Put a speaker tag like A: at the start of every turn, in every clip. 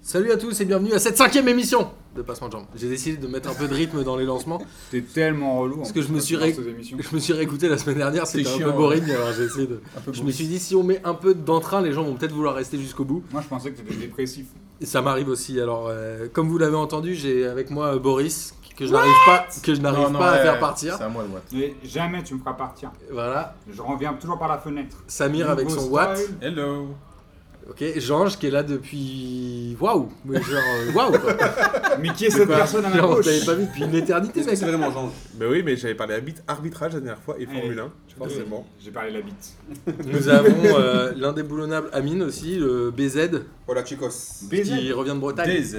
A: Salut à tous et bienvenue à cette cinquième émission de Passement de Jambes. J'ai décidé de mettre un peu de rythme dans les lancements.
B: T'es tellement relou.
A: Parce que je me suis ré-
B: réveillé.
A: Je me suis réécouté la semaine dernière, c'était
B: C'est
A: un peu
B: chiant,
A: boring, alors j'ai essayé de... Je me suis dit, si on met un peu d'entrain, les gens vont peut-être vouloir rester jusqu'au bout.
B: Moi, je pensais que t'étais dépressif.
A: Et ça m'arrive aussi. Alors, euh, comme vous l'avez entendu, j'ai avec moi euh, Boris, que je n'arrive pas, que je n'arrive
C: Non, non,
A: pas à
C: ouais,
A: faire partir.
C: C'est à moi le Watt.
B: Mais jamais tu me feras partir.
A: Voilà.
B: Je reviens toujours par la fenêtre.
A: Samir avec
B: Nouveau
A: son
B: style.
A: Watt.
D: Hello
A: Ok. Jange qui est là depuis. Waouh Mais Genre, euh, waouh quoi.
B: Mais qui est cette personne à ma
A: Genre, on
B: gauche
A: t'avait pas vu depuis une éternité,
D: Est-ce que
A: mec.
D: c'est vraiment Jean Ben oui, mais j'avais parlé arbit- arbitrage la dernière fois et
C: Eh,
B: Allez.
D: Formule 1, forcément.
B: J'ai parlé la bite.
A: Nous avons euh, l'indéboulonnable Amine aussi, le BZ,
E: Hola chicos.
B: BZ.
A: qui revient de Bretagne.
D: Days.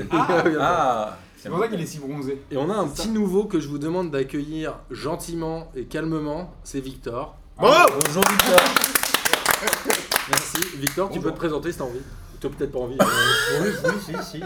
C: Ah
B: C'est pour ça qu'il est si bronzé.
A: Et on a un petit nouveau que je vous demande d'accueillir gentiment et calmement, c'est Victor.
B: Bravo
C: Bonjour Victor
A: Merci. Victor, tu peux te présenter si t'as envie. T'as peut-être pas envie.
F: Oui, oui, si, si.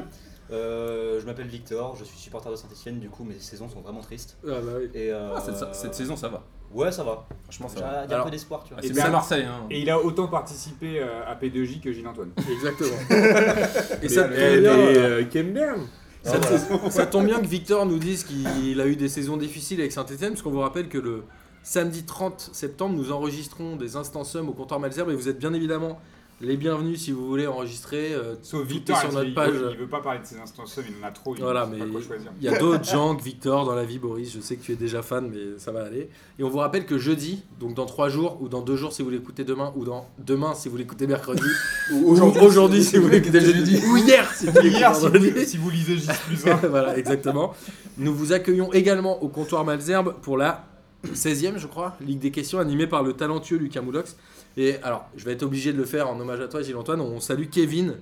F: Euh, je m'appelle Victor, je suis supporter de Saint-Etienne, du coup mes saisons sont vraiment tristes.
A: Ah bah oui.
F: Et euh,
C: cette, cette saison, ça va.
F: Ouais, ça va.
C: Franchement, ça
F: Il y
C: va.
F: a
A: Alors-
F: un peu d'espoir, tu vois.
C: Ah, c'est
B: Et
C: bien
B: ben-
C: Marseille. Hein.
B: Et il a autant participé euh, à P2J que Gilles-Antoine.
A: Exactement. Et ça te tombe
D: Et
A: bien,
D: des,
A: euh,
D: euh, Kemberg.
A: ça te- ça tombe bien que Victor nous dise qu'il a eu des saisons difficiles avec Saint-Etienne, parce qu'on vous rappelle que le samedi 30 septembre, nous enregistrons des instantsums au comptoir Malzerbe et vous êtes bien évidemment les bienvenus si vous voulez enregistrer. euh,
B: Sauf
A: Tout
B: Victor,
A: est sur
B: il-
A: notre
B: il,
A: page.
B: il veut pas parler de ses instances, il en a trop. Il
A: Voilà,
B: sait
A: mais
B: pas quoi choisir.
A: il y a d'autres gens que Victor dans la vie, Boris. Je sais que tu es déjà fan, mais ça va aller. Et on vous rappelle que jeudi, donc dans trois jours, ou dans deux jours si vous l'écoutez demain, ou dans demain si vous l'écoutez mercredi, ou aujourd'hui, aujourd'hui, si vous l'écoutez jeudi, ou hier si vous l'écoutez
B: Hier, si vous,
A: vendredi.
B: si vous lisez J plus 1.
A: voilà, exactement. Nous vous accueillons également au comptoir Malzerbe pour la 16e, je crois, Ligue des questions animée par le talentueux Lucas Moulox. Et alors, je vais être obligé de le faire en hommage à toi, Gilles-Antoine. On salue Kevin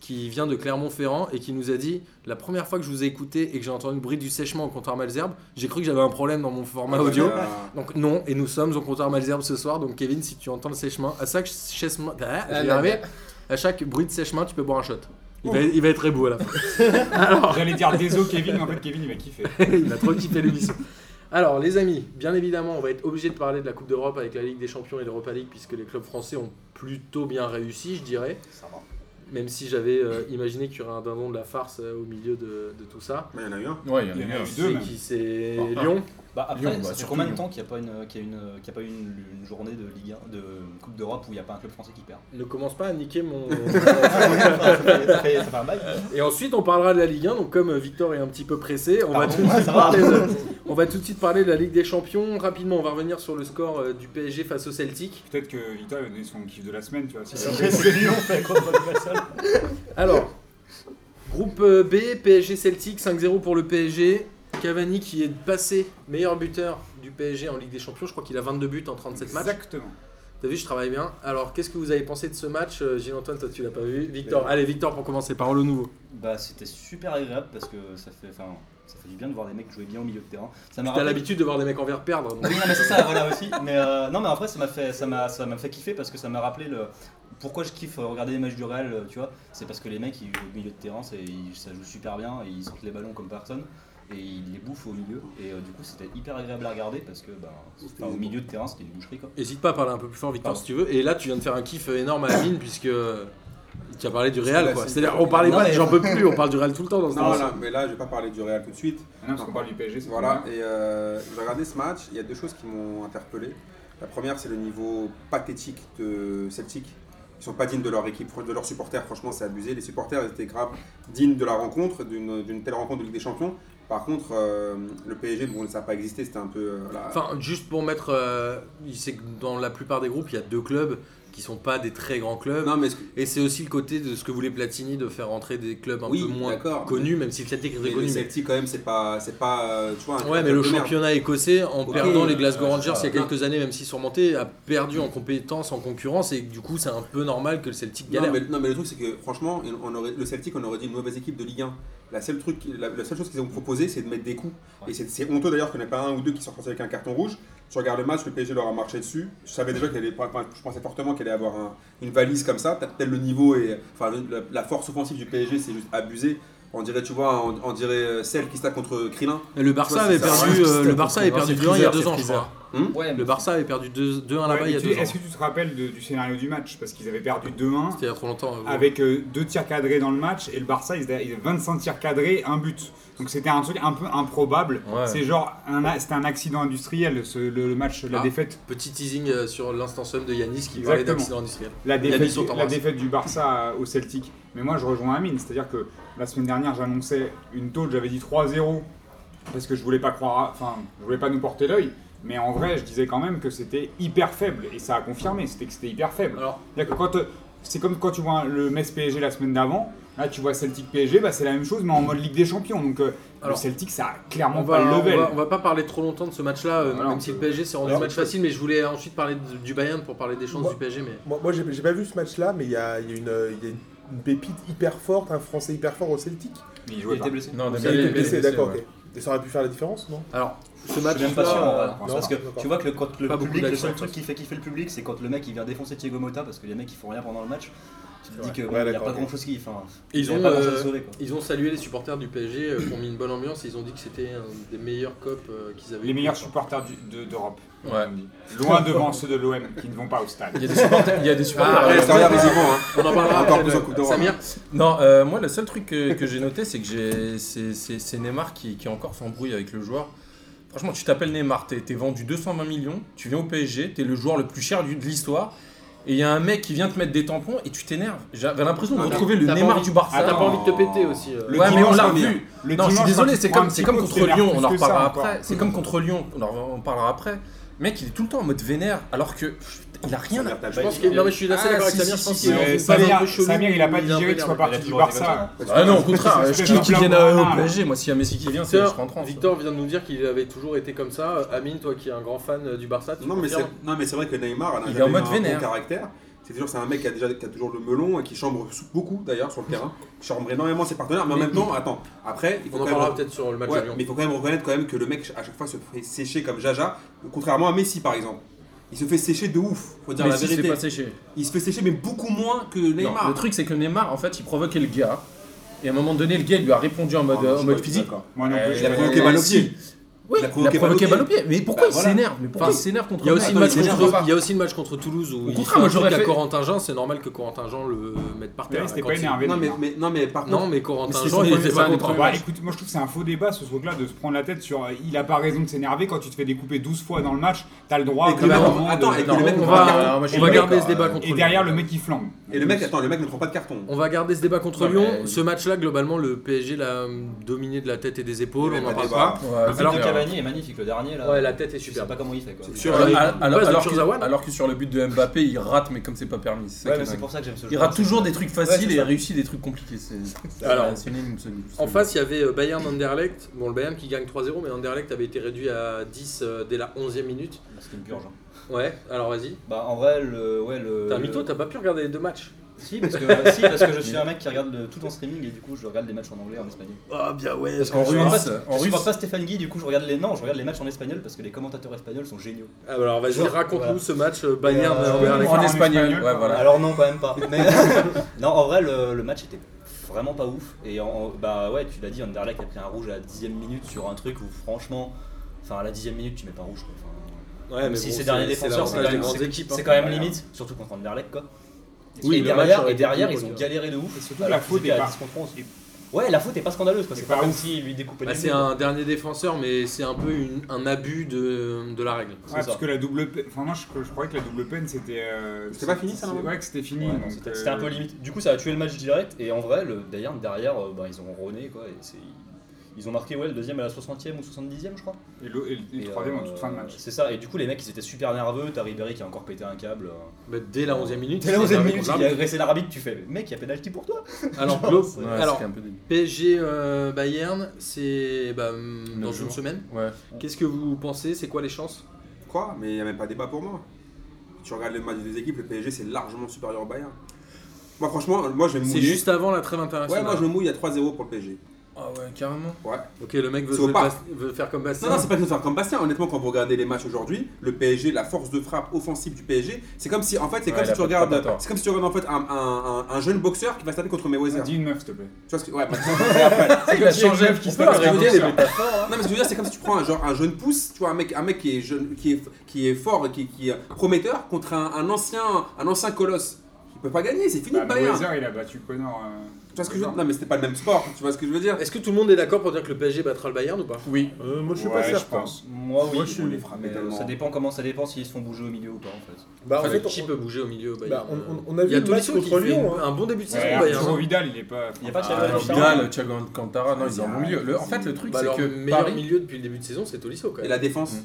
A: qui vient de Clermont-Ferrand et qui nous a dit La première fois que je vous ai écouté et que j'ai entendu le bruit du sèchement au comptoir Malzerbe, j'ai cru que j'avais un problème dans mon format audio. Donc non, et nous sommes au comptoir Malzerbe ce soir. Donc Kevin, si tu entends le sèchement, à chaque sèchement, Ah, je vais y arriver. à chaque bruit de sèchement, tu peux boire un shot. Il va, il va être ébou à la fin.
B: J'allais dire désolé Kevin, mais en fait Kevin il va kiffer.
A: il a trop kiffé l'émission. Alors, les amis, bien évidemment, on va être obligé de parler de la Coupe d'Europe avec la Ligue des Champions et l'Europa League, puisque les clubs français ont plutôt bien réussi, je dirais.
F: Ça va.
A: Même si j'avais euh, imaginé qu'il y aurait un dindon de la farce euh, au milieu de, de tout ça.
D: Mais il y en a eu un.
C: Ouais, il
B: Il y en a eu deux
A: C'est
B: même.
A: qui C'est
C: Ah, ah.
A: Lyon.
F: Bah, après,
C: Lyon, bah,
F: ça fait
C: surtout
F: combien de
C: Lyon.
F: temps qu'il n'y a pas une, qu'il y a une, qu'il y a pas une, une journée de Ligue 1, de Coupe d'Europe où il n'y a pas un club français qui perd
A: Ne commence pas à niquer mon.
F: ça, fait, ça fait- ça fait un bail.
A: et ensuite, on parlera de la Ligue 1. Donc, comme euh, Victor est un petit peu pressé,
B: Ah
A: on va,
F: Pardon,
A: tout de
F: ouais,
A: suite
F: ça va.
A: parler de, on va tout de suite parler de la Ligue des Champions. Rapidement, on va revenir sur le score euh, du PSG face au Celtic.
B: Peut-être que Victor va donner son kiff de la semaine, tu vois. si ça-
F: C'est Lyon, fait contre Newcastle.
A: Alors, groupe euh, B, PSG Celtic, 5-0 pour le PSG. Cavani qui est passé meilleur buteur du PSG en Ligue des Champions. Je crois qu'il a 22 buts en 37 matchs.
B: Exactement.
A: T'as vu, je travaille bien. Alors, qu'est-ce que vous avez pensé de ce match Euh, Gilles-Antoine, toi tu l'as pas vu. Victor, allez, Victor pour commencer. Parole au nouveau.
F: Bah, c'était super agréable parce que ça fait, enfin, ça fait du bien de voir des mecs jouer bien au milieu de terrain. Ça m'a
A: T'as
F: rappelé-
A: l'habitude de voir des mecs en vert perdre. donc.
F: Oui, non, mais c'est ça, voilà aussi. Mais euh, non, mais en vrai, ça m'a fait, ça m'a, ça m'a fait kiffer parce que ça m'a rappelé le pourquoi je kiffe regarder les matchs du Real. euh, Tu vois, c'est parce que les mecs, ils, au milieu de terrain, c'est, ils- ça joue super bien et ils sortent les ballons comme personne et ils les bouffent au milieu. Et euh, du coup, c'était hyper agréable à regarder parce que, ben, enfin, au milieu de terrain, c'était une boucherie quoi.
A: Hésite pas à parler un peu plus fort, Victor,
F: Pardon.
A: si tu veux. Et là, tu viens de faire un kiff énorme à Amine, puisque euh, tu as parlé du Real,
E: Là,
A: quoi.
E: c'est-
A: C'est-à-dire, on parlait
F: Non,
A: pas, de
F: mais-
A: j'en peux plus, on parle du Real tout le temps dans ce
E: Non,
A: temps
E: là, mais là, je vais pas parler du Real tout de suite.
B: Ah Non, parce qu'on parle du PSG, c'est
E: Voilà,
B: pas
A: Mm-hmm.
B: mal.
E: et euh, j'ai regardé ce match. Il y a deux choses qui m'ont interpellé. La première, c'est le niveau pathétique de Celtic. Ils sont pas dignes de leur équipe, de leurs supporters. Franchement, c'est abusé. Les supporters étaient grave dignes de la rencontre, d'une d'une telle rencontre de Ligue des Champions. Par contre, euh, le PSG, bon, ça n'a pas existé. C'était un peu. euh, la-
A: Enfin, juste pour mettre. euh, c'est que dans la plupart des groupes, il y a deux clubs qui sont pas des très grands clubs.
E: non, mais est-ce que-
A: Et c'est aussi le côté de ce que voulait Platini de faire rentrer des clubs un
E: Oui,
A: peu moins
E: d'accord.
A: connus, même si le Celtic est
E: mais
A: très
E: le
A: connu. mais-
E: Celtic, quand même, c'est pas, c'est pas, euh, tu vois. un
A: Ouais, mais
E: club
A: le
E: de merde.
A: championnat écossais, en
E: Ok.
A: perdant les Glasgow
C: Ouais,
A: Rangers
C: c'est ça.
A: il y a quelques années, même s'ils sont remontés, a perdu en compétence, en concurrence, et du coup, c'est un peu normal que le Celtic
E: Non
A: galère.
E: mais, non, mais le truc c'est que franchement on aurait, le Celtic on aurait dit une mauvaise équipe de Ligue 1 la seule, truc, la, la seule chose qu'ils ont proposé c'est de mettre des coups
F: Ouais.
E: et c'est- c'est honteux d'ailleurs qu'il n'y en ait pas un ou deux qui sont sortis avec un carton rouge tu regardes le match le PSG leur a marché dessus je savais déjà qu'elle allait enfin, je pensais fortement qu'elle allait avoir un- une valise comme ça tel le niveau et enfin la, la force offensive du PSG c'est juste abusé on dirait tu vois on, on dirait euh, celle qui se tape contre Krillin
A: Et le Barça
E: Ouais,
A: avait
E: c'est ça.
A: perdu,
C: Ouais,
A: euh,
C: c'est
A: le
C: ça.
A: Barça avait
C: C'est
A: perdu
C: Freezer,
A: 2-1 il y a deux
C: c'est
A: ans, je
C: Freezer.
A: crois.
F: Ouais,
A: Le Barça avait perdu 2-1 Ah, là-bas
B: Ouais,
A: il y a
B: tu-
A: deux ans.
B: Est-ce que tu te rappelles de- du scénario du match Parce qu'ils avaient perdu 2-1
A: C'était il y a trop longtemps. euh,
B: avec euh, deux tirs cadrés dans le match et le Barça ils avaient ils avaient 25 tirs cadrés, un but. Donc c'était un truc un peu improbable.
C: Ouais.
B: C'est genre un a- c'était un accident industriel ce- le, le match la
A: Ah.
B: défaite
A: Petit teasing euh, sur l'instant sum de Yanis qui parlait
B: Exactement.
A: d'accident industriel.
B: la défaite,
A: Yanis, on
B: du, la
A: t'embrasse.
B: défaite du Barça euh, au Celtic. Mais moi je rejoins Amine, c'est-à-dire que la semaine dernière j'annonçais une tôle, j'avais dit 3-0 parce que je voulais pas croire, à- enfin je voulais pas nous porter l'œil. Mais en vrai, je disais quand même que c'était hyper faible et ça a confirmé, c'était que c'était hyper faible.
A: Alors,
B: C'est-à-dire que quand, euh, c'est comme quand tu vois le Metz PSG la semaine d'avant, là tu vois Celtic PSG, bah, c'est la même chose mais en mode Ligue des Champions. Donc euh,
A: Alors,
B: le Celtic ça a clairement
A: on va,
B: pas le
A: on,
B: level.
A: va, on va pas parler trop longtemps de ce match-là, euh,
B: Voilà,
A: même
B: on
A: si
B: peut-
A: le PSG s'est rendu
D: Alors,
A: match facile, mais je voulais ensuite parler de- du Bayern pour parler des chances
D: Moi-
A: du PSG. Mais
D: Moi, moi, j'ai j'ai pas vu ce match-là, mais il y a, il y a une, euh, il y a une pépite hyper forte, un Français hyper fort au Celtic.
B: Mais il
F: Il
B: jouait pas.
F: était blessé.
C: Non,
D: Il
A: Il
D: était
A: est
D: blessé, d'accord.
C: ouais.
D: ok. Et ça aurait pu faire la différence, non
A: alors, ce
F: Je suis
A: match,
F: même pas sûr en vrai.
B: Non,
F: parce que
D: d'accord.
F: tu vois que le, quand le
A: Pas beaucoup
F: public, le
A: d'action,
F: seul
A: je
F: truc
A: pense.
F: qui fait kiffer le public, c'est quand le mec il vient défoncer Thiago Motta parce que les mecs ils font rien pendant le match. Tu te dis qu'il
D: Ouais,
F: n'y a
D: d'accord,
F: pas
D: ok.
F: grand chose qui. Enfin,
A: Ils
F: il y a
A: ont,
F: pas grand
A: euh,
F: chose à sauver quoi.
A: ils ont salué les supporters du PSG, euh, qui ont mis une bonne ambiance. Ils ont dit que c'était un des meilleurs copes euh, qu'ils avaient.
B: Les
A: eu.
B: meilleurs supporters du- de- d'Europe.
C: Ouais.
B: on dit. Loin devant ceux de l'OM qui ne vont pas au
C: Il
B: stade.
C: y a des supporters. Il y a des supporters.
A: Ah,
E: Ah,
A: ouais,
E: c'est rien, vas-y, bon, hein.
A: On en parlera
E: Encore
A: après
E: plus
A: de-
E: en Coupe d'Europe.
A: Samir,
C: Non, euh, moi, le seul truc que, que j'ai noté, c'est que j'ai, c'est, c'est- c'est Neymar qui, qui encore s'embrouille avec le joueur. Franchement, tu t'appelles Neymar, t'es, t'es vendu 220 millions, tu viens au PSG, t'es le joueur le plus cher du- de l'histoire, et il y a un mec qui vient te mettre des tampons et tu t'énerves. J'avais l'impression de
E: Ah,
C: retrouver le
A: t'as pas
C: Neymar
A: envie-
C: du Barça.
A: ah, t'as pas
B: non.
A: envie de te péter aussi. euh.
B: Le
C: ouais, mais on
B: dimanche,
C: l'a
B: on est-
C: revu.
B: Le
C: non, je suis
B: dimanche,
C: désolé,
B: quand
C: c'est
B: tu prends
C: comme,
B: un
C: c'est
B: petit
C: comme
B: coup,
C: contre
B: t'énerves
C: Lyon,
B: plus
C: on en
B: que ça
C: reparlera
B: encore.
C: après. C'est comme contre Lyon, on en on parlera après. Mec, il est tout le temps en mode vénère, alors que pff, il a rien à.
A: Je pense que- non, mais je suis assez
C: Ah,
A: d'accord avec
C: si,
A: Samir.
C: si,
A: Je pense
C: si,
A: qu'il est dans
B: Mais
A: une phase un peu
B: Samir,
A: chelou.
B: Samir, il a pas
A: est un peu
B: digéré qu'il
A: énervé.
B: soit
F: Il a
B: parti du
F: toujours été comme
B: Barça.
F: ça.
C: Ah non, au contraire,
B: C'est
C: je
B: ce
C: kiffe
B: que
C: qu'il
B: je
C: vienne
B: leur
C: euh, au
B: parle.
C: PSG. Moi, si y a Messi qui vient, c'est- je
A: Victor,
C: rentre en hein. France.
A: Victor vient de nous dire qu'il avait toujours été comme ça. Euh, Amine, toi qui es un grand fan euh, du Barça, tu
E: Non mais,
A: confirmes
E: c'est, non, mais c'est vrai que Neymar,
C: Il
E: il
C: est en
E: a
C: mode
E: un bon
C: vénère.
E: caractère. C'est toujours c'est un mec qui a déjà qui a toujours le melon et qui chambre beaucoup d'ailleurs sur le terrain. Qui chambre énormément ses partenaires, mais en
A: Mais-
E: même temps, attends. Après, il faut
A: On en
E: quand
A: parlera
E: même
A: peut-être sur le match
E: Ouais,
A: de Lyon.
E: mais il faut quand même reconnaître quand même que le mec à chaque fois se fait sécher comme Jaja, contrairement à Messi par exemple. Il se fait sécher de ouf, faut dire
C: Mais
E: la
C: si, c'est
E: vérité.
C: pas séché.
E: Il se fait sécher mais beaucoup moins que
C: Non,
E: Neymar.
C: le truc, c'est que Neymar, en fait, il provoquait le gars. Et à un moment donné, le gars, il lui a répondu en mode, euh,
E: Ah, non, je
C: en
E: suis
C: mode
E: pas
C: physique.
E: d'accord.
B: Moi non
C: Euh,
B: plus,
E: Il
B: je
E: a
B: l'ai
C: provoqué
E: provoqué
B: pas
C: mal
E: mal
C: au
E: au
C: pied.
E: pied.
C: Oui,
E: Il
C: il
E: a
C: a
E: provoqué
C: provoqué
E: balle
C: balle
E: au
C: au pied. Mais pourquoi
E: Bah,
C: il
E: voilà.
C: s'énerve Mais pourquoi
A: Enfin,
C: il s'énerve contre
A: Il y a aussi
C: Metz
A: le match
C: Attends,
A: contre,
C: déjà,
A: il y a aussi le match contre Toulouse où
C: Au
A: il
C: contraire,
A: fait un
C: moi, j'aurais
A: truc à
C: fait-
A: Corentin Jean, c'est normal que Corentin Jean le mette par terre.
B: Ouais, c'était
A: Quand
B: pas
A: il-
B: énervé.
E: Non mais,
B: Neymar.
E: mais- non mais par contre,
A: Non, mais Corentin
C: Mais c'est
A: Jean,
C: son
A: il
C: premier-
A: était pas
C: c'est un
A: content.
C: des
B: Bah, écoute, moi je trouve que c'est un faux débat ce truc-là de se prendre la tête sur euh, il a pas raison de s'énerver quand tu te fais découper 12 fois dans le match, t'as le droit au
E: Et que
B: bout
E: le
B: d'un
E: mec-
B: moment
E: attends,
B: de-
E: et que
C: Non,
E: le mec
A: on va,
E: ne prend pas de carton.
C: moi, je suis
A: on va
C: d'accord,
A: garder ce débat
C: euh,
A: contre
B: Et
A: Lyon.
B: derrière le mec qui flambe.
E: et le mec, attends, le mec ne prend pas de carton.
A: On va garder ce débat contre
C: Non,
A: Lyon.
C: mais-
A: Ce match-là, globalement, le PSG l'a hum, dominé de la tête et des épaules.
E: Il y
A: On
E: avait
A: en parle
E: pas de
A: pas.
E: débat.
C: Ouais,
F: Le but
C: alors-
F: de Cavani est magnifique, le dernier là.
A: Ouais, la tête est
F: Je sais
A: superbe.
F: pas comment il fait quoi.
A: Sur
C: Alors,
A: les-
C: à-
A: une
C: alors-
A: base de
C: alors que-
A: Kurzawan.
C: alors que sur le but de Mbappé, il rate, mais comme c'est pas permis. c'est ça
F: Ouais,
C: qui est
F: mais c'est
C: dingue.
F: pour ça que j'aime ce jeu.
C: Il rate toujours des trucs faciles
F: c'est
C: et
F: ça.
C: réussit des trucs compliqués. c'est-
A: Alors,
C: c'est une énigme, ce-
A: En
C: ce-
A: face, il y avait euh, Bayern Anderlecht. Bon, le Bayern qui gagne 3-0, mais Anderlecht avait été réduit à 10 euh, dès la 11e minute.
F: C'était une purge. hein.
A: Ouais, alors vas-y.
F: Bah en vrai, le. Ouais, le.
A: T'as un
F: le-
A: mytho, t'as pas pu regarder les deux matchs.
F: Si parce, que, si, parce que je suis un mec qui regarde le- tout en streaming et du coup je regarde les matchs en anglais et en espagnol.
A: Ah, bien ouais.
C: En
F: Je regarde
C: russe,
F: pas-
C: en
F: je
C: russe.
F: regarde pas Stéphane Guy, du coup je regarde les. Non, je regarde les matchs en espagnol parce que les commentateurs espagnols sont géniaux.
A: Ah, bah Alors, vas-y,
F: Voilà.
A: raconte-nous ce match euh, Bayern
F: Euh,
A: Anderlecht.
C: En
B: en
C: espagnol,
B: espagnol,
C: ouais, voilà.
F: Alors non, quand même pas. Mais- non, en vrai, le, le match était vraiment pas ouf. Et en, bah ouais, tu l'as dit, Anderlecht a pris un rouge à la dixième minute sur un truc où franchement, enfin à la dixième minute, tu mets pas rouge. Quoi. Enfin,
A: Ouais,
F: si
A: bon,
F: ces derniers
A: c'est
F: défenseurs, c'est quand,
A: l'avantage des
F: même,
A: grandes
F: c'est-
A: équipes.
F: c'est
A: hein.
F: quand même limite, surtout contre Anderlecht quoi.
A: Oui,
F: et
A: le match
F: derrière,
A: aurait
F: et derrière
A: été
F: ils ont
A: cool,
F: galéré de ouf. Et surtout
B: la faute est pas-
F: Ouais, la faute est pas scandaleuse quoi.
B: est
F: C'est pas
B: pas
F: comme
B: ouf.
F: si lui découpait
A: Bah,
F: les
A: c'est un dernier défenseur, mais c'est un peu une- un abus de, de la règle.
B: Ouais, parce
F: ça.
B: que la double peine. Enfin, moi je, je croyais que la double peine c'était. euh,
E: C'était pas fini, ça,
B: c'est-
E: non
B: Ouais, que c'était fini.
F: Ouais, non,
B: donc,
F: C'était
B: euh,
F: c'était un peu limite. Du coup, ça a tué le match direct. Et en vrai, le Bayern, derrière, euh, bah, ils ont ronné. Quoi, et c'est- ils ont marqué ouais, le deuxième à la 60e ou 70e, je crois.
B: Et le, et le- et le
F: Et,
B: troisième en
F: euh,
B: toute fin de match.
F: C'est ça. Et du coup, les mecs, ils étaient super nerveux. T'as Ribéry qui a encore pété un câble. euh.
A: Bah, dès la 11e minute.
F: Dès la
A: c'est
F: 11e
A: énervé
F: minute,
A: contre
F: il a agressé l'arbitre. Tu fais, mec, il y a pénalty pour toi.
A: Alors, Glo-
F: c'est-
C: Ouais,
A: alors,
C: c'est un peu débile.
A: PSG euh, Bayern, c'est bah, hum, dans
C: jours.
A: une semaine.
C: Ouais.
A: Qu'est-ce que vous pensez C'est quoi les chances
E: Quoi Mais il n'y a même pas débat pour moi. Tu regardes les matchs des deux équipes, le PSG c'est largement supérieur au Bayern. Moi franchement, moi je vais me
A: C'est
E: mouiller.
A: juste avant la trêve
E: Ouais,
A: internationale.
E: moi je me mouille à 3-0 pour le PSG.
C: Ah ouais, carrément.
E: Ouais.
A: Ok, le mec veut,
E: Faut
A: jouer
E: pas.
A: Bast- veut faire comme Bastien.
E: Non, non, c'est pas que faire comme Bastien. Honnêtement, quand vous regardez les matchs aujourd'hui, le PSG, la force de frappe offensive du PSG, c'est comme si, en fait, c'est
C: Ouais,
E: comme
C: il
E: si
C: a
E: tu
C: pas-
E: regardes,
C: pas tort.
E: c'est comme si tu regardes en fait un, un- un- un jeune boxeur qui va se taper contre Mayweather.
B: Ah, Dis une meuf, s'il te plaît.
E: Tu vois ce que, ouais, bah, c'est après.
C: Il a changé le qui se passe.
E: Non, mais ce que je veux dire, c'est comme si tu prends un, genre, un jeune pouce, tu vois, un mec, un mec qui est jeune, qui est, qui est fort, et qui, qui est prometteur, contre un, un ancien, un ancien colosse. Il peut pas gagner, c'est fini
B: Bah,
E: le Bayern. Tu
B: Mayweather, il a battu Connor. euh,
E: vois ce que je veux dire Non, mais c'était pas le même sport. Tu vois ce que je veux dire
A: Est-ce que tout le monde est d'accord pour dire que le PSG battra le Bayern ou pas
C: Oui.
D: Euh, moi, je suis
B: ouais,
D: pas
B: je
D: certain.
B: pense.
F: Moi, oui.
D: Moi, je suis-
F: on les frappe,
E: mais
F: mais, euh,
E: tellement.
F: ça dépend comment ça dépend s'ils se font bouger au milieu ou pas en fait.
D: Bah, en
A: Enfin,
D: fait,
A: qui peut bouger au milieu au Bayern
D: bah, on- on- on a
A: Il y a
D: vu le match
A: Tolisso qui
D: contre
A: fait
D: Lyon.
A: une-
D: hein.
A: un bon début de saison
B: Ouais,
A: au Bayern.
B: Arturo Vidal, il est pas.
F: Il n'y a pas de
C: Ah,
F: Thiago
C: alors,
F: Alcantara.
C: Vidal, Thiago Alcantara, non, ils ont au milieu. Le- en fait, le truc,
A: Bah,
C: c'est
A: leur
C: que
A: meilleur
C: Paris.
A: milieu depuis le début de saison, c'est Tolisso quand
E: Et
A: même.
E: la défense
C: Mm.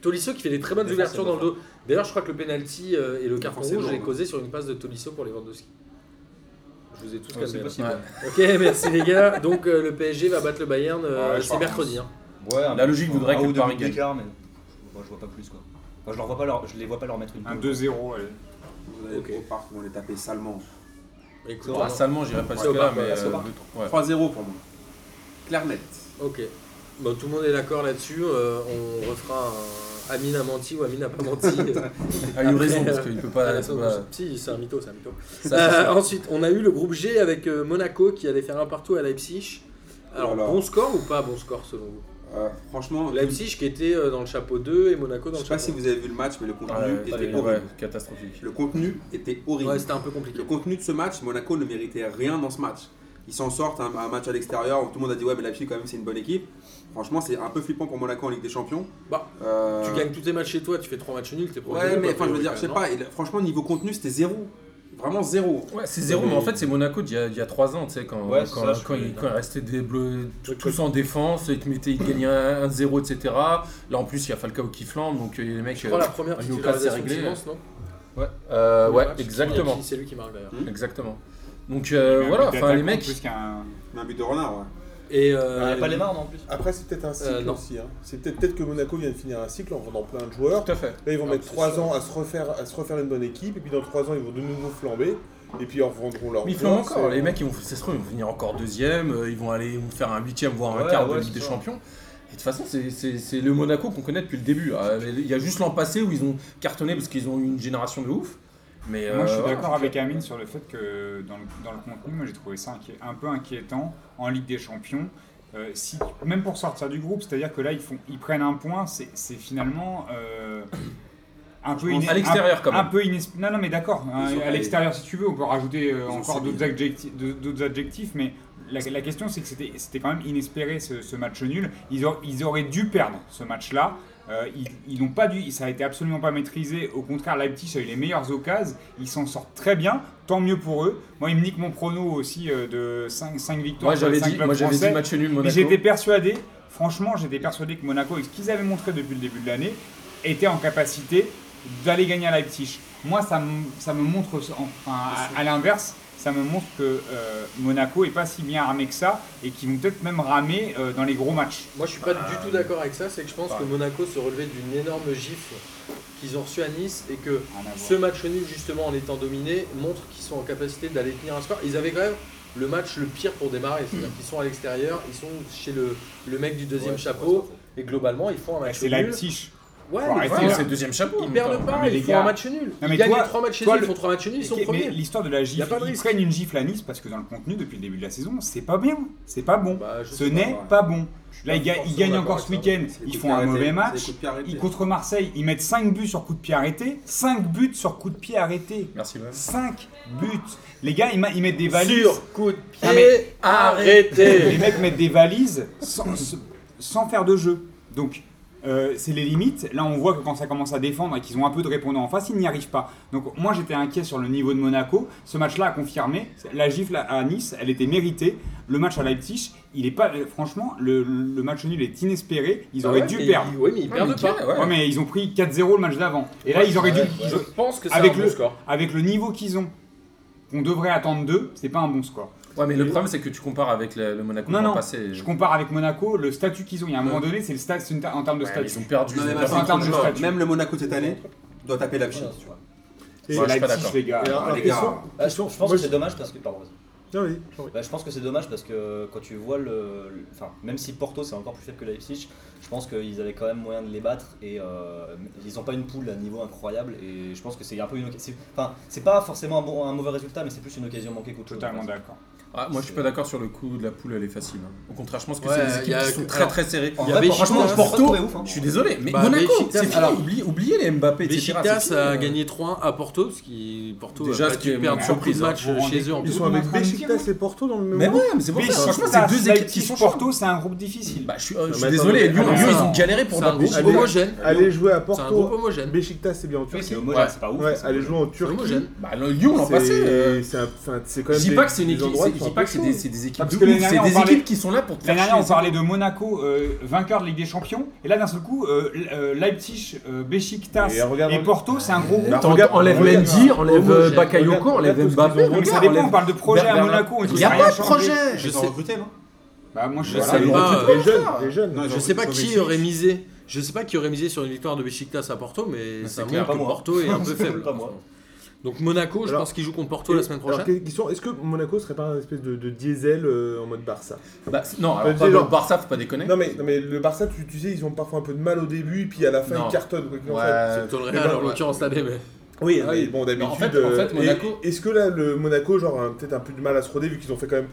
A: Tolisso qui fait des très bonnes
F: Défense,
A: ouvertures dans le dos. D'ailleurs, je crois que le penalty euh, et le carton
E: Forcément,
A: rouge est
E: ouais.
A: causé sur une passe de Tolisso pour Lewandowski. Je vous ai tous
F: Ouais,
A: calmé.
F: c'est
A: là.
F: possible.
C: Ouais.
A: Ok, merci les gars. Donc euh, le PSG va battre le Bayern, euh,
B: Ouais, je
A: c'est
B: pense.
A: mercredi. hein.
F: Ouais,
C: La logique voudrait que
F: ou deux
C: Paris
F: buts
C: gagne.
F: d'écart, mais bon, je vois pas plus quoi. Enfin, je leur vois pas leur- je les vois pas leur mettre une.
B: Un
F: boule.
B: 2-0, allez.
E: Vous allez
A: Ok.
E: au parc, on les taper salement.
A: Écoute,
C: Ah, salement, j'irai pas jusque-là, mais. euh, ouais.
E: 3-0 pour moi. Claire net.
A: on- ok. Bon, tout le monde est d'accord là-dessus. euh, on refera un Amine a menti ou Amine a pas menti. euh,
C: Ah, il a eu
A: Après,
C: raison, parce
A: euh,
C: qu'il peut
A: à
C: pas.
A: la
C: c'est
A: fin de-
C: pas-
A: Si, c'est un mytho, c'est un mytho.
C: ça, ça,
A: Euh,
C: ça.
A: ensuite, on a eu le groupe G avec euh, Monaco qui allait faire un partout à Leipzig. Alors,
E: Oh là là.
A: bon score ou pas bon score selon vous
E: Euh, franchement,
A: Leipzig qui était euh, dans le chapeau 2 et Monaco
E: je
A: dans
E: sais
A: le
E: pas
A: chapeau
E: si vous avez vu le match, mais le contenu
C: Ouais,
E: était
C: ouais,
E: horrible.
C: catastrophique.
E: Le contenu était horrible.
A: Ouais, c'était un peu compliqué.
E: Le contenu de ce match, Monaco ne méritait rien dans ce match. Ils s'en sortent, un, un match à l'extérieur où tout le monde a dit ouais mais la Chine quand même c'est une bonne équipe. Franchement c'est un peu flippant pour Monaco en Ligue des Champions.
A: Bah,
E: Euh,
A: Tu gagnes tous tes matchs chez toi, tu fais 3 matchs nuls, t'es
E: Ouais
A: premier,
E: mais
A: t'as
E: enfin je veux
A: priori,
E: dire je sais
A: non
E: pas, il- franchement niveau contenu c'était zéro. Vraiment zéro.
C: Ouais, c'est zéro, mais en fait, c'est Monaco d'il y a- d'il y a 3 ans, tu sais, quand,
F: Ouais, c'est
C: quand,
F: ça, je
C: quand
F: suis
C: ils
F: d'accord.
C: quand ils restaient des bleus, tout- tous en défense, ils, te mettaient, ils gagnaient 1-0, etc. Là, en plus, il y a Falcao qui flambe, donc euh, les mecs.
A: Je crois
C: euh,
A: la première
C: un Lucas, c'est
A: titularisation de
C: réglé.
A: Simons, non
C: euh,
A: Le
C: ouais,
A: match, qui-
C: exactement.
A: qui- C'est lui qui marque d'ailleurs.
C: Exactement. Donc euh,
B: Mais un
C: voilà,
B: but
C: enfin, les
B: d'attaquant
C: mecs.
B: Plus qu'un.
E: Mais un but de renard ouais.
A: Et
F: Il n'y
A: euh,
F: Ah, a pas les marnes en plus.
D: Après, c'est peut-être un cycle
A: non.
D: aussi. hein. C'est peut-être peut-être que Monaco vient de finir un cycle en vendant plein de joueurs.
C: Tout à fait.
D: Là, ils vont
A: Non,
D: mettre
A: c'est
D: 3
A: sûr.
D: ans à se, refaire, à se refaire une bonne équipe, et puis dans 3 ans, ils vont de nouveau flamber, et puis ils revendront leur
C: Mais ils
D: joueurs,
C: flambent encore.
D: c'est-
C: Les mecs, ils vont, ça se trouve, ils vont finir encore deuxième, euh, ils vont aller ils vont faire un huitième, voire un
F: Ouais,
C: quart
F: ouais,
C: de Ligue
F: c'est
C: des
F: ça.
C: Champions. Et de toute façon, c'est- c'est c'est le Monaco qu'on connaît depuis le début. Euh, Il y a juste l'an passé où ils ont cartonné parce qu'ils ont eu une génération de ouf. Mais,
B: Moi, je suis
C: euh,
B: d'accord avec Amine sur le fait que dans le, dans le contenu, moi, j'ai trouvé ça inquié- un peu inquiétant en Ligue des Champions. Euh, si, même pour sortir du groupe, c'est-à-dire que là, ils, font, ils prennent un point, c'est c'est finalement. euh, un peu
C: pense
B: iné-
C: à l'extérieur,
B: un-
C: quand même.
B: Un peu inesp- Non, non, mais d'accord. hein,
E: Ils ont-
B: à l'extérieur, si tu veux, on peut rajouter euh,
E: Ils ont
B: encore
E: subi.
B: d'autres adjecti- de- d'autres adjectifs, mais la, la question, c'est que c'était c'était quand même inespéré ce, ce match nul. Ils, aur- ils auraient dû perdre ce match-là. Euh, ils, ils n'ont pas dû, ça a été absolument pas maîtrisé. Au contraire, Leipzig a eu les meilleures occasions. Ils s'en sortent très bien, tant mieux pour eux. Moi, ils me niquent mon prono aussi euh, de 5, victoires.
C: Moi
B: sur les
C: j'avais
B: Ah, cinq
C: dit,
B: clubs
C: moi j'avais dit
B: français.
C: match nul
B: Mais
C: Monaco.
B: j'étais persuadé, franchement, j'étais persuadé que Monaco, avec ce qu'ils avaient montré depuis le début de l'année, était en capacité d'aller gagner à Leipzig. Moi, ça me, ça me montre, enfin, à, à l'inverse, ça me montre que euh, Monaco est pas si bien armé que ça et qu'ils vont peut-être même ramer euh, dans les gros matchs.
A: moi je suis pas du tout d'accord avec ça, c'est que je
C: Ah.
A: pense que Monaco se relevait d'une énorme gifle qu'ils ont reçue à Nice et que
B: Rien à voir.
A: ce match nul justement en étant dominé montre qu'ils sont en capacité d'aller tenir un score. Ils avaient quand même le match le pire pour démarrer, c'est-à-dire qu'ils sont à l'extérieur, ils sont chez le, le mec du deuxième chapeau et globalement ils font un
B: Ouais,
A: match
B: bah, C'est
A: nul.
B: Leipzig.
A: Ouais,
B: Faut
A: mais
B: arrêter,
A: voilà.
C: Ouais, c'est le deuxième chapeau. en
A: Ils
C: même
A: perdent
C: temps.
A: pas,
B: Non, mais
A: ils
B: les
A: font
B: gars-
A: un match nul.
B: Non, mais
A: ils gagnent
B: toi-
A: les 3 matchs chez
B: toi,
A: eux, ils
B: le-
A: font 3 matchs nuls, ils sont
B: Mais
A: premiers.
B: l'histoire de la
A: Y a
B: gifle,
A: pas de
B: ils
A: risque.
B: prennent une gifle à Nice parce que dans le contenu depuis le début de la saison, c'est pas bien, c'est pas bon.
A: Bah, je
B: Ce
A: sais pas,
B: n'est
A: ouais.
B: pas bon. Là,
A: pas
B: ils, ga- ils
A: forcément
B: gagnent
A: d'accord
B: encore
A: avec
B: ce
A: ça.
B: week-end,
E: C'est les
B: ils
E: coups
B: font
E: de
B: un
E: pied
B: mauvais match.
E: arrêtés. C'est les coups de pied arrêtés.
B: Ils- contre Marseille, ils mettent 5 buts sur coup de pied arrêté, 5 buts sur coup de pied arrêté.
C: Merci Lohan.
B: 5 buts. Les gars, ils, ma- ils mettent des valises.
A: Sur coup de pied,
B: Non, mais
A: arrêté.
B: Les mecs mettent des valises sans, sans faire de jeu. Donc, euh, c'est les limites. Là, on voit que quand ça commence à défendre et qu'ils ont un peu de répondants en face, ils n'y arrivent pas. Donc, moi, j'étais inquiet sur le niveau de Monaco. Ce match-là a confirmé. La gifle à Nice, elle était méritée. Le match à Leipzig, il est pas. Franchement, le, le match nul est inespéré. Ils
A: Ah
B: auraient dû perdre.
A: Oui, mais ils
C: Ouais,
A: perdent
C: mais
A: pas.
C: nickel,
B: Ouais, mais ils ont pris 4-0 le match d'avant. Et là, ils auraient dû. ils-
A: Je pense que c'est
B: Avec
A: un bon
B: le-
A: score.
B: Avec le niveau qu'ils ont, qu'on devrait attendre d'eux, c'est pas un bon score.
C: Ouais, mais le problème c'est que tu compares avec le, le Monaco
B: Non,
C: l'an
B: non,
C: passé.
B: Je compare avec Monaco, le statut qu'ils ont. Il y a un moment donné, c'est le statut c'est une ta- en termes de
C: Ouais, mais
B: statut.
C: ils ont perdu.
E: Non,
C: ils
E: mais
C: ont
E: bah,
C: perdu.
E: c'est
B: en
E: un
B: termes
E: truc
B: de
E: de-
B: statut.
E: Même le Monaco de cette année doit taper la Chine.
F: Voilà, tu vois.
B: C'est
C: Ouais, je suis pas
B: Leipzig,
C: d'accord.
B: les gars.
D: Et alors,
E: Ah,
D: alors,
E: les
D: question-
E: gars.
F: Bah, Je je pense
D: Moi,
F: que c'est dommage parce que. Pardon, vas-y.
D: Ah oui, j'en prie.
F: Bah, je pense que c'est dommage parce que euh, quand tu vois le. le- Enfin, même si Porto c'est encore plus faible que Leipzig, je pense qu'ils avaient quand même moyen de les battre et euh, ils n'ont pas une poule à un niveau incroyable et je pense que c'est un peu une occasion. Enfin, c'est pas forcément un, bon- un mauvais résultat, mais c'est plus une occasion manquée qu'autre chose.
B: Totalement
F: en fait.
B: d'accord.
C: Ah, moi, je suis pas d'accord sur le coup de la poule, elle est facile. hein. Au contraire, je pense que
A: Ouais,
C: c'est des équipes
A: y a
C: qui
A: que-
C: sont très
A: alors,
C: très serrées.
F: en
C: Y a
F: vrai,
C: pas-
F: Porto,
C: franchement,
F: c'est pas
C: Porto,
F: très ouf, hein.
C: je suis désolé, mais
A: Bah,
C: Monaco,
A: Beşiktaş-
C: c'est fini.
A: alors-
C: oubliez, oubliez les Mbappé, etc.
A: Besiktas
C: c'est
A: a
C: fini.
A: gagné 3-1 à Porto, parce qu'ils Porto
C: Déjà,
A: a
C: ce qui est
A: battu perdre
B: une
A: sur prise de match
B: surprise, hein.
A: chez eux en
D: Ils
A: plus.
D: sont avec
B: Vous m'entendez
D: Beşiktaş et Porto dans le même
C: Mais
D: moment.
C: ouais, mais c'est pour ça. Franchement,
B: Beşiktaş,
C: c'est deux équipes qui
B: Leipzig,
C: sont chaudes.
B: Porto, c'est un groupe difficile.
C: Bah, je suis, euh, je
D: Non,
C: suis
D: mais
C: désolé,
D: attendez,
C: Lyon,
D: alors,
C: Lyon,
D: c'est
C: ils ont
A: un-
C: galéré pour
A: C'est un groupe
C: battre.
D: Allez.
A: homogène.
D: Aller jouer à
A: C'est un groupe
D: Porto,
A: homogène.
D: Beşiktaş c'est bien en
F: Oui,
D: Turquie.
F: c'est homogène,
A: Ouais.
F: c'est pas ouf.
D: Ouais,
F: c'est
D: aller
F: pas-
D: jouer en
A: C'est
D: Turquie.
A: homogène.
C: Bah, le- Lyon l'ont passé. euh.
D: C'est c'est un- enfin, c'est quand
C: Je
D: même.
C: dis
D: des-
C: pas que c'est une
D: des
C: équipe,
D: endroits
C: c'est-
D: qui
C: je
D: sont
C: dis pas
D: un
C: que
D: peu
C: c'est
D: chauds.
C: des, c'est des équipes
B: Parce
C: de
B: que l'année
C: ouf, c'est
B: dernière, on
C: des
B: parlait-
C: équipes qui sont là pour te faire
B: L'année
C: chier.
B: dernière, on
C: c'est
B: parlait
C: tout.
B: de Monaco, euh, vainqueur de Ligue des Champions, et là d'un seul coup, euh, L- euh, Leipzig, euh, Beşiktaş
D: Et regarde-
B: et, Porto, c'est un gros groupe.
D: Bah,
G: Attends,
D: regarde-
G: enlève
D: regarde-
G: Mendy, enlève euh,
A: Regarde-
G: Bakayoko,
D: regarde
G: enlève
D: tout ce qu'ils ont
G: Mbappé.
D: vendu.
E: hein.
B: Donc ça
G: regarde,
B: dépend, on
G: enlève-
B: parle de projet à
G: Bernard-
B: Monaco, on dit
G: Il
B: que
G: n'y a
B: ça rien
G: pas de
B: changé.
G: projet
A: Je
E: Ils ont
A: sais-
E: recruté, non
B: Bah moi je
A: Je
B: suis
A: sais
B: voilà.
A: pas, euh,
D: Ah, Des jeunes, des jeunes.
C: Ah,
E: Non, ils ont
A: Je sais pas
E: recruté
A: qui
E: Kovacic.
A: aurait misé. Je sais pas qui aurait misé sur une victoire de Besiktas à Porto, mais
C: Mais
A: ça
C: c'est
A: montre
C: clair,
A: que
F: pas moi.
A: Porto est un peu faible.
F: Pas moi.
A: Donc Monaco, je
D: Alors,
A: pense qu'ils jouent contre Porto la semaine
D: Alors,
A: prochaine.
D: quelle question, est-ce que Monaco serait pas un espèce de, de diesel euh, en mode Barça
C: Bah, c'est- Non,
D: Bah,
C: alors
D: dis
C: pas le
D: genre-
C: Barça, faut pas déconner.
D: non mais, non mais le Barça, tu, tu sais, ils ont parfois un peu de mal au début, puis à la fin
C: Non.
D: ils cartonnent. quoi qu'il en soit.
C: Ouais.
A: C'est plutôt le Real en l'occurrence l'année, mais.
D: Oui,
C: Ah
D: mais
C: oui.
D: bon,
C: Non,
D: d'habitude. euh,
C: en fait- en fait,
D: et-
C: Monaco-
D: Est-ce que là, le Monaco, genre, a peut-être un peu de mal à se roder, vu qu'ils ont fait quand même.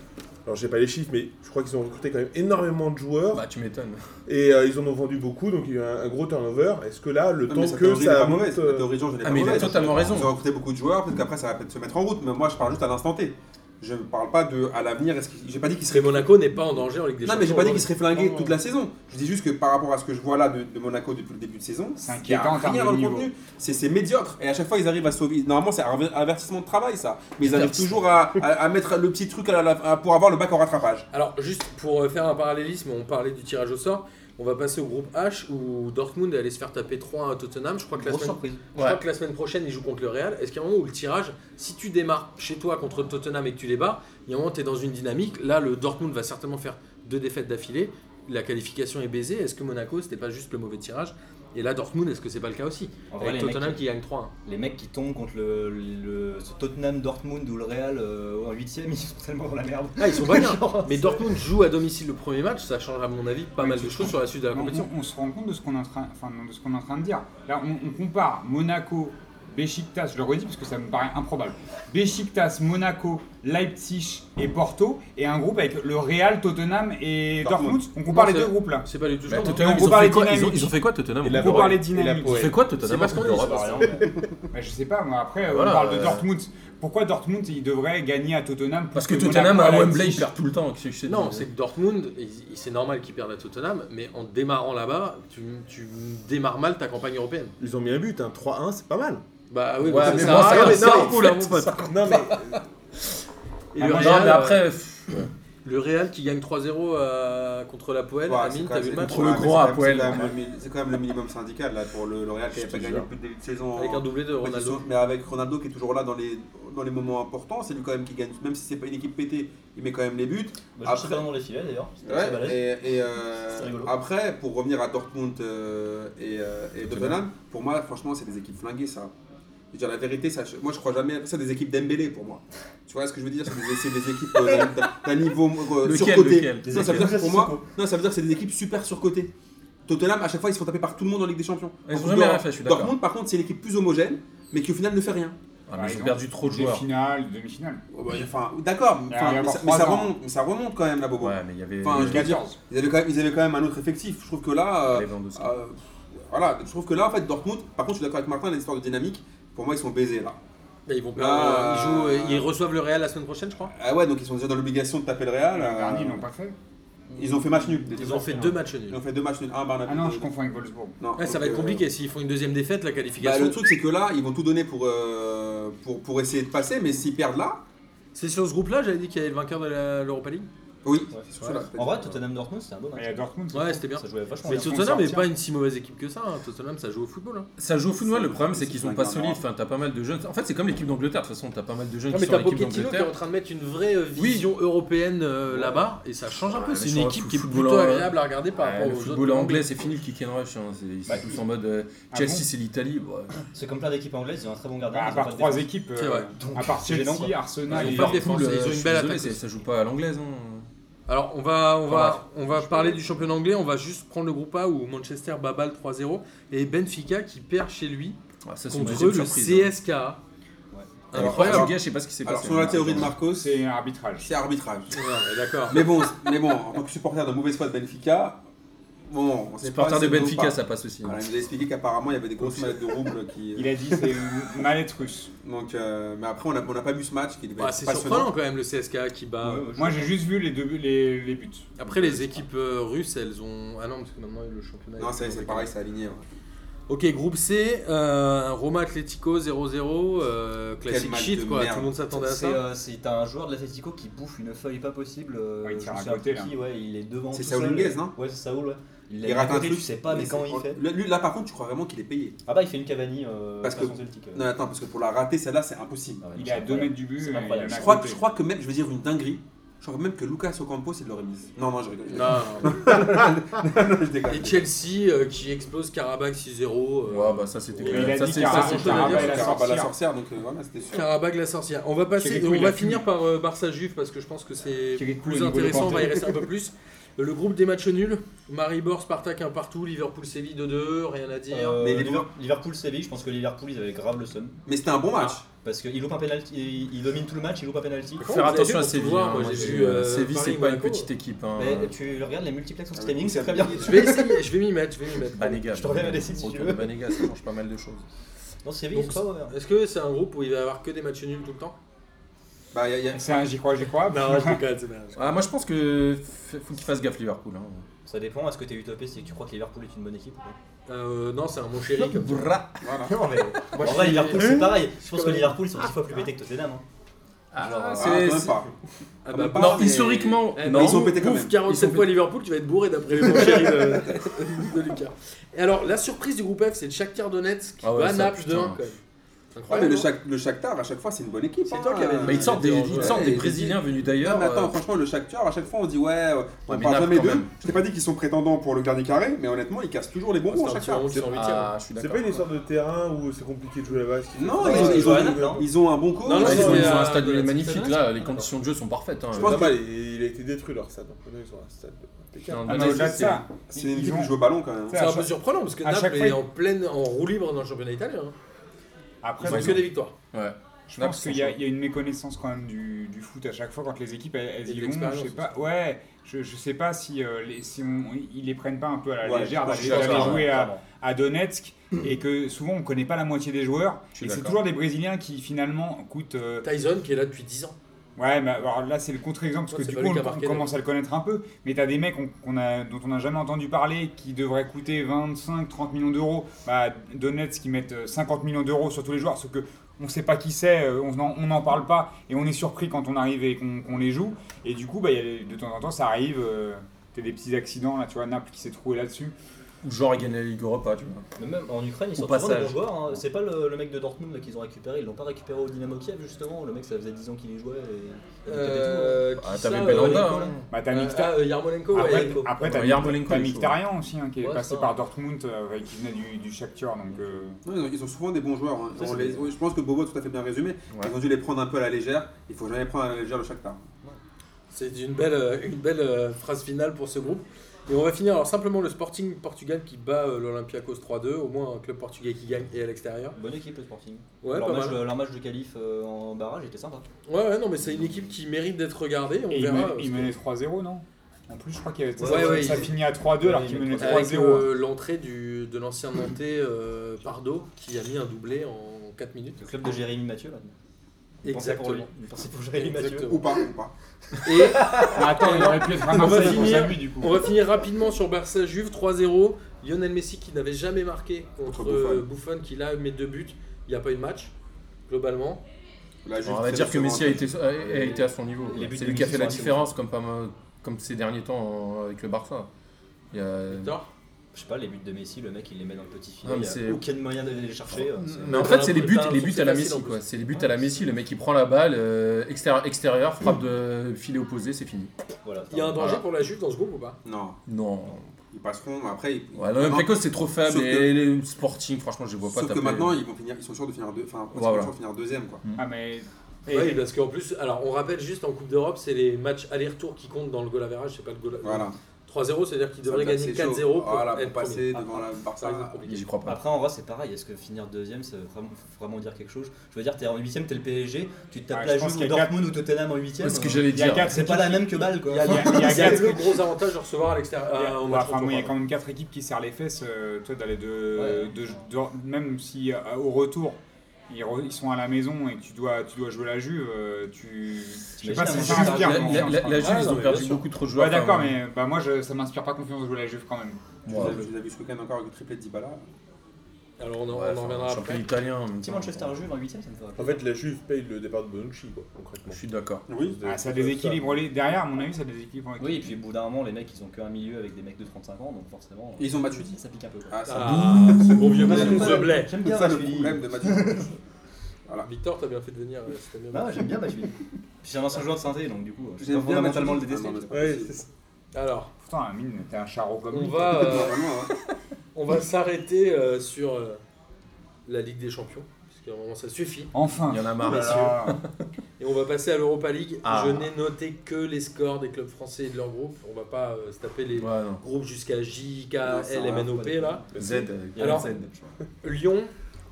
D: Alors, j'ai pas les chiffres, mais je crois qu'ils ont recruté quand même énormément de joueurs
C: Bah, tu m'étonnes.
D: et euh, ils en ont vendu beaucoup, donc il y a eu un, un gros turnover. Est-ce que là, le
E: Non, mais
D: temps
E: cette
D: que
E: théorie, elle est
D: ça
E: pas
D: monte,
E: mauvaise,
D: euh,
E: cette théorie, Jean, je l'ai
C: Ah,
E: pas
C: mais il a
E: mauvaise.
C: totalement raison.
E: Ils ont recruté beaucoup de joueurs, peut-être qu'après ça va peut-être se mettre en route, mais moi je parle juste à l'instant T. Je ne parle pas de à l'avenir, est-ce qu'ils- j'ai pas dit qu'ils
A: Mais
E: seraient
A: Monaco n'est pas en danger en Ligue des Champions.
E: Non
A: hein.
E: mais j'ai pas dit qu'ils seraient flingués
A: Non.
E: toute la saison. Je dis juste que par rapport à ce que je vois là de, de Monaco depuis le début de saison,
B: C'est
E: il y a
B: inquiétant en termes
E: rien
B: de
E: dans le
B: niveau.
E: contenu. C'est c'est médiocre et à chaque fois ils arrivent à sauver. Normalement c'est un avertissement de travail ça, mais ils arrivent toujours à, à- à mettre le petit truc à la- à- pour avoir le bac en rattrapage.
A: Alors, juste pour euh, faire un parallélisme, on parlait du tirage au sort. On va passer au groupe H où Dortmund est allé se faire taper 3 à Tottenham. Je crois que la
F: Grosse
A: semaine,
F: surprise.
A: je crois que la semaine prochaine, ils jouent contre le Real. Est-ce qu'il y a un moment où le tirage, si tu démarres chez toi contre Tottenham et que tu les bats, il y a un moment où tu es dans une dynamique. Là, le Dortmund va certainement faire deux défaites d'affilée. La qualification est baisée. Est-ce que Monaco, c'était pas juste le mauvais tirage Et là, Dortmund, est-ce que c'est pas le cas aussi
F: En vrai,
A: Avec
F: les mecs
A: Tottenham
F: qui-
A: qui gagne hein. 3-1.
F: Les mecs qui tombent contre le, le- ce Tottenham, Dortmund ou le Real euh, en 8 ils sont tellement dans la merde.
A: Ah, ils sont pas bien.
F: Genre,
A: Mais
F: c'est-
A: Dortmund joue à domicile le premier match. Ça change, à mon avis, pas
B: Ouais,
A: mal
B: c'est
A: de
B: sûr.
A: choses sur la suite de la
B: On,
A: compétition.
B: on- on se rend compte de ce qu'on est en train, enfin, de ce qu'on est en train de dire. Là, on, on compare Monaco, Besiktas, je le redis parce que ça me paraît improbable. Besiktas, Monaco, Leipzig et Porto, et un groupe avec le Real, Tottenham et Dortmund.
E: Dortmund.
B: On compare
A: Non,
B: les
A: c'est-
B: deux groupes là.
A: C'est pas du tout
C: Bah,
A: ça.
C: Tottenham,
B: on
C: ils ont
B: parle
C: fait quoi
B: des
C: ils ont,
B: dynamiques.
C: ils ont fait quoi, Tottenham
D: Et la
B: On compare les
D: Et la
B: dynamiques.
D: poète.
C: Ils ont fait quoi, Tottenham
A: C'est pas ce qu'on
C: en
A: dit, c'est
C: Europe
A: pas
F: rien.
B: Bah, je sais pas, moi après, euh,
C: Voilà,
B: on parle de
C: euh,
B: Dortmund. Pourquoi Dortmund il devrait gagner à Tottenham
C: Parce que
B: plutôt
C: Tottenham à
B: Monaco,
C: Wembley, ils
B: Leipzig
C: perdent tout le temps. qu'est-ce que je sais
A: hein. Non,
C: de-
A: c'est que Dortmund, ils- ils- c'est normal qu'ils perdent à Tottenham, mais en démarrant là-bas, tu, tu démarres mal ta campagne européenne.
D: Ils ont mis un but, hein, 3-1, c'est pas mal.
A: Bah oui,
C: Ouais,
A: mais
C: mais
A: ça sert
C: bon,
A: à
C: ça,
A: rien,
C: mais
A: c'est
C: non,
A: un coup, là,
C: en fait,
A: mon pote.
D: non mais
A: Et le
B: Ah, moi,
A: Real, euh,
C: Non, mais après, pff,
A: le Real qui gagne 3-0 euh, contre la Poel,
E: Ouais, c'est
A: Amine,
E: quand
A: t'as
E: même-
A: vu le
E: c'est-
A: match
C: le
E: c'est quand même-
C: gros
E: c'est quand même-
C: Apoel.
E: c'est quand même le mi- C'est quand même le minimum syndical là pour le, le Real qui
C: Je
E: n'a pas
C: te
E: gagné
C: jure.
E: depuis le début de saison.
A: Avec un doublé de Ronaldo.
E: Mais avec Ronaldo qui est toujours là dans les, dans les moments importants, c'est lui quand même qui gagne. Même si c'est pas une équipe pétée, il met quand même les buts.
F: Bah, je sais
E: Après-
F: pas dans les filets d'ailleurs. C'était
E: Ouais,
F: assez balèze.
E: et, et, euh,
F: C'est rigolo.
E: après, pour revenir à Dortmund euh, et, euh, et Tottenham, pour moi, franchement, c'est des équipes flinguées, ça. Je veux dire, la vérité, ça, moi, je crois jamais. C'est des équipes d'Embélé pour moi. Tu vois ce que je veux dire C'est des, c'est des équipes euh, d'un- d'un- d'un niveau euh,
C: Lequel,
E: surcoté.
C: lequel
E: Non, ça veut dire que pour moi, non, ça veut dire que c'est des équipes super surcotées. Tottenham, à chaque fois, ils se font taper par tout le monde en Ligue des Champions.
C: Ils
E: En
C: ont
E: plus,
C: jamais
E: Dor-
C: rien fait, je suis d'accord.
E: Dortmund, par contre, c'est une équipe plus homogène, mais qui au final ne fait rien.
C: Ah, mais
B: Par
C: ils ont
B: exemple,
C: perdu trop de
B: Des
C: joueurs.
B: finales, demi-finales.
E: Oh, bah, Enfin, d'accord,
B: Il y a
E: enfin, mais,
B: encore
E: ça- mais ça
B: trois ans.
E: remonte, mais ça remonte quand même, la Bobo.
C: Ouais, mais il y avait.
E: Enfin, je veux dire,
B: 14.
E: ils avaient, quand même, ils avaient quand même un autre effectif. Je trouve que là, euh,
C: Lewandowski.
E: euh, voilà, je trouve que là, en fait, Dortmund. Par contre, je suis d'accord avec Martin, l'histoire de dynamique. Pour moi, ils sont baisés là.
A: Bah, ils vont perdre,
E: Ah.
A: ils, jouent, euh, ils reçoivent le Real la semaine prochaine, je crois.
E: Ah ouais, donc ils sont déjà dans l'obligation de taper le Real.
B: L'an
E: euh,
B: dernier, ils l'ont pas fait.
E: ils ont fait match nul.
A: Ils ont fait deux matchs
E: Ils
A: nuls.
E: ont fait deux matchs nuls. Un Barnaby. euh,
B: Ah non, je confonds avec Wolfsburg.
E: Non,
A: Ouais, ça
E: donc,
A: va être
E: euh,
A: compliqué s'ils font une deuxième défaite, la
E: bah,
A: qualification.
E: le truc, c'est que là, ils vont tout donner pour, euh, pour, pour essayer de passer, mais s'ils perdent là,
A: C'est sur ce groupe-là, j'avais dit qu'il y avait le vainqueur de la- l'Europa League.
E: Oui,
F: Ouais.
E: surtout là.
F: En vrai, Tottenham Dortmund, c'était un bon match.
B: Et à Dortmund,
A: Ouais, c'était bien.
F: Ça jouait vachement
A: Mais
F: bien.
B: Ils vont
A: Tottenham n'est
B: sortir.
A: pas une si mauvaise équipe que ça. hein. Tottenham, ça joue au football. hein.
C: Ça joue au football, le problème c'est qu'ils sont pas
E: C'est un
C: solides. Enfin, t'as pas mal de jeunes. En fait, c'est comme l'équipe d'Angleterre. De toute façon, t'as pas mal de jeunes
A: Non,
C: qui
A: mais
C: sont
A: t'as
C: à l'équipe
A: Pochettino qui est
C: d'Angleterre.
A: en train de mettre une vraie euh, vision européenne euh, là-bas et ça change un peu.
C: Ouais,
A: c'est
C: mais
A: une
C: sur un
A: équipe
C: foot-
A: qui est
C: football,
A: plutôt
C: euh,
A: agréable à regarder par
C: Ouais,
A: rapport
C: le
A: aux
C: football
A: autres.
C: anglais, c'est fini le kick and rush. hein. C'est- Ils sont
F: Bah,
C: tous en mode euh,
B: Ah
C: Chelsea,
B: bon
C: c'est l'Italie. bon, ouais.
F: C'est comme plein d'équipes anglaises, ils ont un très bon gardien.
B: Bah, à
F: ils ont
B: part
F: pas de
B: trois
F: défense.
B: équipes, euh,
A: C'est vrai.
B: à
F: Donc,
B: part
F: c'est gênant,
B: Chelsea,
F: quoi.
B: Arsenal,
A: Ils
B: et-
A: ont pas de défense,
C: Liverpool,
A: ils ont
C: euh,
A: une
C: je suis
A: belle
C: désolé,
A: attaque
C: c'est-
A: aussi.
C: Ça joue pas à l'anglaise. hein.
A: Alors on va, on va,
F: Enfin,
A: on va parler du championnat anglais, on va juste prendre le groupe A où Manchester babale 3-0 et Benfica qui perd chez lui
C: Ah, ça, c'est une
A: contre
C: deuxième
A: le
C: surprise. hein.
A: CSKA.
F: Ouais.
E: Alors,
C: Incroyable,
E: alors-
C: gars, je sais pas ce qui s'est
E: Alors,
C: passé.
E: selon la théorie de Marcos, c'est
B: c'est arbitrage.
E: c'est arbitrage.
A: Ouais, D'accord.
E: Mais bon, mais bon, en tant que supporter de mauvaise foi de Benfica, bon, on sait
C: Supporter
E: pas si
C: de
E: c'est bon ou
C: Benfica,
E: pas.
C: ça passe aussi.
E: Voilà, il nous a expliqué qu'apparemment il y avait des grosses mallettes de roubles qui.
B: Il a dit c'est une mallette russe.
E: Donc, euh, mais après on n'a on a pas vu ce match qui devait
A: Ouais, Bah,
E: être
A: c'est surprenant
E: passionnant.
A: quand même le CSKA qui bat.
F: Ouais, ouais, je-
B: Moi j'ai juste vu les deux les, les buts.
A: Après les équipes euh, russes, elles ont ah non parce que maintenant le championnat.
E: Non,
A: est-
E: c'est c'est pareil, c'est aligné. ouais.
A: Ok, groupe C, euh, Roma Atletico 0-0, euh,
E: Quel
A: classique
E: match
A: shit
E: de
A: quoi,
E: merde.
A: tout le monde s'attendait à
F: C'est
A: ça.
F: euh, c'est un joueur de l'Atletico qui bouffe une feuille pas possible. euh,
B: Ouais, il
F: je
B: tire
F: me
B: à
F: souviens
B: côté,
F: plus qui, ouais, il est devant.
E: C'est
F: tout
E: Saoul
F: seul.
E: Nguez, non
F: Ouais, c'est Saoul, ouais. Il,
E: Il
F: est à
E: rate un
F: côté,
E: truc.
F: tu sais pas, mais
E: c'est-
F: quand il fait.
E: Lui, lui, là par contre, tu crois vraiment qu'il est payé.
F: Ah bah, il fait une Cavani euh,
E: Parce que-
F: façon celtique. ouais.
E: Non, attends, parce que pour la rater, celle-là, c'est impossible.
F: Ah ouais,
B: Il
F: c'est
B: est à 2
F: incroyable.
B: mètres du but.
F: C'est
B: et il
F: incroyable.
B: en a
E: Je crois, que,
B: compté.
E: je crois que même, je veux dire une dinguerie, je crois même que Lucas Ocampo c'est de leur remise. Non, non, je rigole. je
A: Non, non, non.
E: rigole, je déconne.
A: Et Chelsea euh, qui explose Karabakh 6-0. euh,
C: Ouais, bah ça c'était
A: Il
C: clair.
B: a
C: Ça
B: dit
C: c'est
B: Cara-
C: ça, c'est
B: Cara-
C: clair.
E: Carabas, la
B: la
E: sorcière.
B: sorcière.
E: donc euh, voilà, c'était sûr.
A: Karabakh la sorcière. On va passer,
B: Chekekou,
A: on
B: il
A: va
B: a fini.
A: finir par euh, Barça Juve parce que je pense que c'est
B: Chekekou,
A: plus
B: il est
A: intéressant. On va y
B: volontaire.
A: rester un peu plus. Euh, Le groupe des matchs nuls. Maribor, Spartak un partout, Liverpool Séville 2-2, rien à dire.
F: Euh,
E: Mais
F: Liver-
E: Liverpool-
F: Liverpool Séville, je pense que Liverpool ils avaient grave le seum
E: Mais c'était un bon match.
A: Ah,
F: parce qu'il loupe un penalty, il, il domine tout le match, il loupe un penalty.
A: Faut
C: Faut
A: Vous
C: Faire
A: avez vu
C: attention à
A: pour
C: Séville.
A: pouvoir,
C: hein.
A: moi,
C: Moi,
A: j'ai
C: j'ai-
A: vu, euh,
C: Séville, c'est
A: Paris,
C: pas une
A: Monaco.
C: petite équipe. hein.
F: Mais tu regardes les multiplex en
E: Ah oui,
F: streaming, c'est
E: ça
F: très
E: fait
F: bien.
E: plaisir.
A: Je vais essayer, je vais m'y mettre, je vais m'y mettre.
C: Banega.
F: Je te reviens à la site, si
C: Retour
F: tu veux.
C: de Banega, ça change pas mal de choses.
F: Non, Séville, ils
A: Donc,
F: sont pas ouverts.
A: Est-ce que c'est un groupe où il va y avoir que des matchs nuls tout le temps
E: Bah, y a- y a-
B: C'est un j'y crois, j'y crois.
A: je déconne, c'est merde.
C: Ah, moi je pense que f- faut qu'ils fassent gaffe Liverpool. hein.
F: Ça dépend, est-ce que t'es utopiste et que tu crois que Liverpool est une bonne équipe ou pas
A: Euh, non, c'est un mon chéri. Comme ça.
C: Bra.
E: voilà.
A: Moi, Hein
F: En vrai, Liverpool c'est pareil. Je pense
A: quand
F: que
A: même-
F: Liverpool sont 10 fois plus pétés que Tottenham. hein.
C: Ah,
E: Ah,
C: c'est-
E: quand même
C: c'est-
E: pas.
A: Ah bah,
E: pas,
C: Non,
E: mais-
C: historiquement,
A: Eh,
C: non.
A: mais
E: ils ont pété quand
A: bouffe
E: même.
A: 47
C: Ils ont
A: fois Liverpool, tu vas être bourré d'après les bons chéris de, de Lucas. Et alors, la surprise du groupe F, c'est le Shakhtar Donetsk qui
C: Ah ouais,
A: bat
C: ça,
A: Naples 1
C: putain.
A: quand même.
E: Ouais, mais
A: Incroyable.
E: le,
A: hein
E: Shak- le Shakhtar, à chaque fois, c'est une bonne équipe.
A: C'est
E: hein.
A: toi qui avais dit.
C: Mais ils sortent des, ils sortent des
E: Ouais.
C: Brésiliens venus
E: Non,
C: d'ailleurs.
E: mais attends,
C: euh,
E: franchement, le Shakhtar, à chaque fois, on dit ouais, euh, on
C: mais
E: parle
C: Naples,
E: jamais
C: quand
E: d'eux.
C: même.
E: Je t'ai pas dit qu'ils sont prétendants pour le dernier carré, mais honnêtement, ils cassent toujours les
A: hein. C'est
E: bonbons
A: un
E: à
A: petit
E: Shakhtar.
A: moment qui s'en huitième.
C: Ah, je suis
D: C'est
C: d'accord.
D: pas une histoire de terrain où c'est compliqué de jouer là-bas. ce qui fait-
E: Non,
D: Ah,
E: ils ont-
D: ouais,
E: ils ont-
D: ouais,
E: ils
D: ouais.
E: ont- ils ont un bon coach.
A: Non, non, ils
C: Ah, ils ont,
A: étaient
C: ils ont
A: à-
C: un stade
A: à-
C: magnifique
A: à-
C: là, les conditions de jeu sont parfaites. hein.
E: Je pense-
D: Là-bas, il il a été détruit leur stade. Maintenant, ils sont à un stade
C: Putain,
D: impeccable.
B: Ah, mais
C: Donetsk,
B: au-delà de
C: c'est-
B: ça,
E: C'est une
B: ils
E: équipe
B: ont-
E: qui joue au ballon quand même.
A: C'est
B: à
A: un peu
B: chaque-
A: surprenant parce que
B: à chaque
A: Naples
B: fois,
A: est
B: ils-
A: en pleine en roue libre dans le championnat italien. hein.
B: Après,
A: Ils
B: bon,
A: ont que des victoires.
C: Ouais.
B: je pense qu'il y, a il y a une méconnaissance quand même du, du foot à chaque fois quand les équipes elles, elles
A: Et de
B: y vont.
A: l'expérience
B: Je sais pas, ouais, je, je sais pas si, euh, les, si on- ils les prennent pas un peu à la
E: Ouais,
B: légère
E: je
B: d'aller
E: suis
B: d'aller
C: d'accord,
B: jouer
F: ouais,
B: à,
F: clairement.
B: à Donetsk et que souvent on connaît pas la moitié des joueurs.
C: Je suis
B: Et c'est
C: d'accord.
B: toujours des Brésiliens qui finalement coûtent. euh,
A: Tyson qui est là depuis 10 ans.
B: Ouais, mais alors là, c'est le contre-exemple, parce
A: Ouais,
B: que
A: c'est
B: du
A: pas
B: coup,
A: lui qui a
B: on,
A: marqué,
B: on commence à le connaître un peu. Mais t'as des mecs on- qu'on a, dont on n'a jamais entendu parler, qui devraient coûter 25, 30 millions d'euros. Bah, Donetsk, qui mettent euh, 50 millions d'euros sur tous les joueurs, ce que on sait pas qui c'est, euh, on n'en on n'en parle pas, et on est surpris quand on arrive et qu'on qu'on les joue. Et du coup, bah, il y a des- de temps en temps, ça arrive. euh, T'as des petits accidents, là, tu vois, Naples qui s'est trouvé là-dessus.
C: Ou genre, ils gagnent la Ligue Europa, tu vois.
F: Mais même en Ukraine, ils
C: Au
F: sont souvent des
C: passage.
F: bons joueurs. hein. C'est pas le, le mec de Dortmund là, qu'ils ont récupéré. Ils l'ont pas récupéré au Dynamo Kiev justement. Le mec, ça faisait 10 ans qu'il y jouait. Et...
A: Euh,
C: Ah,
A: qui ça,
C: t'avais
A: euh,
C: Belanda.
A: Nicolas
C: hein.
B: Bah, t'as
A: Euh,
B: Mkhitar-
A: ah, euh, Yarmolenko, ouais,
B: Après,
A: Yarmolenko.
B: après, t'as
C: Ouais,
B: Mkhitar-
C: Yarmolenko,
B: t'as
C: il est chaud.
B: Mkhitaryan aussi, hein, qui est
F: Ouais,
B: passé
F: ça.
B: par Dortmund, euh, qui venait du, du Shakhtar, donc... euh,
E: Non, ils ont- ils ont souvent des bons joueurs. hein.
F: Ça,
E: On
F: c'est
E: les-
F: bien.
E: Je pense que Bobo a tout à fait bien résumé.
C: Ouais.
E: Ils ont dû les prendre un peu à la légère. Il faut jamais prendre à la légère le Shakhtar.
A: C'est une belle, euh, une belle euh, phrase finale pour ce groupe. Et on va finir alors simplement le Sporting Portugal qui bat euh, l'Olympiakos 3-2, au moins un club portugais qui gagne et à l'extérieur.
F: Bonne équipe le Sporting.
A: Ouais,
F: leur,
A: pas
F: match,
A: mal.
F: leur match de qualif euh, en barrage était sympa.
A: Ouais, ouais, non, mais c'est une équipe qui mérite d'être regardée. On
B: Et il,
A: verra. euh,
B: menait,
A: parce que-
B: il menait 3-0, non En plus, je crois qu'il y avait
A: Ouais,
B: ça,
A: ouais,
B: ça
A: il-
B: finit à 3-2 alors
F: Ouais,
B: qu'il
F: il
B: menait
F: menait
A: Avec
B: 3-0.
A: euh, l'entrée du- de l'ancien Nantais euh, Pardo qui a mis un doublé en 4 minutes.
F: Le club de Jérémy Mathieu maintenant. Vous pensez pour lui.
A: Exactement.
F: Vous pensez pour Jérémy Mathieu.
A: Exactement.
E: Ou pas, ou pas.
A: Et
B: Ah, attends, il aurait pu être à
A: On va
B: Marseille pour
A: finir.
B: sa vie, du coup.
A: on va finir rapidement sur Barça Juve 3-0. Lionel Messi qui n'avait jamais marqué contre
E: Contre Buffon.
A: euh, Buffon qui là met deux buts. Il n'y a pas eu de match globalement.
E: La Juve,
C: Alors, on va
E: c'est
C: dire
E: le
C: que
E: second
C: Messi a été, a- a été à son niveau.
F: Les buts
C: C'est
F: de
C: lui qui a fait
F: Messi
C: la
F: sont assez
C: différence, comme pas mal- comme ces derniers temps euh, avec le Barça. Il y a-
A: Victor
F: Je sais pas, les buts de Messi, le mec il les met dans le petit filet.
C: Non,
F: il
C: mais
F: y a
C: c'est-
F: aucun moyen d'aller les chercher. euh, c'est-
C: Mais en fait, c'est les buts, les buts à la Messi, quoi. C'est les buts à la Messi. Le mec, il prend la balle euh, extérieur, extérieur, frappe de filet opposé, c'est fini.
F: Voilà.
A: Il y a un danger
C: Voilà.
A: pour la Juve dans ce groupe ou pas
E: Non,
C: Non.
E: ils passeront. Après, ils-
C: Ouais, le
E: Non,
C: précoce, c'est trop faible.
E: Sauf que-
C: Et le Sporting, franchement, je les vois pas
E: Sauf que
C: taper.
E: maintenant, ils, vont finir, ils sont sûrs de finir, deux, enfin, ils sont
C: Voilà.
E: sûrs de finir deuxième. Quoi.
B: Ah, mais
A: Oui, parce qu'en plus, alors on rappelle juste en Coupe d'Europe, c'est les matchs aller-retour qui comptent dans le goal average, c'est pas le goal.
E: Voilà.
A: 3-0, c'est-à-dire qu'ils devraient
E: Ça, c'est
A: gagner
E: chaud.
A: 4-0 pour,
E: Voilà,
A: être
E: passer
A: premier. Ah.
E: devant la Ah,
A: Ça risque
E: Barça.
A: d'être compliqué.
C: J'y crois pas.
F: Après en vrai c'est pareil, est-ce que finir deuxième ça veut vraiment, faut vraiment dire quelque chose Je veux dire t'es en huitième, t'es le PSG, tu te tapes
B: Ouais, je
F: la
B: pense
F: Juve
B: qu'il
F: ou
B: y a quatre-
F: Dortmund ou Tottenham en huitième.
C: C'est ce que
F: euh,
C: j'allais
B: il y a
C: dire.
B: quatre
F: C'est pas la même que balle quoi.
A: Il y a, il y a-
B: Il y a
A: il y a
B: quatre-
A: le gros avantage de recevoir à l'extérieur.
E: Ah,
B: Il y a-
F: Ah,
A: euh, au
B: bah,
A: match
B: enfin,
A: retour,
B: moi, il y a
A: pardon.
B: quand même quatre équipes qui serrent les fesses, euh, toi, d'aller de,
F: Ouais.
B: de- de- Même si euh, au retour, ils, re- ils sont à la maison et que tu dois, tu dois jouer la Juve, euh, tu. Je sais pas si
F: Imagine,
B: ça
F: la-
B: m'inspire.
C: La,
F: Garde,
B: confiance,
C: la- la-
B: quoi.
C: la Juve,
A: Ah,
C: ils
A: non,
C: ont
A: mais bien
C: perdu
A: sûr.
C: beaucoup trop de joueurs.
B: Ouais, d'accord,
C: enfin,
B: mais bah, moi, je, ça m'inspire pas confiance de jouer la Juve quand même.
E: Je vous
C: bon,
E: ai- je vous ai vu ce week-end encore avec le triplé de Dybala.
A: Alors on en,
C: ouais,
A: on en
C: enfin,
A: reviendra
C: champion
A: après.
C: italien. mais-
F: Petit Manchester Juve en huitième ça me fait rappeler.
D: En fait, la Juve paye le départ de Bonucci, quoi, concrètement.
C: Je suis d'accord.
E: Oui.
B: Ah, ça déséquilibre les. Derrière, à mon avis, ça déséquilibre les.
F: Oui et puis au bout d'un moment les mecs ils ont qu'un milieu avec des mecs de 35 ans donc forcément euh,
E: Ils ont Matuidi.
F: ça pique un peu quoi.
E: Ah, ça.
A: Ah, ce bon vieux
E: Moi,
A: Manu
E: j'aime pas
A: se
E: la-
A: blé.
F: J'aime
E: C'est
F: bien
E: ça le
F: Matuidi.
E: problème de Matuidi. voilà.
A: Victor, t'as bien fait de venir. euh, c'était bien.
E: Ah
F: Bah ouais, j'aime bien Matuidi. J'ai un ancien joueur de synthé donc du coup je
E: J'aime
F: peux
E: bien
F: fondamentalement le
E: Matuidi.
F: détester.
E: Ah, non, mais c'est pas
D: Ouais,
E: possible.
D: c'est-
A: Alors,
E: Ah
B: Putain, Amine, t'es un charreau comme
A: on
B: lui.
A: va, euh,
E: Non, vraiment, hein.
A: on va s'arrêter euh, sur euh, la Ligue des Champions, parce qu'à un moment ça suffit.
B: Enfin
C: Il y en a
B: Oh
C: marre.
B: là là.
A: Et on va passer à l'Europa League.
C: Ah.
A: Je n'ai noté que les scores des clubs français et de leur groupe. On va pas euh, se taper les
C: Ouais, non.
A: groupes jusqu'à J, K,
E: Non, ça
A: L,
E: va,
A: M, N, O, P là.
C: Z. euh,
F: Il y a
A: Alors,
F: Z.
A: Lyon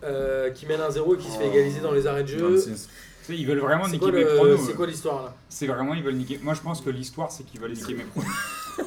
A: euh, qui mène 1-0 et qui se fait
E: Oh.
A: égaliser dans les arrêts de
C: non,
A: jeu.
C: c'est-
B: Tu sais, ils veulent vraiment
A: C'est
B: niquer
A: quoi,
B: mes
A: le-
B: pronos.
A: c'est
B: euh.
A: quoi l'histoire là
B: C'est vraiment, ils veulent niquer. Moi, je pense que l'histoire, c'est qu'ils veulent niquer mes pronos.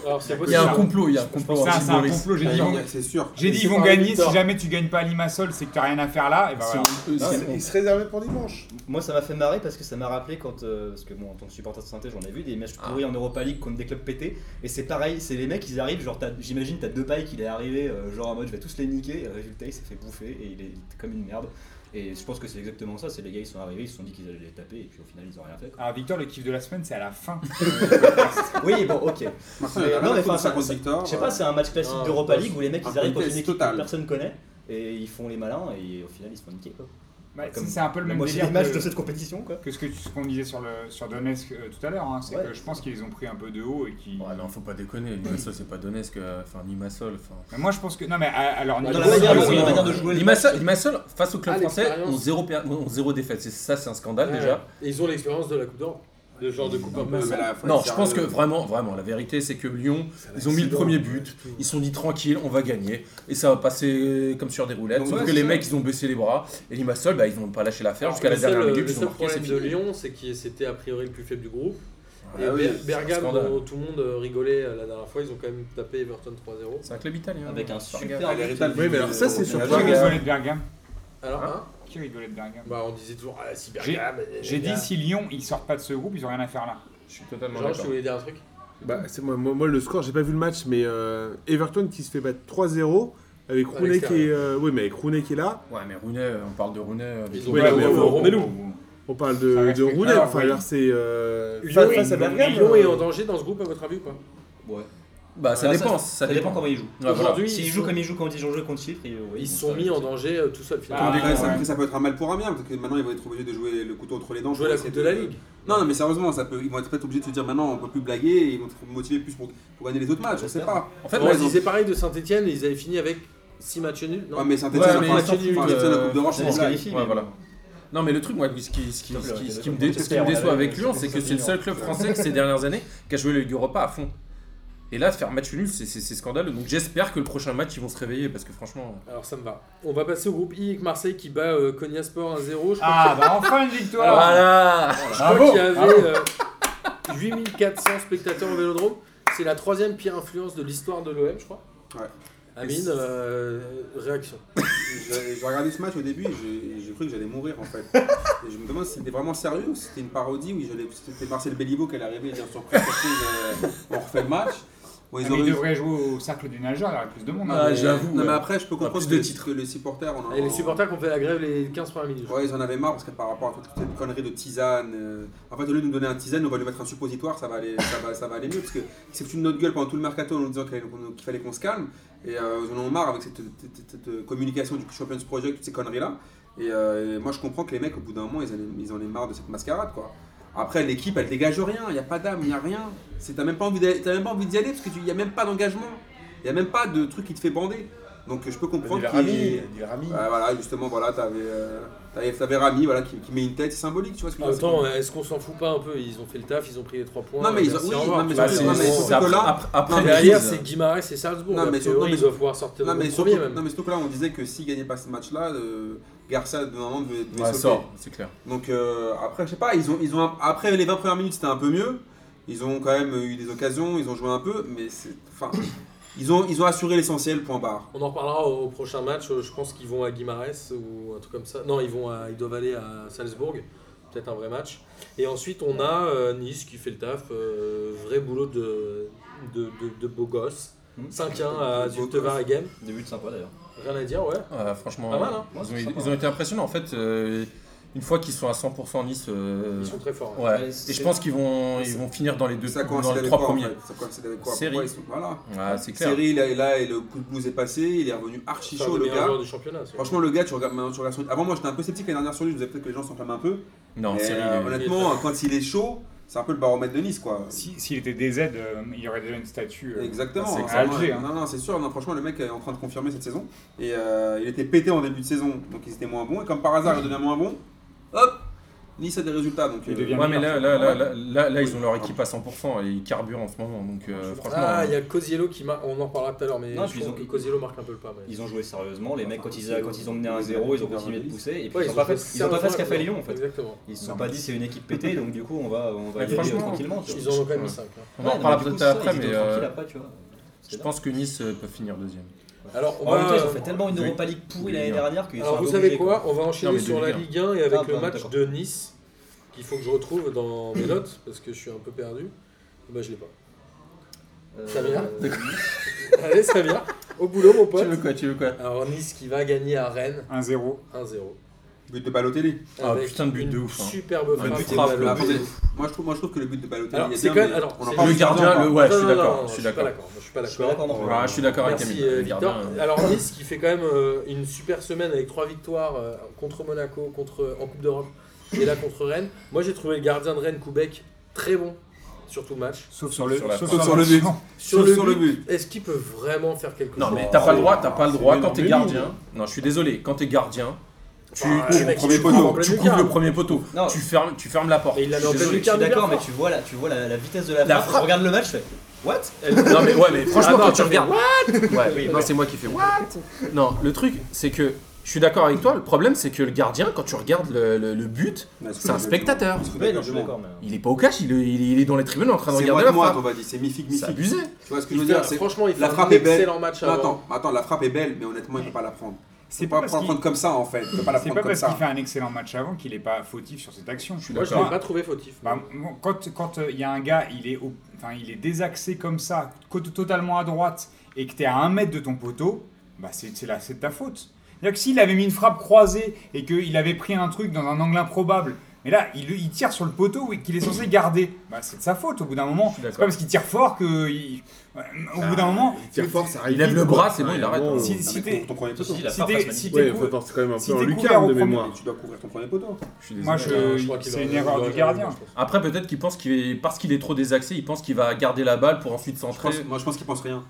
A: Alors c'est
C: Il y a un
A: possible.
C: complot. Il y a un complot.
B: Ça, c'est un
C: anti-Boris.
B: complot. J'ai dit, ils
E: Attends,
B: vont-
E: Ah, C'est sûr.
B: J'ai dit ils vont gagner, si jamais tu gagnes pas à Limassol, c'est que t'as rien à faire là, et bah
C: Si
B: voilà.
C: on- eux,
D: Ah,
C: si
D: c'est-
C: on-
D: Il se réservait pour dimanche.
F: Moi, ça m'a fait marrer parce que ça m'a rappelé quand. euh, parce que, bon, en tant que supporter de synthé, j'en ai vu des matchs pourris
E: Ah.
F: en Europa League contre des clubs pétés. Et c'est pareil, c'est les mecs, ils arrivent, genre, t'as- j'imagine, t'as deux pailles qu'il est arrivé, euh, genre en mode je vais tous les niquer. Et résultat, il s'est fait bouffer et il est comme une merde. Et je pense que c'est exactement ça, c'est les gars, ils sont arrivés, ils se sont dit qu'ils allaient les taper et puis au final, ils ont rien fait. quoi.
B: Alors Victor, le kiff de la semaine, c'est à la fin.
F: oui, bon, ok.
E: Martin,
F: Mais
E: il y en a
F: non,
E: rien
F: mais
E: à foutre de euh,
F: enfin,
E: sa
F: ça-
E: grosse victoire.
F: Je sais pas, c'est un match classique
A: Ah,
F: d'Europa League où les mecs, ils
E: un
F: arrivent contre une
E: contest
F: équipe
E: total.
F: que personne connaît. Et ils font les malins et au final ils se font niquer quoi.
B: Bah,
F: Comme-
B: c'est un peu le même
F: Moi j'ai
B: délire
F: des matchs
B: que,
F: de cette compétition quoi.
B: que ce que tu- ce qu'on disait sur, le, sur Donetsk euh, tout à l'heure. hein, c'est
F: Ouais.
B: que je pense qu'ils les ont pris un peu de haut et qui.
C: Ouais, non, faut pas déconner. Limassol, c'est pas Donetsk. euh, Enfin, Limassol. Enfin.
B: Mais moi, je pense que non, mais à- alors
A: Dans
F: Bah, Dans la
B: niveau-
F: manière,
B: niveau-
F: dans la
B: niveau-
F: manière de jouer. le
C: euh, Limassol, Limassol, face au club
A: Ah,
C: français,
A: l'expérience.
C: ont zéro, per- ont zéro défaite. C'est- Ça, c'est un scandale
A: Ouais.
C: déjà.
A: Et ils ont l'expérience de la Coupe d'Europe. De ce genre de Coupe un peu.
E: Mais là, faut
C: Non,
E: être
C: je pense que
E: sérieux.
C: vraiment, vraiment, la vérité, c'est que Lyon,
D: C'est un
C: ils ont mis le
D: accident,
C: premier
D: ouais,
C: but.
D: c'est tout.
C: Ils se sont dit tranquille, on va gagner. Et ça va passer euh, comme sur des roulettes.
E: Donc,
C: Sauf
E: ouais,
C: que
E: c'est
C: les
E: ça.
C: mecs, ils ont baissé les bras. Et Limassol, bah, ils n'ont pas lâché l'affaire jusqu'à
A: Le
C: la dernière
A: seul-
C: minute.
A: Le
C: Ils ont
A: seul
C: marqué, c'est
A: problème de
C: fini.
A: Lyon, c'est que c'était a priori le plus faible du groupe.
E: Ah
A: Et
E: oui,
A: Ber-
E: c'est un
A: Bergame,
C: scandale.
A: dont tout le monde rigolait euh, la dernière fois, ils ont quand même tapé Everton 3-0.
C: C'est un club italien.
F: Avec un
C: Regarde.
F: super
E: Elle est
F: but.
E: rétablie.
D: Oui, mais alors ça, c'est
E: Elle
D: surprenant.
B: Qui
E: a-
B: rigolait de Bergame
A: Alors, hein
B: Qui rigolait de Bergame
A: bah, on disait toujours, ah, si
B: J'ai-
A: Bergame. euh,
B: J'ai
A: gars.
B: dit, si Lyon, ils sortent pas de ce groupe, ils ont rien à faire là.
C: Je suis totalement
A: Georges, tu
C: d'accord.
A: voulais dire un truc
D: Bah, c'est moi, moi, moi, le score, j'ai pas vu le match, mais euh, Everton qui se fait battre 3-0 avec
A: À
D: Rooney qui est, euh, oui, mais avec Rooney qui est là.
C: Ouais, mais Rooney, on parle de Rooney. euh,
A: Ils ont
D: Ouais,
A: pas
D: mais
A: le-
D: bon,
A: Romelu.
D: On parle
B: Ça
D: de,
B: reste
D: de
B: une
D: Rooney.
B: valeur,
D: Enfin,
B: oui.
D: alors c'est euh,
A: Lyon
D: face, face à Bergame.
A: Lyon est
D: euh,
A: en danger dans ce groupe, à votre avis ou pas
F: Ouais.
C: Bah, ça
F: Ah,
C: dépend. Ça
F: Ça dépend
C: dépend.
F: comment ils jouent.
C: Ouais, voilà.
A: Aujourd'hui,
F: S'ils
A: ils
F: jouent
A: sont-
F: comme ils jouent quand ils ont joué contre Chypre, ils,
A: Ils se sont mis en danger euh, tout seuls finalement.
B: Comme des
E: Après,
B: Ouais.
E: ça, après, ça peut être un mal pour un bien, parce que maintenant ils vont être obligés de jouer le couteau entre les dents.
A: Ils ont joué
E: pour
A: la
E: essayer
A: Coupe de la Ligue.
E: Non, non, mais sérieusement, ça peut, ils vont être peut-être obligés de se dire maintenant on peut plus blaguer et ils vont être motivés plus pour, pour gagner les autres matchs, je sais pas.
C: En fait,
A: on
C: moi,
A: se disait pareil de Saint-Etienne, ils avaient fini avec 6 matchs nuls. non
E: Ouais, mais Saint-Etienne,
C: mais
E: enfin,
C: ils sont nuls,
E: enfin, Saint-Etienne, la
C: euh,
E: Coupe d'Europe, c'est
F: Ils
E: une
F: se
E: blague.
F: qualifient.
C: Ouais,
F: mais
C: voilà.
F: bon.
C: Non, mais le truc, moi, ce qui, ce qui, ce qui, ce qui me, dé- ce qui me déçoit avec Lyon, c'est que c'est le seul club français que ces dernières années qui a joué la Ligue Europa à fond. Et là, faire match nul, c'est c'est- c'est scandaleux. Donc j'espère que le prochain match, ils vont se réveiller parce que franchement.
A: Alors ça me va. On va passer au groupe I avec Marseille qui bat euh, Konya Sport 1-0. Je crois
B: Ah, bah enfin une victoire
C: Voilà
A: Je crois
B: Ah, Bravo
A: qu'il y avait
B: Bravo.
A: euh, 8400 spectateurs au Vélodrome. C'est la troisième pire influence de l'histoire de l'OM, je crois.
E: Ouais.
A: Amine, euh, réaction.
E: J'ai j'ai regardé ce match au début et j'ai- j'ai cru que j'allais mourir en fait. Et je me demande si c'était vraiment sérieux ou si c'était une parodie où j'allais- c'était Marcel Bellibo qui allait arriver et dire surprise, surprise, euh, on refait le match. Ouais, ils
B: mais ils
E: auraient eu-
B: devraient jouer au cercle des nageurs, il y aurait plus de monde. hein,
A: Ah,
B: mais-
A: j'avoue.
E: Non, mais
A: ouais.
E: après, je peux comprendre
C: plus
E: que,
C: de
E: les-
C: titres.
E: que les supporters. On en-
A: Et les supporters qui ont fait la grève les 15 premières minutes. je crois.
E: Ouais, ils en avaient marre parce que par rapport à toute cette connerie de tisane. euh, En fait, au lieu de nous donner un tisane, on va lui mettre un suppositoire, ça va aller, ça va, ça va aller mieux. Parce que c'est foutu de notre gueule pendant tout le mercato en nous disant qu'il qu'il fallait qu'on se calme. Et euh, ils en ont marre avec cette, cette- cette, euh, communication du Champions Project, toutes ces conneries-là. Et, euh, et moi, je comprends que les mecs, au bout d'un moment, ils en, aient- ils en aient marre de cette mascarade, quoi. Après, l'équipe, elle dégage rien, il n'y a pas d'âme, il n'y a rien. C'est- T'as même pas envie d'aller- t'as même pas envie d'y aller parce qu'il n'y a même pas d'engagement. Il n'y a même pas de truc qui te fait bander. Donc, je peux comprendre
D: Des
E: qu'il y
D: Rami,
E: ait-
D: des Rami.
E: Ouais, voilà, justement, voilà, t'avais, euh, t'avais, t'avais Rami voilà, qui, qui met une tête, c'est symbolique, tu vois ce que
A: En
E: je veux
A: même
E: dire,
A: temps, est-ce qu'on s'en fout pas un peu Ils ont fait le taf, ils ont pris les 3 points. euh,
E: Non, mais ils
A: merci,
E: ont- oui,
A: au revoir,
E: non, mais
A: tu vois.
E: ils ont-
A: c'est-
E: non, mais ils
A: c'est-
E: surtout que là-
C: Bah, après, après
A: Non, mais
C: la
A: derrière,
C: crise,
A: c'est Guimarães et Salzbourg.
E: Non,
A: A
E: mais
A: priori,
E: surtout-
A: ils doivent pouvoir sortir
E: c'est.
A: de
E: Non mais,
A: premier
E: surtout,
A: même.
E: non, mais surtout que là, on disait que s'il gagnait pas ce match-là, euh, Garcia, de moment, devait, devait
C: ouais,
E: sauter.
C: sort, c'est clair.
E: Donc, euh, après, je sais pas, ils ont, ils ont, un- après les 20 premières minutes, c'était un peu mieux. Ils ont quand même eu des occasions, ils ont joué un peu, mais c'est. Enfin, ils ont, ils ont assuré l'essentiel, point barre.
A: On en reparlera au au prochain match. euh, Je pense qu'ils vont à Guimarães ou un truc comme ça. Non, ils vont à- ils doivent aller à Salzbourg. Peut-être un vrai match. Et ensuite, on a euh, Nice qui fait le taf. euh, vrai boulot de, de, de, de beau gosse.
F: Mhm.
A: 5-1 à
E: De Hmm. beau
A: Zultevar Game.
F: Début de sympa d'ailleurs.
A: Rien à dire, ouais.
C: Ouais, franchement,
A: Pas mal, hein.
C: ils, ont,
F: Ouais, c'est sympa.
C: ils ont été impressionnants. En fait, euh, une fois qu'ils sont à 100% Nice, euh,
A: Ils sont très forts. hein.
C: ouais.
F: Ouais,
C: et
F: c'est-
C: je pense qu'ils vont, ils vont finir dans les deux,
E: Ça
C: dans
E: coïncide
C: les
E: avec
C: trois
E: quoi
C: premiers.
E: en fait Ça coïncide avec quoi
C: Série.
E: Pourquoi ils sont- Voilà.
C: Ouais, c'est clair.
E: Série, là, et là, et le coup de blues est passé, il est revenu archi
A: C'est un
E: chaud,
A: des
E: le
A: meilleurs
E: gars.
A: joueurs du championnat. c'est vrai.
E: Franchement, le gars, tu regardes maintenant, tu regardes son- Avant, moi, j'étais un peu sceptique la dernière sur lui, je disais peut-être que les gens s'enflamment un peu.
C: Non,
E: Mais,
C: série.
E: euh,
C: euh,
E: honnêtement, quand il est chaud, c'est un peu le baromètre de Nice, quoi.
B: Si- S'il était DZ, euh, il y aurait déjà une statue. euh,
E: Exactement.
B: c'est
E: hein,
B: à Alger,
E: Non,
B: hein.
E: non, c'est sûr. Non, franchement, le mec est en train de confirmer cette saison. Et euh, il était pété en début de saison, donc il était moins bon. Et comme par hasard, il devient moins bon. Hop, Nice a des résultats. Donc, euh,
B: Il devient
C: Ouais, mais là, là, là, là, là, là,
E: Oui.
C: ils ont leur équipe à 100% et ils carburent en ce moment. Donc, euh, franchement,
A: Ah, il y a Cosiello qui marque. On en reparlera tout à l'heure, mais
F: Non,
A: je
F: puis ils
A: trouve
F: ont-
A: que Cosiello marque un peu le pas. mais-
F: Ils ont joué sérieusement, les mecs, quand ils, euh,
E: c'est-
F: quand ils ont mené un 0, ils ont continué de pousser, et puis
A: Ouais,
F: ils ont pas fait ils ont pas fait ce qu'a fait
A: sérieusement,
F: Lyon en fait.
A: Exactement.
F: Ils se sont pas dit c'est une équipe pétée, donc du coup on va, on
C: Mais
F: va y aller
C: franchement,
F: tranquillement. tu vois.
A: Ils en ont quand même mis hein. 5.
C: on en
F: Ouais, non,
C: reparlera
F: mais du coup,
C: peut-être
F: ça,
C: après,
F: ils étaient
C: mais
F: tranquilles
C: euh,
F: après, tu vois. C'est
C: je
F: bien.
C: pense que Nice euh, peut finir deuxième.
A: Alors, on
F: En même temps,
A: va.
F: ils ont fait tellement une
C: oui.
F: Europa League pourrie
C: Oui,
F: l'année
C: hein.
F: dernière qu'ils sont
A: Alors, vous
F: obligés,
A: savez quoi On va
C: Non,
A: enchaîner
C: mais de
A: sur la
C: Ligue un.
A: Ligue 1 et avec
F: Ah,
A: le
F: pardon,
A: match
F: d'accord.
A: de Nice qu'il faut que je retrouve dans mes notes parce que je suis un peu perdu. Bah, je l'ai pas.
F: Euh,
A: Ça vient Allez, ça vient. Au boulot, mon pote.
C: quoi Tu veux quoi
A: Alors, Nice qui va gagner à Rennes
B: 1-0.
A: 1-0.
E: But de Balotelli.
C: Ah,
A: Avec
C: putain de but
A: une
C: de ouf, hein.
A: Superbe
C: Un
A: frappe.
C: but
A: de
C: frappe,
A: Balotelli.
C: là,
E: attendez. Moi, je trouve, moi, je trouve que le but de Balotelli.
A: Alors,
E: il est
A: c'est
E: bien,
A: quand même-
E: mais
A: alors,
E: on en
A: c'est-
E: parle
C: Le
E: plus tard,
C: gardien,
E: hein.
C: le- ouais, je
A: Non,
C: suis
A: non,
C: d'accord,
A: non,
C: je suis
A: pas
C: d'accord.
A: Je suis pas
F: Je suis
A: d'accord.
F: d'accord non plus.
C: Ouais, Ah, je suis d'accord avec
A: Merci
C: Camille.
A: euh,
C: Le
A: Victor.
C: gardien, euh,
A: Alors Nice qui fait quand même euh, une super semaine avec trois victoires euh, contre Monaco, contre euh, en Coupe d'Europe et là contre Rennes. Moi j'ai trouvé le gardien de Rennes Koubek très bon sur tout le match.
B: Sauf sur le,
C: Sur la-
B: sauf
E: Sauf
B: sur
E: sur
B: la-
E: le but.
A: Sur,
E: Sauf
A: le,
E: sur
A: but,
E: le but.
A: est-ce qu'il peut vraiment faire quelque
C: Non,
A: chose Ah,
C: mais t'as pas le droit, t'as pas le droit
B: mais
C: quand
B: non,
C: t'es
B: mais
C: gardien. Non, je suis désolé, quand t'es gardien, tu
A: Ah,
C: tu-
A: le hein. mec,
C: premier
A: il couvre en
C: poteau,
A: pleine
C: tu couvres
A: lucarne.
C: le premier poteau,
F: Non.
C: tu fermes tu fermes la porte.
A: Mais il l'a mis
F: Je
A: en
F: suis
A: pleine
F: désolé, je suis
A: lucarne.
F: d'accord, mais
A: hyper
F: tu vois, la, tu vois la, la vitesse de la,
C: La
F: frappe.
C: frappe.
F: Je regarde le match, je fais What
C: Non mais ouais mais franchement
A: Ah non,
C: quand
A: tu
C: tu regardes ouais,
F: Oui,
C: non,
F: bon.
C: c'est moi qui fais what Non, le truc c'est que je suis d'accord avec toi, le problème c'est que le gardien quand tu regardes le, le- le but,
E: Mais est-ce que
C: c'est un
E: vous êtes-
C: spectateur.
E: est-ce que vous
F: Ouais,
E: êtes
F: non, je suis
E: d'accord
F: d'accord, mais.
C: Il est pas au cash, il, est- il est- il est dans les tribunes en train de
E: C'est
C: regarder
E: moi de
C: la
E: moi, on
C: frappe.
E: va dire, c'est mythique,
C: C'est
E: mythique.
C: abusé.
E: Tu vois ce que je
A: Il
E: veux
A: fait-
E: dire c'est-
A: franchement, il fait
E: la
A: un
E: frappe est belle.
A: excellent match
E: Non,
A: avant.
E: attends, attends, la frappe est belle, mais honnêtement, il ne faut pas la prendre.
B: euh, C'est
E: C'est
B: pas
E: pas,
B: parce
E: pas la prendre
B: qu'il-
E: comme ça en fait. Il faut pas la
B: C'est
E: prendre
B: pas
E: comme
B: parce
E: ça.
B: qu'il fait un excellent match avant qu'il est pas fautif sur cette action.
A: Moi je l'ai
B: Moi,
A: pas trouvé fautif.
B: Bah, moi, quand quand euh, il y a un gars, il est, au- enfin, il est désaxé comme ça, côte- totalement à droite, et que t'es à un mètre de ton poteau, bah c'est c'est la- c'est de ta faute. C'est-à-dire que s'il avait mis une frappe croisée et qu'il avait pris un truc dans un angle improbable, mais là, il, il tire sur le poteau et qu'il est censé garder, bah c'est de sa faute au bout d'un moment.
C: suis
B: C'est
C: d'accord.
B: pas parce qu'il tire fort que. il- ouais, Au bout d'un moment.
D: Il tire fort, ça arrive.
C: Il lève
D: vite,
C: le
D: quoi.
C: bras, c'est bon,
D: Ouais,
C: il arrête.
D: bon,
B: Si,
E: Ah,
B: si
E: mais
B: t'es.
E: ton premier poteau.
F: Ceci dit, la
B: si
F: frappe
B: t'es-
F: passe magnifique.
B: si t'es
D: Ouais,
B: cou-
D: faut- c'est quand même un
B: si
D: peu en
B: t'es couvert
D: lucarne
B: au
D: de
B: premier-
D: mémoire.
E: Tu dois couvrir ton premier poteau.
C: Je suis désolé.
B: Moi,
A: Euh, je
B: je,
A: crois qu'il
B: c'est
A: aurait-
B: une
A: il
B: erreur
A: aurait-
B: du gardien.
C: Après peut-être qu'il pense qu'il est parce qu'il est trop désaxé, il pense qu'il va garder la balle pour ensuite
E: Je
C: centrer.
E: pense- moi, je pense qu'il pense rien.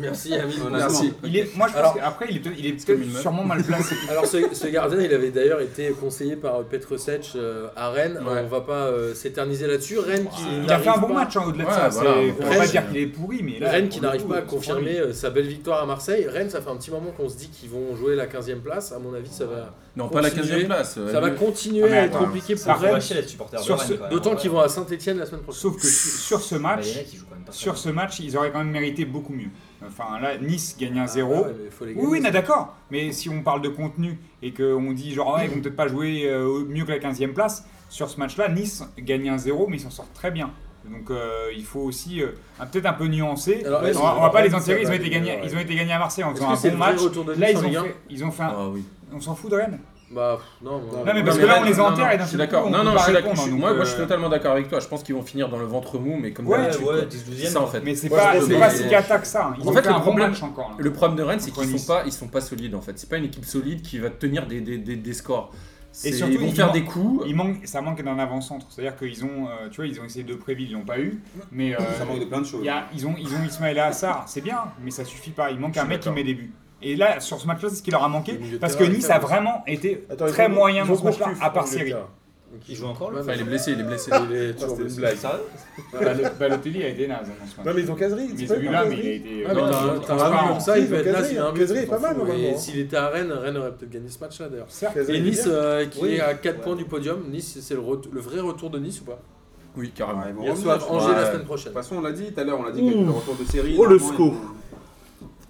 A: Merci Amine.
E: Merci.
B: Il est, moi, je
A: Alors-
B: pense qu'après, il est, peut- il est
C: comme une meuf.
B: sûrement mal placé.
A: Alors ce, ce gardien, il avait d'ailleurs été conseillé par Petr Sech euh, à Rennes.
C: Ouais.
A: On va pas euh, s'éterniser là-dessus. Rennes qui
B: Il a
A: n'arrive
B: fait un bon
A: pas-
B: match hein, au-delà de
C: Ouais,
B: ça.
C: voilà,
B: c'est-
C: on
B: faut
A: peut
B: pas
A: pas
B: dire
C: dire.
B: qu'il est pourri, mais là.
A: Rennes
B: pour
A: qui
B: le
A: n'arrive
B: coup,
A: pas à
B: euh,
A: confirmer euh, sa belle victoire à Marseille. Rennes, ça fait un petit moment qu'on se dit qu'ils vont jouer la 15e place. À mon avis, ça va,
C: Non, pas la
A: Continuer.
C: 15 place. euh,
A: ça va
C: le-
A: continuer
B: Ah, mais
A: à être
B: attends,
A: compliqué
F: Ça
A: pour
F: fait
A: Rennes.
F: pas chier les supporters. de
B: Sur
F: Rennes,
B: ce-
F: quand même.
A: D'autant
F: Ouais.
A: qu'ils vont à Saint-Etienne la semaine prochaine.
B: Sauf que su- sur ce
F: Bah, il
B: match,
F: y en a qui jouent quand même pas
B: sur
F: ça.
B: ce match, ils auraient quand même mérité beaucoup mieux. Enfin là, Nice gagne un
A: Ah,
B: 0
A: ouais, mais faut les
B: Oui,
A: gagner.
B: oui, non, d'accord. Mais si on parle de contenu et qu'on dit genre, ouais, ils vont peut-être pas jouer euh, mieux que la 15e place, sur ce match-là, Nice gagne un 0 mais ils s'en sortent très bien. Donc euh, il faut aussi euh, un- peut-être un peu nuancer.
A: Alors,
B: on,
A: est-ce
B: va,
A: que-
B: on va pas les
D: ouais,
B: enterrer,
D: ça
B: ils ont
D: va,
B: été gagnés,
D: ouais.
B: ils ont été gagnés à Marseille en
A: Est-ce
B: faisant
A: que
B: un
A: c'est
B: bon
A: le vrai
B: match.
A: retour de
B: Là
A: Nice
B: ils
A: en
B: ont,
A: Ligue un
B: fait, ils ont fait un.
C: Ah oui.
B: On s'en fout de Rennes.
A: Bah, pff, non, non.
B: mais parce
C: Non,
B: que là,
C: Rennes-
B: on les
C: non,
B: enterre et
C: non,
B: d'un
C: je suis
B: seul coup,
C: d'accord.
B: on
C: Non,
B: peut
C: non,
B: pas
C: je suis d'accord.
B: répondre,
C: je suis-
B: donc,
C: Moi, moi,
B: euh,
C: je suis totalement d'accord avec toi. Je pense qu'ils vont finir dans le ventre mou, mais comme
B: Ouais,
C: d'habitude.
F: ouais,
C: quoi.
F: 10-12e,
C: C'est ça en fait.
B: Mais c'est
C: Moi,
B: pas,
C: je
B: c'est
C: trouve
B: pas
C: que-
B: si qu'attaque ça. Ils
C: En
B: ont
C: fait,
B: fait
C: le
B: un bon
C: problème-
B: match encore. hein. là.
C: Le problème de Rennes, c'est
B: Contre
C: qu'ils
B: Nice.
C: sont pas, ils sont pas solides en fait. C'est pas une équipe solide qui va tenir des, des, des, des scores. C'est-
B: surtout,
C: ils vont
B: ils
C: faire
B: ont-
C: des coups.
B: Il manque, ça manque d'un avant-centre. C'est-à-dire qu'ils ont, euh, tu vois, ils ont essayé de préville, ils l'ont pas eu. Mais euh,
E: Ça manque de plein de choses.
B: il y a- ils ont, ils ont Ismaël Assar, c'est bien, mais ça suffit pas. Il manque
C: Je
B: un
C: suis
B: mec qui
C: d'accord.
B: met des buts. Et là, sur ce match-là, c'est ce qui leur a manqué,
D: Les milieux de
B: parce que
D: terrain,
B: Nice
D: ça,
B: a
D: ça.
B: vraiment été
D: Attends, ils
B: très
D: ont-
B: moyen
D: ils
B: dans
D: ont
B: ce match-là,
D: Gourcuff,
B: à part
D: dans le
B: Syrie.
D: terrain.
F: Il joue encore le
C: Enfin, il est blessé, il est blessé.
D: Il est
F: Ah,
D: toujours
F: c'était une
D: blessé.
F: blague. Sérieux
B: Bah, Balotelli a été naze dans ce
D: Non, mais ils ont Casery.
B: Mais celui-là, mais il a été. euh,
A: Ah, mais
C: Non,
A: t'as-
C: non,
A: t'as
B: non,
A: un
B: non,
A: but comme ça, il
D: non,
A: va être là,
D: Cazerie,
A: s'il y a un but.
D: Cazerie hein. est
A: on s'en
D: pas mal,
A: fout.
D: normalement.
A: Et s'il était à Rennes, Rennes aurait peut-être gagné ce match-là d'ailleurs.
B: Certes,
A: Et Nice, euh, qui
D: Oui.
A: est à 4
F: Ouais.
A: points du podium, Nice, c'est le, ret- le vrai retour de Nice ou pas
C: Oui,
E: Ouais,
C: carrément.
E: Ah, ils vont
A: Ils
E: revenir,
A: reçoivent
E: je crois.
A: Angers la
E: Ouais.
A: semaine
E: De
A: prochaine.
E: toute façon, on l'a dit tout à l'heure, on l'a dit qu'avec
D: Ouh.
E: le retour de série.
D: Oh, le
E: normalement,
D: sco.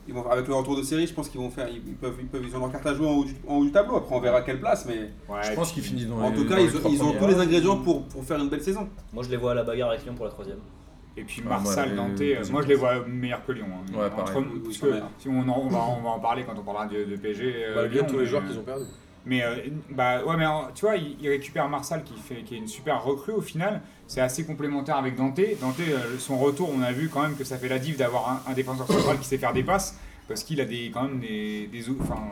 E: Ils vont, ils vont- avec le retour de série, je pense qu'ils vont faire. Ils, ils peuvent, ils peuvent, ils ont leur carte à jouer en haut, du, en haut du tableau. Après, on verra à quelle place, mais
C: Je pense qu'il finit dans
E: en
C: les-
E: tout cas,
C: dans les
E: ils, ont-
C: trois
E: ils ont
C: premiers.
E: tous les ingrédients pour, pour faire une belle saison.
F: Moi je les vois à la bagarre avec Lyon pour la troisième.
B: Et puis
C: Ah, moi,
B: Marsal,
C: les-
B: Nantais,
C: les
B: euh,
C: deux
B: moi je les vois meilleurs que Lyon. hein.
C: Ouais, pareil.
E: Oui,
B: parce
E: oui,
B: que
E: ça va.
B: si on, en- on va, on va en parler quand on parlera de, de PSG. euh,
A: Malgré
B: Lyon,
A: tous les
B: mais,
A: joueurs
B: euh,
A: qu'ils ont perdus.
B: Mais euh, bah ouais, mais euh, tu vois, il, il récupère Marsal qui fait qui est une super recrue au final. C'est assez complémentaire avec Dante. Dante, euh, son retour, on a vu quand même que ça fait la div d'avoir un, un défenseur central qui sait faire des passes parce qu'il a des quand même des des, ou- enfin,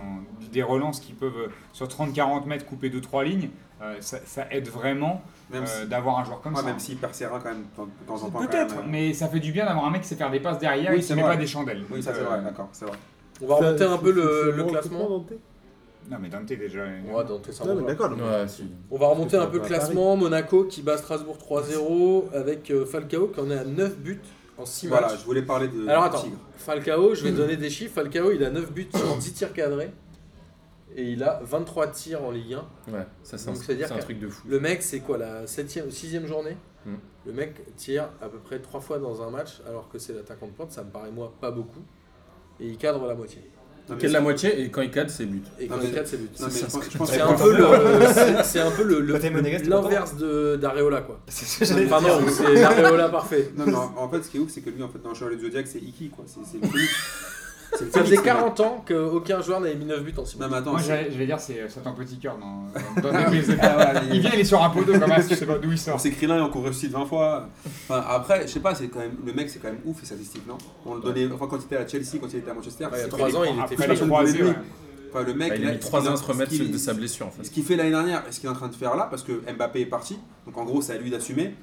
B: des relances qui peuvent euh, sur 30-40 mètres couper 2-3 lignes. Euh, ça, ça aide vraiment
E: Même
B: euh,
E: si-
B: d'avoir un joueur comme
E: ouais,
B: ça.
E: même s'il perd Serra quand même de temps- de temps en temps. quand
B: Peut-être,
E: même, euh,
B: mais ça fait du bien d'avoir un mec qui sait faire des passes derrière
E: Oui,
B: et qui
E: c'est
B: met
E: vrai.
B: pas des chandelles.
E: Oui, ça c'est
B: Euh,
E: vrai, d'accord, c'est vrai.
A: On va remonter un peu le, le
D: Faut- faut-
A: classement.
D: faut- faut-
B: Non, mais Dante déjà.
A: Ouais, dans tous les sens,
D: Non,
A: on
D: mais
A: va.
D: d'accord. non, mais-
C: Ouais, c'est-
A: On va remonter un
D: Parce que
A: peu le
D: tu vas pas à
A: classement. Monaco qui bat Strasbourg 3-0 avec euh, Falcao qui en est à 9 buts en 6
E: Voilà,
A: matchs.
E: je voulais parler de
A: Alors
E: du
A: attends,
E: Tigre.
A: Falcao, je vais te donner des chiffres. Falcao, il a 9 buts sur 10 tirs cadrés et il a 23 tirs en Ligue 1.
C: ouais, ça c'est un,
A: Donc, c'est-à-dire
C: c'est un
A: que-
C: truc de fou.
A: Le mec, c'est quoi la 7e, 6e journée
C: Mm.
A: Le mec tire à peu près 3 fois dans un match alors que c'est l'attaquant de pointe, ça me paraît moi pas beaucoup. Et il cadre la moitié.
E: Non, mais
C: Quel
E: c'est-
C: la moitié et quand il cadre, c'est but.
A: Et
E: Non,
A: quand il
E: mais-
A: cadre, c'est but.
E: non, mais je pense- je pense
A: C'est
E: que-
A: un peu le- c'est- c'est un peu le- le-
F: Bataille monégasque, t'es
A: l'inverse de d'Areola quoi.
F: C'est ce que
A: Enfin non, c'est l'Areola parfait.
E: Non, non, en fait, ce qui est ouf, c'est que lui, en fait, dans le Chevalier du Zodiac, c'est Iki, quoi. C'est c'est le phoenix. C'est le
A: Ça
E: phoenix,
A: faisait
E: mec.
A: 40 ans qu'aucun joueur n'avait mis 9 buts en 6
E: Non, mais attends,
B: Moi,
E: c'est-
B: j'allais- je vais dire, c'est euh, c'est un petit cœur dans, dans, dans Il vient, il est sur un poteau comme ça, je sais pas d'où il
E: on
B: sort.
E: s'écrit là et on court réussit 20 fois. Enfin, après, je sais pas, c'est quand même le mec, c'est quand même ouf les statistiques, non On le donnait, enfin, quand il était à Chelsea, quand il était à Manchester,
A: il y a
E: c'est-
A: 3 ans, il était
B: Après
E: fou.
B: les croisés, ouais.
E: enfin, le mec,
C: Bah, il
E: là,
C: a mis
E: ce
C: 3
E: qu'il
C: ans à se remettre
E: ce qu'il-
C: de sa blessure en fait.
E: Ce qu'il fait l'année dernière et ce qu'il est en train de faire là, parce que Mbappé est parti, donc en gros, c'est à lui d'assumer.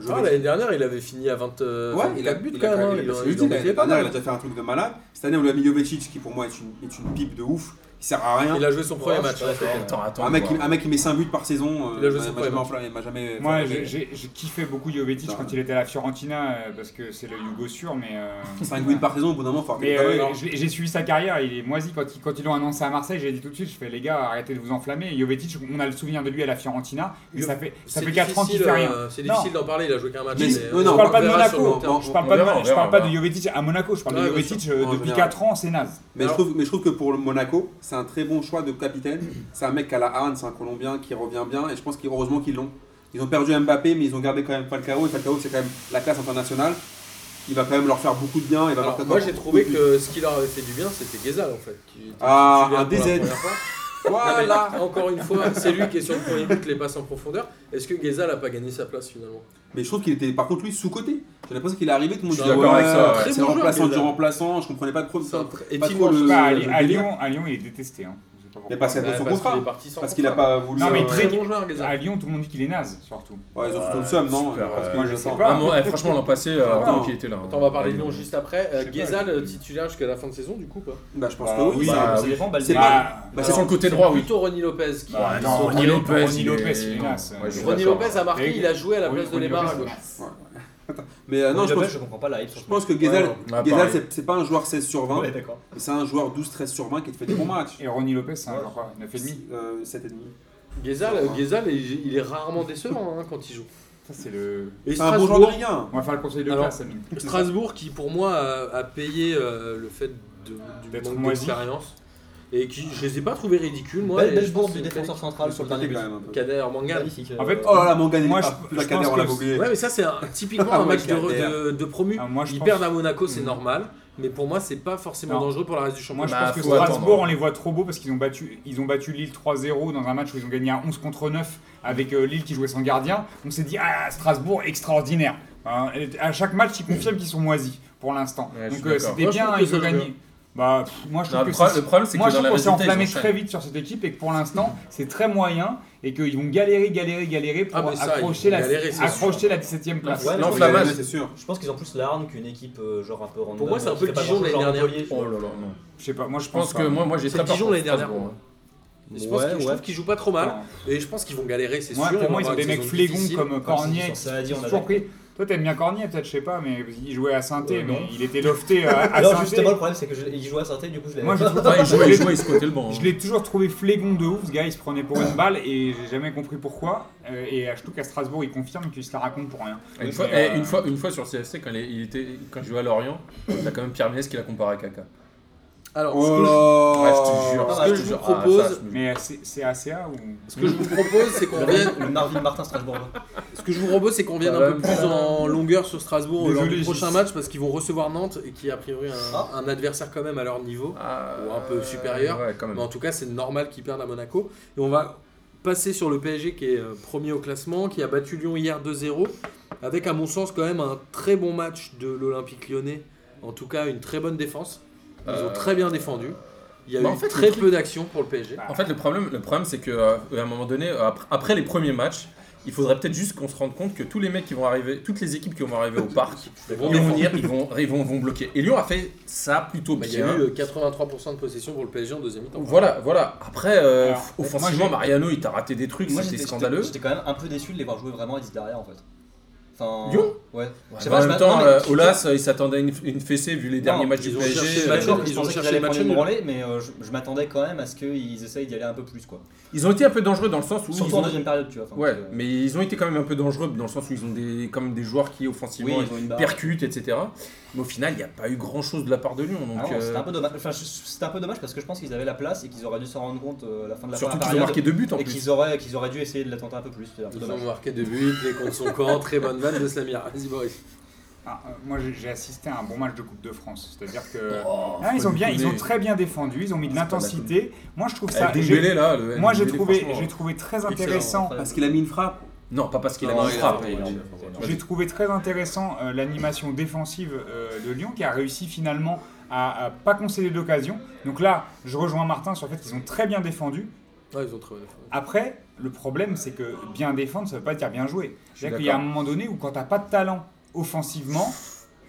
E: Je
A: Ah,
E: vais-
A: L'année dernière, il avait fini à 20, euh,
E: Ouais,
A: 24
E: il a
A: buts
E: il a
A: quand même. hein.
E: il a-
A: en-
E: c'est utile.
A: en
E: L'année
A: mettait pas
E: dernière, il a
A: mal.
E: déjà fait un truc de malade. Cette année, on lui a mis Jovetic, qui pour moi est une, est une pipe de ouf, qui sert à rien.
A: Il a joué son premier match. hein.
C: Attends, attends.
E: Un mec, qui,
C: quoi.
E: un mec qui met 5 buts par saison,
A: Il a joué
E: euh,
A: ses
E: m'a
A: premiers
E: jamais
A: matchs.
E: enflammé, m'a jamais.
B: Moi,
E: enfin,
B: j'ai- j'ai j'ai kiffé beaucoup Jovetic quand il était à la Fiorentina euh, parce que c'est le Hugo sûr, mais. euh,
E: 5 buts par saison, au bout d'un moment, faut
B: Mais
E: arrêter de
B: euh,
E: conneries, hein.
B: j'ai j'ai suivi sa carrière, il est moisi. Quand, ils- quand ils l'ont annoncé à Marseille, j'ai dit tout de suite, je fais les gars, arrêtez de vous enflammer. Jovetic, on a le souvenir de lui à la Fiorentina, mais
A: Yo-
B: ça fait, ça
A: C'est
B: fait 4 ans qu'il fait rien.
A: difficile, euh, C'est
B: Non.
A: difficile d'en parler, il a joué qu'un match.
E: Mais-
A: mais,
E: mais
A: euh,
E: non,
B: on
A: on
B: parle pas de
A: verra sur le
B: Monaco.
A: long terme.
E: on-
B: Je parle
C: on
B: pas, de,
C: verra,
B: Mon-
C: on
B: je parle
C: verra,
B: pas de
C: on
B: Jovetic à Monaco, je parle
A: Ouais,
B: de
A: bien
B: Jovetic
E: sûr.
B: euh,
E: Non,
B: depuis
E: je
B: 4 ans, c'est naze.
E: Mais,
A: Alors-
E: je trouve, mais je trouve que pour le Monaco, c'est un très bon choix de capitaine. C'est un mec à la Hahn, c'est un Colombien qui revient bien et je pense qu'heureusement qu'ils l'ont. Ils ont perdu Mbappé, mais ils ont gardé quand même Falcao et Falcao, c'est quand même la classe internationale. Il va quand même leur faire beaucoup de bien. Il va
A: Alors,
E: marquer
A: moi,
E: encore
A: j'ai trouvé
E: beaucoup de
A: que ce qui leur avait fait du bien, c'était Gezal en fait. qui était titulaire
E: Ah, un
A: pour la
E: DZ.
A: première fois.
E: buts.
B: Ah
A: Non, mais
E: Voilà
A: Encore une fois, c'est lui qui est sur le premier but, les passes en profondeur. Est-ce que Gezal a pas gagné sa place finalement
E: Mais je trouve qu'il était par contre lui sous-côté. J'ai l'impression qu'il est arrivé, tout le monde
C: Je suis
E: disait,
C: d'accord avec ça, ouais.
E: C'est
A: Très
E: le
A: bon
E: remplaçant
A: joueur,
E: du
A: Guézard.
E: remplaçant, je comprenais pas trop.
A: C'est un très- Et
E: pas
A: Timo,
E: trop
B: Je sais
E: le-
B: pas, Bah, à, Li-
E: le
B: à
E: délire.
B: Lyon, à Lyon, il est détesté. Hein. Je sais pas pourquoi.
E: Mais parce qu'il a
A: Ouais,
E: son
A: parce
E: contrat.
A: qu'il est parti sans
E: Parce qu'il a
A: contrat.
E: pas voulu.
B: Non, mais
E: euh,
A: Très bon joueur, Gezal.
B: À Lyon, tout le monde dit qu'il est naze, surtout.
E: Ouais, ils ont foutu le seum, non
C: super,
E: Parce que
B: ouais. Moi, je sais
E: sens-
B: pas.
C: Ah, moi, eh, franchement, l'an passé, euh,
E: Ouais.
C: tant qu'il était là.
A: Attends, on va parler de Lyon juste après.
B: Je sais
A: Euh,
B: pas,
A: Guézal,
B: je-
A: euh, titulaire jusqu'à la fin de saison, du coup, pas
E: Bah, je pense
B: Bah,
E: que oui.
B: oui,
E: ça-
C: bah,
F: ça dépend, Balde.
E: C'est
B: Bah,
E: Bah,
C: C'est
E: non.
C: son côté droit, oui.
A: Plutôt Ronny Lopez qui.
B: Bah,
A: Son-
B: non,
C: Ronny Lopez,
B: Ronny
C: il est-
B: Lopez, il est naze.
C: Ouais, je suis
A: Ronny
C: d'accord.
A: Lopez a marqué, il a joué à la place de
B: Ronny
A: Lemar à
B: Lopez,
A: gauche.
B: c'est naze.
E: Mais euh, non, je pense,
F: je comprends pas la hype sur
E: je
F: ce
E: pense que
A: Ouais,
E: Gezal,
C: non. Ah,
E: Gezal,
C: pareil.
E: c'est- c'est pas un joueur 16 sur 20,
F: Ouais, d'accord.
E: mais c'est un joueur 12-13 sur 20 qui te fait des bons matchs.
B: Et Ronny Lopez, c'est un
F: Ouais.
B: genre quoi, 9,5
E: Euh, 7,5.
A: Gezal, euh, Gezal, il il est rarement décevant hein, quand il joue.
B: Ça, c'est le.
A: Et
E: C'est un bon joueur de Ligue 1.
B: On va faire le conseil de
A: Alors,
B: classe, Amine.
A: Strasbourg qui pour moi a, a payé euh, le fait de, du
B: D'être
A: manque
B: moisi.
A: d'expérience. et qui je les ai pas trouvés ridicules moi.
F: Belle,
A: et
F: belle
A: je
F: bourde
A: pense
F: du
A: que
F: défenseur central sur le dernier
E: C'était
F: but.
E: quand même un peu.
A: Kader Mangane.
F: Magnifique.
B: En fait,
E: Oh là là, mon gars,
B: Moi,
E: moi,
B: je-
E: je la
B: je
E: Kader,
B: pense
E: on l'a
B: que-
E: oublié.
A: Ouais, mais ça, c'est un-
F: Ah
A: typiquement un
E: Ouais,
A: match de,
E: Kader.
A: de, de promu.
B: Ah, moi, je
A: Ils
B: pense-
A: perdent à Monaco, c'est
B: Mm.
A: normal. Mais pour moi, c'est pas forcément
B: Non.
A: dangereux pour la reste du championnat.
B: Moi, je
C: Bah,
B: pense que
C: faut attendre.
B: Strasbourg, on les voit trop beaux parce qu'ils ont battu, ils ont battu Lille 3-0 dans un match où ils ont gagné à 11 contre 9 avec euh, Lille qui jouait sans gardien. On s'est dit, ah, Strasbourg, extraordinaire. Hein, et à chaque match, ils confirment qu'ils sont moisis pour l'instant.
C: Ouais, je
B: Donc
C: suis
B: euh,
C: d'accord.
B: c'était
A: Moi, je
B: bien,
A: trouve que
B: ils ont
A: ça joue
B: gagné. Bah, pff, moi, je
C: Non,
B: trouve
C: le,
B: que
C: pro-
B: c'est.
C: le problème, c'est
B: Moi,
C: que
B: je
C: dans
B: trouve
C: la
B: qu'on s'est
C: résultat, ils
B: enflammé
C: enchaînent.
B: très vite sur cette équipe et que pour l'instant, c'est très moyen et qu'ils vont galérer, galérer, galérer pour
A: Ah, mais ça,
B: accrocher,
A: ils vont
B: la,
A: galérer, c'est
B: accrocher la 17ème place.
F: Ouais,
E: On les
C: Flamage.
E: gagne, c'est sûr.
F: Je pense qu'ils ont plus l'arme qu'une équipe euh, genre un peu random.
A: Pour moi, c'est un
F: qui
A: peu
F: fait pas
A: Dijon
F: grand-chose,
A: l'année
F: genre
A: dernière.
F: Montpellier, je
C: Oh
F: sais
C: là là, non.
B: Je sais pas, moi, je
C: Je
B: pense
C: pense
B: pas.
C: que moi, moi j'ai
A: C'est
C: très peur
A: Dijon
C: pour
A: l'année dernière,
C: Strasbourg,
A: pour
C: hein.
A: Je pense
F: Ouais,
A: qu'ils- je
F: ouais.
A: trouve qu'ils jouent pas trop mal. Et je pense qu'ils vont galérer, c'est
B: Moi,
A: sûr.
B: pour moi,
A: vont
B: ils ont
A: avoir
B: des
A: une
B: mecs
A: saison
B: flégons
A: difficile.
B: comme
F: Enfin,
B: Cornier.
F: c'est censé à
B: qui
F: dire,
B: sont
F: on a
B: toujours pris. Toi, t'aimes bien Cornier, peut-être, je sais pas, mais il jouait à saint
F: Euh,
B: mais
F: non.
B: il était lofté à, à
F: pas. Alors
B: Saint-Étienne.
F: justement, le problème c'est que je- il jouait à Saint-Étienne, du coup je l'avais.
B: Moi, j'ai toujours-
A: Ah,
C: Ouais, il jouait, il jouait, il se cotait le banc. hein.
B: Je l'ai toujours trouvé flégon de ouf, ce gars, il se prenait pour une balle et j'ai jamais compris pourquoi. Euh, et à Stouk, à Strasbourg, il confirme qu'il se la raconte pour rien.
C: Une fois,
B: Mais,
C: eh,
B: euh,
C: une, fois, une fois sur CFC, quand il, est- il était, quand je jouais à Lorient, t'as quand même Pierre Ménès qui l'a comparé à Kaka.
A: Alors, ce que
E: Oh
A: je-
C: Ouais, je
E: là
C: te jure.
A: ce
C: ah,
A: que
C: te
A: je vous
C: jure.
A: propose-
C: Ah, ça, je me-
B: Mais euh, c'est c'est ACA ou.
A: ce que je vous propose, c'est qu'on revienne.
F: Le Marvin Martin Strasbourg.
A: Ce que je vous propose, c'est qu'on revienne
C: Bah,
A: un peu
C: ouais.
A: plus en longueur sur Strasbourg
B: Désolé,
A: lors du
B: Gis.
A: prochain match parce qu'ils vont recevoir Nantes et qui est a priori un,
F: Ah.
A: un adversaire quand même à leur niveau.
C: Ah,
A: Ou un peu supérieur.
C: Ouais, quand même.
A: Mais en tout cas, c'est normal qu'ils perdent à Monaco. Et on va passer sur le PSG qui est euh, premier au classement, qui a battu Lyon hier 2-0, avec à mon sens quand même un très bon match de l'Olympique lyonnais. En tout cas, une très bonne défense. Ils ont
C: Euh,
A: très bien défendu. Il y a
C: bah,
A: eu
C: en fait,
A: très
C: le truc- Ah,
A: peu d'action pour le PSG.
B: Bah,
C: En fait, le problème, le problème c'est qu'à un moment donné, euh, après, après les premiers matchs, il faudrait peut-être juste qu'on se rende compte que tous les mecs qui vont arriver, toutes les équipes qui vont arriver au parc,
A: Ils vont
C: ils vont
A: défendre.
C: venir, ils vont, ils vont, vont bloquer. Et Lyon a fait ça plutôt
A: Bah,
C: bien.
A: il y a eu euh, 83% de possession pour le PSG en deuxième mi-temps.
C: Voilà, voilà. Après, euh,
B: Alors,
C: f-
B: moi,
C: offensivement,
B: j'ai-
C: Mariano, il t'a raté des trucs,
F: Moi,
C: c'était
F: j'étais-
C: scandaleux.
F: J'étais quand même un peu déçu de les voir jouer vraiment à 10 derrière en fait. Enfin,
C: Lyon
F: Ouais.
C: Ouais,
F: Je
C: mais
F: sais pas,
C: en
F: je
C: même
F: m'a- non,
C: temps,
F: mais-
C: euh, Olas, euh, il s'attendait à une, une fessée vu les derniers matchs
A: ils
C: du
A: ont
C: PSG.
A: cherché
C: euh,
A: match
F: D'accord,
A: nul.
F: je
A: Ils ont
F: pensais qu'ils
A: cherché
F: allaient
A: match
F: prendre une
A: nul.
F: branlée, mais euh, je, je m'attendais quand même à ce qu'ils essayent d'y aller un peu plus quoi.
C: Ils ont été un peu dangereux dans le sens où ils
F: Surtout en
C: ont...
F: deuxième période, tu vois. enfin, euh,
C: Ouais,
F: parce que-
C: mais ils ont été quand même un peu dangereux dans le sens où ils ont des, quand même des joueurs qui
F: oui,
C: offensivement
F: ils ont une barre.
C: percutent, etc. Mais au final, il n'y a pas eu grand chose de la part de Lyon. Donc,
F: Ah non, C'était
C: euh,
F: un peu dommage. Enfin, je- c'était un peu dommage parce que je pense qu'ils avaient la place et qu'ils auraient dû s'en rendre compte euh, à la fin de la
C: surtout
F: première
C: qu'ils ont marqué
F: période.
C: deux buts en
F: Et
C: plus.
F: qu'ils auraient, qu'ils auraient dû essayer de la tenter un peu plus. C'était un peu
A: Ils
F: dommage.
A: ont marqué deux buts, les comptes sont quand Très bonne vanne de Samir. Vas-y, Boris.
B: ah, euh, moi, j'ai- j'ai assisté à un bon match de Coupe de France. C'est-à-dire que.
C: Oh,
B: Ah, ils,
C: faut
B: ont bien, ils
C: déconner.
B: ont très bien défendu, ils ont mis de
C: C'est pas de la
B: l'intensité. Moi, je trouve ça.
C: Avec
B: j'ai-
C: Ah, Dembélé, là, le
B: Moi, j'ai
C: Dembélé,
B: trouvé,
C: franchement, euh,
B: j'ai trouvé très
A: Excellent.
B: intéressant
E: Parce qu'il a mis une frappe.
C: Non, pas parce
F: Ah
C: qu'il a
E: Non,
C: mis une
E: il a
C: frappe.
E: fait une frappe.
C: Vas-y.
B: J'ai trouvé très intéressant euh, l'animation défensive euh, de Lyon qui a réussi finalement à, à pas concéder d'occasion. Donc là, je rejoins Martin sur le fait qu'ils ont très bien défendu.
A: Ouais, ils ont trouvé.
B: Après, le problème, c'est que bien défendre, ça veut pas dire bien jouer.
C: Je suis
B: C'est-à-dire qu'il y a un
C: d'accord.
B: moment donné où quand t'as pas de talent offensivement,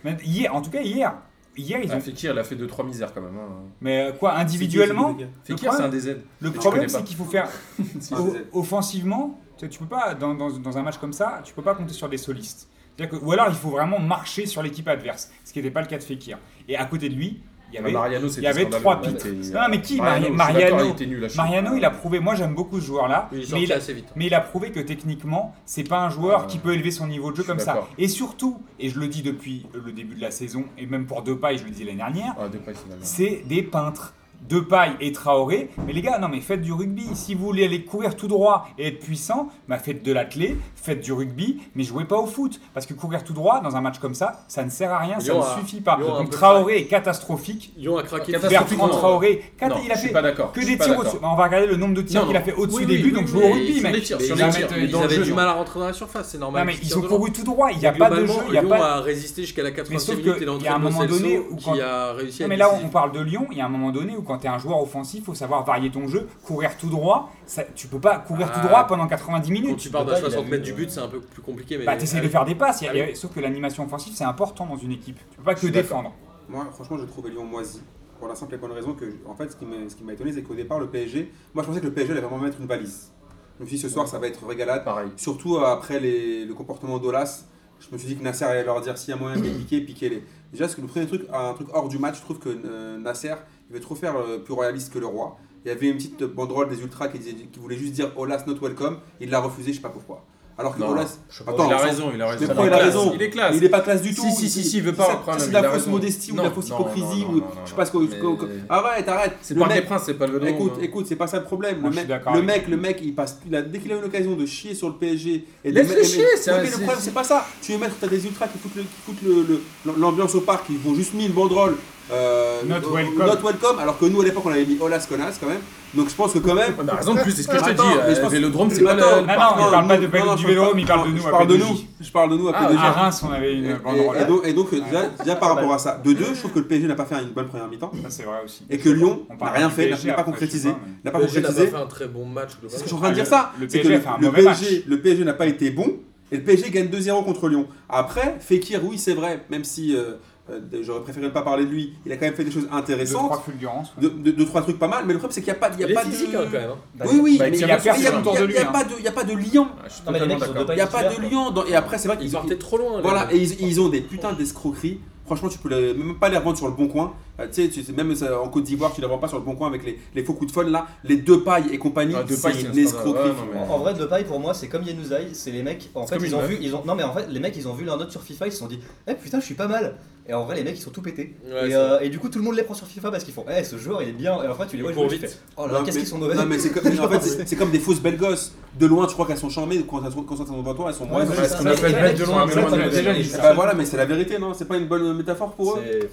B: même hier, en tout cas hier, hier ils
C: Ah,
B: ont.
C: Fekir, il a fait 2-3 misères quand même. hein.
B: Mais euh, quoi, individuellement, le
C: Fekir, c'est un
B: problème,
C: des aides.
B: le
C: tu
B: problème,
C: connais pas.
B: c'est qu'il faut faire
E: C'est un
B: O-
E: désert.
B: offensivement, tu sais, tu peux pas, dans, dans- dans un match comme ça, tu peux pas compter sur des solistes. C'est-à-dire que- ou alors il faut vraiment marcher sur l'équipe adverse, ce qui n'était pas le cas de Fekir. Et à côté de lui, il y avait.
C: Mariano, c'était
B: il y avait
C: scandaleux.
B: trois
C: Ouais,
B: pics.
C: mais-
B: Non, mais qui,
C: Mariano,
B: Mari-
C: je suis d'accord,
B: Mariano-
C: il était nul, à chier.
B: Mariano, il a prouvé, moi j'aime beaucoup ce joueur-là,
A: Ils
B: mais, il a,
A: assez vite.
B: mais il a prouvé que techniquement, c'est pas un joueur
C: Ouais.
B: qui peut élever son niveau de jeu
C: Euh, Je suis
B: comme ça.
C: d'accord.
B: Et surtout, et je le dis depuis le début de la saison, et même pour Depay, je le disais l'année dernière,
C: Ah, Depay, c'est la merde.
B: c'est des peintres. De paille et Traoré, mais les gars, non mais faites du rugby. Si vous voulez aller courir tout droit et être puissant, bah faites de l'athlé, faites du rugby, mais jouez pas au foot. Parce que courir tout droit dans un match comme ça, ça ne sert à rien, ça
A: Lyon
B: ne
A: a-
B: suffit pas.
A: Lyon a un
B: Donc
A: peu
B: Traoré est catastrophique.
A: Lyon a craqué.
C: Catastrophe. Catastrophiquement,
B: Bertrand Traoré, cat-
C: Non,
B: il a
C: je suis
B: fait
C: pas d'accord.
B: que
C: Je
B: des
C: suis pas
B: tirs
C: d'accord.
B: au-dessus. Bah, on va regarder le nombre de tirs
C: Non,
B: qu'il a
C: non.
B: fait au-dessus
C: Oui,
B: des
C: oui,
B: buts,
C: oui,
B: donc
C: oui,
B: jouez au
C: mais
B: rugby,
C: sur les
B: mec.
C: tirs,
B: Mais
C: sur
B: ils
C: les
B: la
C: tirs.
B: mettent-
A: Ils
C: dans le
A: avaient
C: jeu,
A: du
C: Lyon.
A: mal à rentrer dans la surface, c'est normal.
B: Non mais
A: qu'ils
B: ils
A: tirent
B: ont
A: devant.
B: couru tout droit, il n'y
A: Et
B: a pas de
A: globalement,
B: jeu, il n'y a
A: Lyon
B: pas
A: a résisté jusqu'à la 80
B: sauf
A: minute
B: que
A: et l'entrée
B: il y a un
A: de
B: moment donné
A: Celso
B: où
A: qui
B: quand-
A: a réussi à
B: Non, mais
A: être
B: là,
A: décisif.
B: on parle de Lyon. Il y a un moment donné où, quand tu es un joueur offensif, il faut savoir varier ton jeu, courir tout droit. Ça, tu peux pas courir
A: Ah.
B: tout droit pendant 90
A: Quand
B: minutes.
A: tu parles
F: peux
A: à
F: pas, il a
A: 60
F: vu,
A: mètres du
F: euh,
A: but, c'est un peu plus compliqué. Mais
B: Bah, t'essayes de faire des passes. Il y a-
A: Ah oui.
B: Sauf que l'animation offensive, c'est important dans une équipe. Tu peux pas
C: Je
B: que
C: suis d'accord.
B: défendre.
E: Moi, franchement, j'ai trouvé Lyon moisi. Pour la simple et bonne raison que, en fait, ce qui m'a ce qui m'a étonné, c'est qu'au départ, le PSG, moi, je pensais que le PSG allait vraiment mettre une valise. Je me suis dit, ce soir, ça va être régalade.
C: Pareil.
E: Surtout euh, après les- le comportement d'Olas, je me suis dit que Nasser allait leur dire s'il y a moyen de les piquer, piquez-les. Déjà, parce que le premier truc, un truc hors du match, je trouve que euh, Nasser, il veut trop faire euh, plus royaliste que le roi. Il y avait une petite banderole des ultras qui, disait- qui voulait juste dire Olas not welcome, il l'a refusé, je sais pas pourquoi. Alors que
C: Non,
E: Olas.
C: il a
E: ça-
C: raison, il a raison.
E: Mais pourquoi il a
C: classe,
E: raison
C: Il est classe.
E: Il est pas classe du tout.
C: Ah, Si, si, si, si, il veut pas
E: c'est-
C: reprendre
E: C'est
C: un
E: de la
C: Miller
E: fausse
C: raison.
E: modestie ou de
C: Non,
E: la fausse
C: non, non,
E: hypocrisie.
C: non,
E: ou
C: non,
E: Je sais pas ce
C: non,
E: que.
C: mais-
E: que- que- Arrête, arrête.
C: C'est
E: Le
C: pas des
E: mec-
C: princes, c'est pas le velours.
E: Écoute, écoute, c'est pas ça le problème.
B: Moi,
E: le
B: je suis
E: mec,
B: d'accord
E: le
B: avec
E: mec, le mec, il passe. il a- dès qu'il a eu l'occasion de chier sur le PSG et de
C: Laisse-le
E: mettre-
C: chier,
E: mais-
C: c'est
E: Oui,
C: un-
E: mais le
C: c'est-
E: problème, c'est pas ça. Tu veux mettre t'as des ultras qui foutent le- qui foutent le- le- l'ambiance au parc, ils vont juste mis une banderole. euh,
B: Not
E: euh,
B: welcome.
E: not welcome, alors que nous à l'époque on avait mis Olas Conas quand même. Donc je pense que quand même.
C: On a raison de plus, c'est ce que je te
E: Attends, mais je
C: dis. euh,
E: pense-
C: Vélodrome, c'est pas le.
E: Attends,
C: le
B: non,
C: parc.
B: non, il parle pas de-
E: non,
B: du
E: je
B: vélodrome,
E: pas-
B: il parle de
E: non,
B: nous
E: Je
B: à
E: parle de
B: PDG.
E: nous. Je parle de nous à
C: Ah,
E: PDG.
B: À Reims, on avait une banderole.
E: Et, et donc, et donc, euh, déjà, déjà par rapport à ça, de deux, je trouve que le PSG n'a pas fait une bonne première mi-temps
B: Ça, c'est vrai aussi.
E: et que Lyon
B: On
E: n'a
B: parle
E: rien
B: du
E: fait, n'a
B: PSG
E: n'a pas
B: après, je sais
E: concrétisé,
B: pas, mais-
E: n'a pas
A: PSG n'a pas
E: concrétisé.
A: fait un très bon match.
E: C'est ce
A: globalement.
E: que je suis en train de dire
B: le-
E: ça.
B: le
E: c'est
B: PSG
E: que
B: a fait un
E: le
B: mauvais
E: PSG
B: match.
E: le PSG n'a pas été bon et le PSG gagne 2-0 contre Lyon. Après, Fekir, oui, c'est vrai, même si euh, euh, j'aurais préféré ne pas parler de lui, il a quand même fait des choses
B: Deux, trois
E: intéressantes,
B: fulgurances. ouais.
E: deux, deux- deux, trois trucs pas mal, mais le problème c'est qu'il n'y a pas, il y a
A: Il est
E: pas
A: physique hein, quand même. hein.
F: Bah,
E: Oui, oui,
C: bah,
E: mais
C: il
E: il
C: tient
E: n'y a,
B: bien
E: il y a-
B: personne autour de
E: il y a
B: lui, hein.
E: pas de- il y a pas de lion.
C: Ah, Je suis
F: Non, mais les
C: totalement
F: mecs, ils ont deux
C: d'accord.
E: Il
F: pailles
E: n'y a pas
F: titulaires,
E: de
F: quoi.
E: lion. dans- Et après, c'est vrai
A: Ils
E: qu'ils
A: partaient trop loin. les
E: Voilà,
A: mecs.
E: et ils, ils ont des putains d'escroqueries. Franchement, tu peux les- même pas les revendre sur le bon coin. Euh, tu sais, tu sais, même ça- en Côte d'Ivoire, tu les revends pas sur le bon coin avec les, les faux coups de folle là. Les deux pailles et compagnie,
C: Ah, Depay,
E: c'est
C: un
E: une
C: standard. Ouais,
E: escroquerie.
C: non, mais-
F: En en vrai, Depay pour moi, c'est comme Yanouzaï, c'est les mecs. En fait,
C: comme
F: ils
C: une
F: ont
C: meuf.
F: vu, ils ont non mais en fait, les mecs, ils ont vu leur note sur FIFA, ils se sont dit, eh putain, je suis pas mal. Et en vrai, les mecs, ils sont tout pétés.
A: Ouais,
F: et,
A: c'est
F: euh, et du coup, tout le monde les prend sur FIFA parce qu'ils font, eh, ce joueur, il est bien. Et en fait, tu les vois
A: court
F: jouer, tu
A: vite.
F: fais, oh là, là,
E: Non,
F: qu'est-ce
E: mais-
F: qu'ils sont mauvais.
E: Non, mais c'est comme, en fait, c'est- c'est comme des fausses belles gosses. De loin, tu crois qu'elles sont charmées, quand elles sont, quand elles sont devant toi, elles sont
F: Ouais,
E: moins.
F: mais
C: c'est ce
F: ça,
C: qu'on
F: ça,
C: appelle
F: les
C: mettre
F: mecs,
C: de
F: ils
C: loin,
F: sont
C: mais
F: en
C: loin,
F: fait,
C: mais
F: ils
C: déjà,
F: sont-
C: ils-
F: ils sont-
E: bah voilà, mais c'est la vérité, non C'est pas une bonne métaphore pour eux
F: c'est-